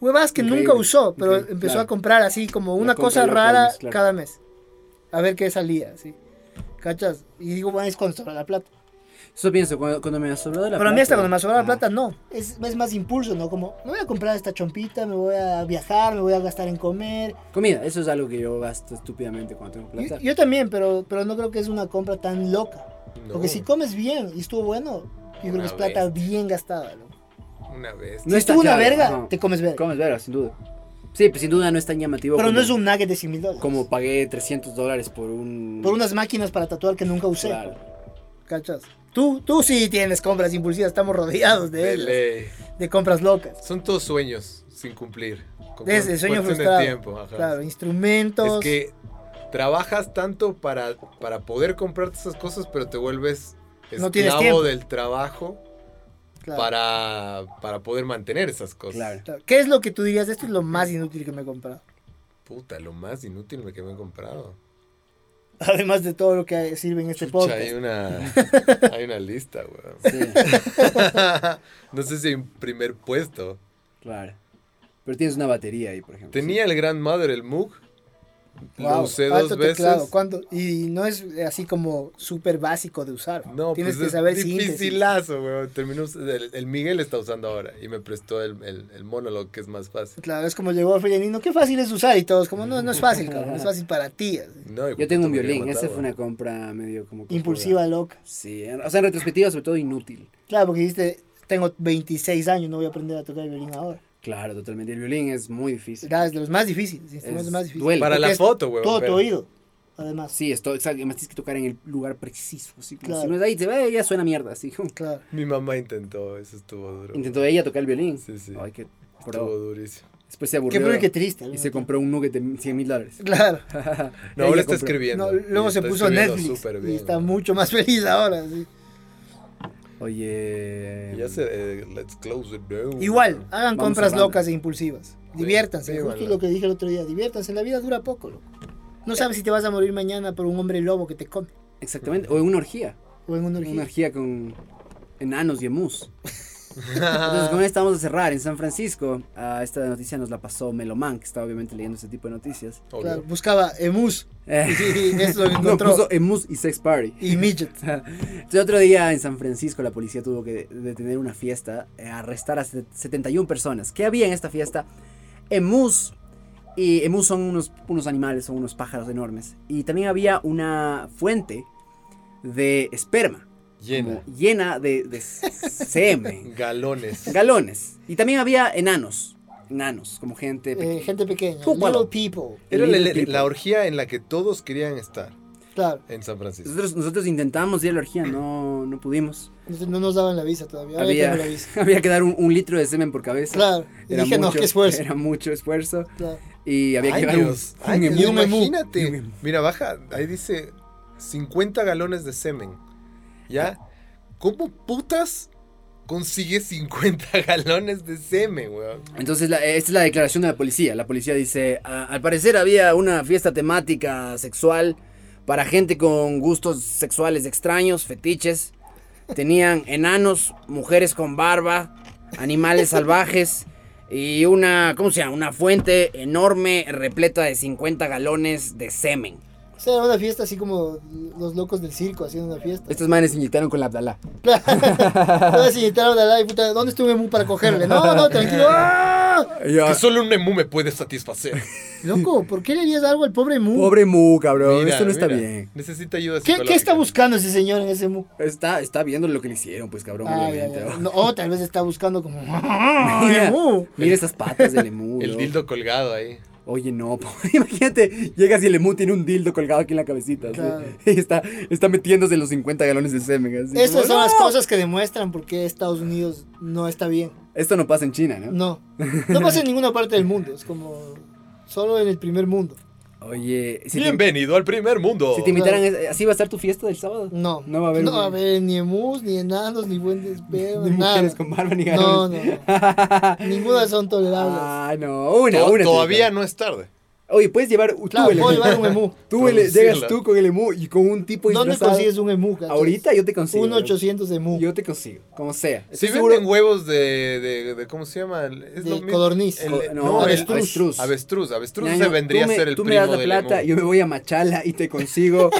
[SPEAKER 3] Huevas que
[SPEAKER 2] Increíble,
[SPEAKER 3] nunca usó, pero
[SPEAKER 2] increíble,
[SPEAKER 3] empezó
[SPEAKER 2] claro.
[SPEAKER 3] a comprar así como
[SPEAKER 2] La
[SPEAKER 3] una
[SPEAKER 2] compra
[SPEAKER 3] cosa
[SPEAKER 2] loca del
[SPEAKER 3] rara
[SPEAKER 2] mes, claro.
[SPEAKER 3] cada mes. A ver qué salía, así. ¿Cachas? Y digo, bueno, es cuando sobra la plata.
[SPEAKER 2] Eso pienso, cuando, cuando me sobró de la plata.
[SPEAKER 3] Pero a mí hasta cuando me sobra la
[SPEAKER 2] Ajá.
[SPEAKER 3] plata, no. Es, es más impulso, ¿no? Como, me voy a comprar esta chompita, me voy a viajar, me voy a gastar en comer.
[SPEAKER 2] Comida, eso es algo que yo gasto estúpidamente cuando tengo plata.
[SPEAKER 3] Yo, yo también, pero, pero no creo que es una compra tan loca.
[SPEAKER 1] No.
[SPEAKER 3] Porque si comes bien y estuvo bueno, yo creo
[SPEAKER 1] Una
[SPEAKER 3] que es plata bien gastada, ¿no?
[SPEAKER 1] Una vez.
[SPEAKER 2] No
[SPEAKER 3] si
[SPEAKER 2] está
[SPEAKER 3] estuvo una
[SPEAKER 2] claro,
[SPEAKER 3] verga,
[SPEAKER 2] ajá.
[SPEAKER 3] te comes verga.
[SPEAKER 2] Comes verga, sin duda. Sí, pues sin duda no es tan llamativo.
[SPEAKER 3] Pero
[SPEAKER 2] como,
[SPEAKER 3] no es un nugget de 100 mil dólares.
[SPEAKER 2] Como pagué 300 dólares por un.
[SPEAKER 3] Por unas máquinas para tatuar que nunca usé.
[SPEAKER 2] Claro.
[SPEAKER 3] ¿Cachas? Tú, tú sí tienes compras impulsivas, estamos rodeados de
[SPEAKER 1] De
[SPEAKER 3] ellas,
[SPEAKER 1] ley.
[SPEAKER 3] de compras locas.
[SPEAKER 1] Son todos sueños sin cumplir. Con
[SPEAKER 3] Es
[SPEAKER 1] cuan-
[SPEAKER 3] el sueño
[SPEAKER 1] cuestión de
[SPEAKER 3] frustrado.
[SPEAKER 1] tiempo, ajá.
[SPEAKER 3] Claro, instrumentos.
[SPEAKER 1] Es que trabajas tanto para, para poder comprarte esas cosas, pero te vuelves
[SPEAKER 3] No tienes
[SPEAKER 1] esclavo
[SPEAKER 3] tiempo.
[SPEAKER 1] del trabajo
[SPEAKER 3] claro.
[SPEAKER 1] para, para poder mantener esas cosas.
[SPEAKER 2] Claro.
[SPEAKER 3] Claro. ¿Qué es lo que tú dirías? Esto es lo más inútil que me he comprado.
[SPEAKER 1] Puta, lo más inútil que me he comprado.
[SPEAKER 3] Además de todo lo que sirve en este
[SPEAKER 1] Chucha,
[SPEAKER 3] podcast.
[SPEAKER 1] hay una, hay una lista, weón.
[SPEAKER 2] Sí,
[SPEAKER 1] no sé si hay un primer puesto.
[SPEAKER 2] claro. Pero tienes una batería ahí, por ejemplo.
[SPEAKER 1] Tenía el Grandmother, el Moog. Lo
[SPEAKER 3] Wow,
[SPEAKER 1] usé
[SPEAKER 3] alto
[SPEAKER 1] dos veces.
[SPEAKER 3] teclado, ¿cuánto? Y no es así como súper básico de usar.
[SPEAKER 1] No,
[SPEAKER 3] Tienes
[SPEAKER 1] pues
[SPEAKER 3] que
[SPEAKER 1] es
[SPEAKER 3] saber síntesis.
[SPEAKER 1] dificilazo, weón. Terminó, us- el, el Miguel está usando ahora y me prestó el, el, el monólogo que es más fácil.
[SPEAKER 3] Claro, es como llegó Nino, qué fácil es usar y todos como, no, no es fácil, cabrón, es fácil para ti. así.
[SPEAKER 1] No,
[SPEAKER 2] sí.
[SPEAKER 1] hijo
[SPEAKER 2] Yo tengo
[SPEAKER 1] puta,
[SPEAKER 2] un
[SPEAKER 1] me quería
[SPEAKER 2] violín.
[SPEAKER 1] matar,
[SPEAKER 2] Esa fue
[SPEAKER 1] weón.
[SPEAKER 2] una compra medio como. cojuda.
[SPEAKER 3] Impulsiva, loca.
[SPEAKER 2] Sí, en- o sea, en retrospectiva, sobre todo inútil.
[SPEAKER 3] Claro, porque dijiste, tengo 26 años, no voy a aprender a tocar el violín ahora.
[SPEAKER 2] Claro, totalmente. El violín es muy difícil.
[SPEAKER 3] Era de los más difíciles, instrumentos
[SPEAKER 2] Es-
[SPEAKER 3] más difíciles.
[SPEAKER 2] duele.
[SPEAKER 1] Para
[SPEAKER 3] Porque
[SPEAKER 1] la
[SPEAKER 3] es
[SPEAKER 1] foto, weón.
[SPEAKER 3] Todo tu
[SPEAKER 1] pero-
[SPEAKER 3] oído, además.
[SPEAKER 2] Sí, esto, exacto. Además tienes que tocar en el lugar preciso. Así, como
[SPEAKER 3] Claro.
[SPEAKER 2] Si no es ahí, se ve, ya suena mierda. Así como.
[SPEAKER 3] Claro.
[SPEAKER 1] Mi mamá intentó, eso estuvo duro.
[SPEAKER 2] Intentó ella tocar el violín.
[SPEAKER 1] Sí, sí.
[SPEAKER 2] Ay, qué pro.
[SPEAKER 1] Estuvo durísimo.
[SPEAKER 2] Después se
[SPEAKER 3] Qué
[SPEAKER 2] aburrió
[SPEAKER 3] bueno y qué triste. al
[SPEAKER 2] y
[SPEAKER 3] mismo
[SPEAKER 2] se compró un nugget de 100 mil dólares.
[SPEAKER 3] tiempo. Claro.
[SPEAKER 1] No,
[SPEAKER 2] Ella
[SPEAKER 1] ahora está
[SPEAKER 2] compró.
[SPEAKER 1] escribiendo.
[SPEAKER 3] No,
[SPEAKER 1] y
[SPEAKER 3] luego se
[SPEAKER 1] está
[SPEAKER 3] puso
[SPEAKER 1] escribiendo
[SPEAKER 3] Netflix
[SPEAKER 1] súper
[SPEAKER 3] y
[SPEAKER 1] bien.
[SPEAKER 3] está mucho más feliz ahora. sí.
[SPEAKER 2] Oye.
[SPEAKER 1] Ya se. eh, let's close the door.
[SPEAKER 3] Igual, hagan
[SPEAKER 2] Vamos
[SPEAKER 3] compras
[SPEAKER 2] cerrando.
[SPEAKER 3] locas e impulsivas.
[SPEAKER 1] Sí,
[SPEAKER 3] Diviértanse,
[SPEAKER 1] sí,
[SPEAKER 3] justo
[SPEAKER 1] bueno.
[SPEAKER 3] lo que dije el otro día. Diviértanse, la vida dura poco, loco. No sabes si te vas a morir mañana por un hombre lobo que te come
[SPEAKER 2] Exactamente. O en una orgía.
[SPEAKER 3] o en una orgía.
[SPEAKER 2] Una orgía con enanos y emus. Entonces, con esta vamos a cerrar en San Francisco. ah, esta noticia nos la pasó Meloman, que está obviamente leyendo ese tipo de noticias.
[SPEAKER 1] Obvio.
[SPEAKER 3] Claro, buscaba emus
[SPEAKER 2] Eh,
[SPEAKER 3] y eso lo
[SPEAKER 2] no,
[SPEAKER 3] encontró.
[SPEAKER 2] puso emus y sex party.
[SPEAKER 3] Y midget.
[SPEAKER 2] Entonces, otro día en San Francisco la policía tuvo que detener una fiesta, eh, arrestar a set- 71 personas. ¿Qué había en esta fiesta? Emus. Y emus son unos, unos animales, son unos pájaros enormes. Y también había una fuente de esperma.
[SPEAKER 1] Llena.
[SPEAKER 2] como llena de, de semen.
[SPEAKER 1] Galones.
[SPEAKER 2] Galones. Y también había enanos. Enanos, como gente
[SPEAKER 3] eh,
[SPEAKER 2] pequeña.
[SPEAKER 3] gente pequeña.
[SPEAKER 2] Cúpalo.
[SPEAKER 3] Little people.
[SPEAKER 1] Era la,
[SPEAKER 2] Little people.
[SPEAKER 1] la orgía en la que todos querían estar
[SPEAKER 3] Claro,
[SPEAKER 1] en San Francisco.
[SPEAKER 2] Nosotros, nosotros intentamos ir a la orgía, no, no pudimos.
[SPEAKER 3] no no nos daban la visa todavía. Ahora
[SPEAKER 2] Había,
[SPEAKER 3] tengo Ah, la visa.
[SPEAKER 2] había que dar un, un litro de semen por cabeza.
[SPEAKER 3] Claro, y
[SPEAKER 2] Era
[SPEAKER 3] dije, no,
[SPEAKER 2] mucho-
[SPEAKER 3] qué esfuerzo.
[SPEAKER 2] Era mucho esfuerzo.
[SPEAKER 3] Claro.
[SPEAKER 2] Y había
[SPEAKER 1] Ay,
[SPEAKER 2] que dar un,
[SPEAKER 1] Dios. Ay,
[SPEAKER 2] un
[SPEAKER 1] Dios,
[SPEAKER 2] emú. Y un
[SPEAKER 1] imagínate.
[SPEAKER 2] emú.
[SPEAKER 1] Mira, baja. Ahí dice 50 galones de semen. ¿Ya? ¿Cómo putas consigues 50 galones de semen, weón?
[SPEAKER 2] Entonces, la- esta es la declaración de la policía. La policía dice, "A- al parecer había una fiesta temática sexual para gente con gustos sexuales extraños, fetiches. Tenían enanos, mujeres con barba, animales salvajes y una, ¿cómo se llama? Una fuente enorme repleta de 50 galones de semen.
[SPEAKER 3] O sea, era una fiesta así como los locos del circo haciendo una fiesta.
[SPEAKER 2] Estos manes se inyectaron con la Abdalá.
[SPEAKER 3] Todas se inyectaron al aire, puta, ¿dónde estuve Mu para cogerle? No, no, tranquilo. ¡Ah!
[SPEAKER 1] Que solo un emú me puede satisfacer.
[SPEAKER 3] Loco, ¿por qué le harías algo al pobre Mu?
[SPEAKER 2] Pobre Mu, cabrón.
[SPEAKER 1] Mira,
[SPEAKER 2] Esto no está
[SPEAKER 1] mira.
[SPEAKER 2] bien.
[SPEAKER 1] Necesita ayuda
[SPEAKER 3] ¿Qué, qué está
[SPEAKER 1] psicológica.
[SPEAKER 3] buscando ese señor en ese Mu?
[SPEAKER 2] Está, está viendo lo que le hicieron, pues, cabrón.
[SPEAKER 3] Ah, ya,
[SPEAKER 2] obviamente.
[SPEAKER 3] ya. No, o tal vez está buscando como... "Ah, ¡Ay, Mu!
[SPEAKER 2] Mira esas patas del emú.
[SPEAKER 1] El
[SPEAKER 2] ¿no?
[SPEAKER 1] dildo colgado ahí.
[SPEAKER 2] Oye, no, pobre, imagínate, llegas y el emú tiene un dildo colgado aquí en la cabecita. así,
[SPEAKER 3] Claro.
[SPEAKER 2] y está, está metiéndose los 50 galones de semen. así, como,
[SPEAKER 3] Estas son
[SPEAKER 2] "No,
[SPEAKER 3] las cosas que demuestran por qué Estados Unidos no está bien.
[SPEAKER 2] Esto no pasa en China, ¿no?
[SPEAKER 3] No, no pasa en ninguna parte del mundo, es como solo en el primer mundo.
[SPEAKER 2] Oye, si te,
[SPEAKER 1] Bienvenido al primer mundo.
[SPEAKER 2] si te invitaran, eh, ¿así va a estar tu fiesta del sábado?
[SPEAKER 3] No,
[SPEAKER 2] No va a haber
[SPEAKER 3] no va a
[SPEAKER 2] un-
[SPEAKER 3] haber ni emus, ni enanos, ni buen
[SPEAKER 2] Ni
[SPEAKER 3] despego,
[SPEAKER 2] mujeres
[SPEAKER 3] nada.
[SPEAKER 2] con barba ni
[SPEAKER 3] No,
[SPEAKER 2] galones.
[SPEAKER 3] no, ninguna son tolerables.
[SPEAKER 2] ah, no, una,
[SPEAKER 1] To-
[SPEAKER 2] una.
[SPEAKER 1] todavía
[SPEAKER 2] te-
[SPEAKER 1] no es tarde.
[SPEAKER 2] Oye, puedes llevar tú
[SPEAKER 3] Claro,
[SPEAKER 2] el
[SPEAKER 3] puedo
[SPEAKER 2] emú.
[SPEAKER 3] llevar un emú.
[SPEAKER 2] Tú el-
[SPEAKER 1] Producirla.
[SPEAKER 2] llegas tú con el emú y con un tipo
[SPEAKER 3] ¿Dónde
[SPEAKER 2] disfrazado.
[SPEAKER 3] consigues un emu? cachas?
[SPEAKER 2] Ahorita yo te consigo.
[SPEAKER 3] Un 800 emu.
[SPEAKER 2] Yo te consigo, como sea.
[SPEAKER 1] Si
[SPEAKER 2] Estoy seguro-
[SPEAKER 1] venden huevos de, de, de- ¿Cómo se llama? Es
[SPEAKER 3] De
[SPEAKER 1] lo mismo.
[SPEAKER 3] codorniz.
[SPEAKER 1] El- eh,
[SPEAKER 2] Co-
[SPEAKER 1] no,
[SPEAKER 2] no,
[SPEAKER 1] el-
[SPEAKER 2] avestruz.
[SPEAKER 1] ay, avestruz. Avestruz
[SPEAKER 2] Ñaño,
[SPEAKER 1] se vendría
[SPEAKER 2] tú
[SPEAKER 1] a
[SPEAKER 2] me-
[SPEAKER 1] ser el
[SPEAKER 2] Tú me
[SPEAKER 1] primo
[SPEAKER 2] das la
[SPEAKER 1] del
[SPEAKER 2] plata,
[SPEAKER 1] emu.
[SPEAKER 2] yo me voy a Machala y te consigo,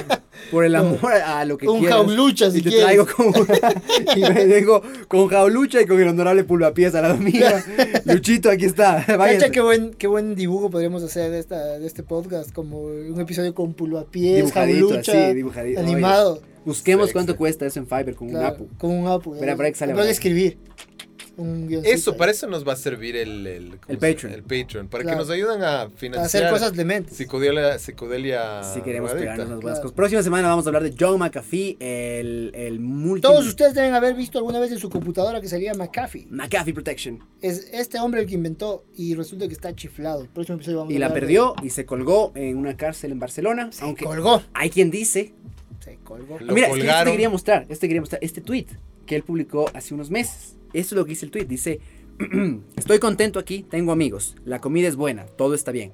[SPEAKER 2] por el amor a a lo que
[SPEAKER 3] un
[SPEAKER 2] quieras.
[SPEAKER 3] jaulucha si
[SPEAKER 2] y te
[SPEAKER 3] quieres.
[SPEAKER 2] traigo con, y me dejo con jaulucha y con el honorable pulvapiés a la mía. Luchito, aquí está.
[SPEAKER 3] Cacha,
[SPEAKER 2] Váyanse.
[SPEAKER 3] qué buen, qué buen dibujo podríamos hacer de, esta, de este podcast, como un episodio con pulvapiés,
[SPEAKER 2] Dibujadito,
[SPEAKER 3] jaulucha,
[SPEAKER 2] así, dibujadito. Oye,
[SPEAKER 3] animado,
[SPEAKER 2] Busquemos
[SPEAKER 1] Sexy.
[SPEAKER 2] cuánto cuesta eso en Fiverr con
[SPEAKER 3] claro,
[SPEAKER 2] un apu.
[SPEAKER 3] con un apu.
[SPEAKER 2] Espera, para que salga
[SPEAKER 3] Pero de
[SPEAKER 2] barato.
[SPEAKER 3] escribir un guioncito.
[SPEAKER 1] Eso, para eso nos va a servir el... El, ¿cómo
[SPEAKER 2] El
[SPEAKER 1] se-
[SPEAKER 2] Patreon.
[SPEAKER 1] El Patreon. Para
[SPEAKER 3] Claro.
[SPEAKER 1] que nos ayuden a
[SPEAKER 3] Para
[SPEAKER 1] financiar...
[SPEAKER 3] hacer cosas dementes.
[SPEAKER 1] Psicodelia... psicodelia
[SPEAKER 2] Si queremos
[SPEAKER 1] drogadicta.
[SPEAKER 2] pegarnos las buenas
[SPEAKER 3] Ah, Claro.
[SPEAKER 2] cosas. Próxima semana vamos a hablar de John McAfee, el, el multi...
[SPEAKER 3] Todos ustedes deben haber visto alguna vez en su computadora que salía McAfee.
[SPEAKER 2] McAfee Protection.
[SPEAKER 3] Es este hombre el que inventó y resulta que está chiflado. El próximo episodio vamos a
[SPEAKER 2] Y la
[SPEAKER 3] hablar de-
[SPEAKER 2] perdió y se colgó en una cárcel en Barcelona.
[SPEAKER 3] Se
[SPEAKER 2] Aunque
[SPEAKER 3] colgó.
[SPEAKER 2] hay quien dice
[SPEAKER 3] Se colgó.
[SPEAKER 1] Lo
[SPEAKER 2] Mira, es que este te
[SPEAKER 1] colgaron.
[SPEAKER 2] quería mostrar, este quería mostrar, este tweet que él publicó hace unos meses. Eso es lo que dice el tweet. Dice, estoy contento aquí, tengo amigos, la comida es buena, todo está bien.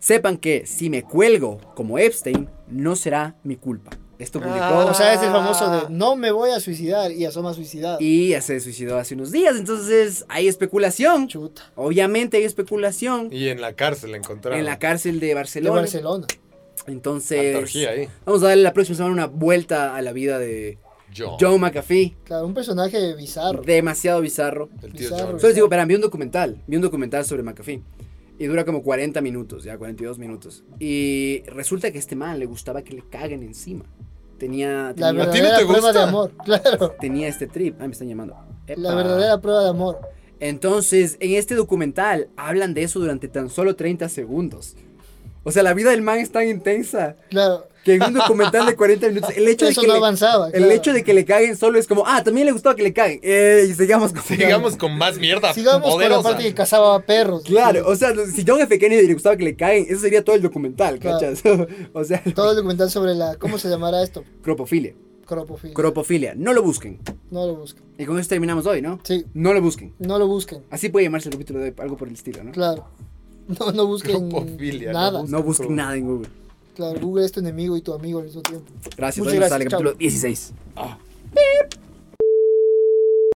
[SPEAKER 2] Sepan que si me cuelgo como Epstein, no será mi culpa. Esto publicó
[SPEAKER 1] Ah.
[SPEAKER 3] O sea, es el famoso de no me voy a suicidar y asoma suicidado.
[SPEAKER 2] y ya se suicidó hace unos días. Entonces hay especulación.
[SPEAKER 3] Chuta.
[SPEAKER 2] Obviamente hay especulación
[SPEAKER 1] Y en la cárcel la encontraron.
[SPEAKER 2] en la cárcel de
[SPEAKER 3] De eh.
[SPEAKER 2] Barcelona.
[SPEAKER 3] Barcelona.
[SPEAKER 1] Harta
[SPEAKER 2] Entonces,
[SPEAKER 1] orgía ahí.
[SPEAKER 2] vamos a darle la próxima semana una vuelta a la vida de
[SPEAKER 1] John.
[SPEAKER 2] Joe McAfee.
[SPEAKER 3] Claro, un personaje Oh. bizarro.
[SPEAKER 2] Demasiado bizarro.
[SPEAKER 1] El tío
[SPEAKER 3] Bizarro.
[SPEAKER 1] John.
[SPEAKER 2] Solo les digo, verán, vi un documental, vi un documental sobre McAfee. Y dura como 40 minutos, ya 42 minutos. Y resulta que a este man le gustaba que le caguen encima. Tenía,
[SPEAKER 3] La
[SPEAKER 2] tenía,
[SPEAKER 1] ¿A ti no
[SPEAKER 3] verdadera
[SPEAKER 1] te
[SPEAKER 3] prueba de
[SPEAKER 1] gusta?
[SPEAKER 3] amor. Claro.
[SPEAKER 2] tenía este trip. Ah, me están llamando. Epa.
[SPEAKER 3] La verdadera prueba de amor.
[SPEAKER 2] Entonces, en este documental hablan de eso durante tan solo 30 segundos. O sea, la vida del man es tan intensa
[SPEAKER 3] Claro.
[SPEAKER 2] que en un documental de 40 minutos, el hecho, de
[SPEAKER 3] Eso
[SPEAKER 2] que,
[SPEAKER 3] no
[SPEAKER 2] le,
[SPEAKER 3] avanzaba.
[SPEAKER 2] el
[SPEAKER 3] claro.
[SPEAKER 2] hecho de que le caguen solo es como, ah, también le gustaba que le caguen. Eh, y sigamos con
[SPEAKER 1] Sigamos con más mierda.
[SPEAKER 3] Sigamos con la
[SPEAKER 1] poderosa.
[SPEAKER 3] parte que cazaba perros.
[SPEAKER 2] Claro, o sea, si John F. Kennedy le gustaba que le caguen, eso sería todo el documental,
[SPEAKER 3] Claro.
[SPEAKER 2] ¿cachas? o sea,
[SPEAKER 3] Todo el documental sobre la. ¿Cómo se llamará esto?
[SPEAKER 2] cropofilia.
[SPEAKER 3] Cropofilia.
[SPEAKER 2] Cropofilia, no lo busquen.
[SPEAKER 3] no lo busquen.
[SPEAKER 2] Y con eso terminamos hoy, ¿no?
[SPEAKER 3] Sí,
[SPEAKER 2] No lo busquen.
[SPEAKER 3] no lo busquen.
[SPEAKER 2] Así puede llamarse el capítulo de hoy, algo por el estilo, ¿no?
[SPEAKER 3] Claro. No, no busquen
[SPEAKER 1] Cropofilia, no
[SPEAKER 3] nada.
[SPEAKER 2] No busquen nada en Google.
[SPEAKER 3] Claro, Google es tu enemigo y tu amigo al mismo tiempo.
[SPEAKER 2] Gracias,
[SPEAKER 3] Muchas
[SPEAKER 2] hoy nos
[SPEAKER 3] gracias,
[SPEAKER 2] sale el
[SPEAKER 3] chao.
[SPEAKER 2] capítulo 16.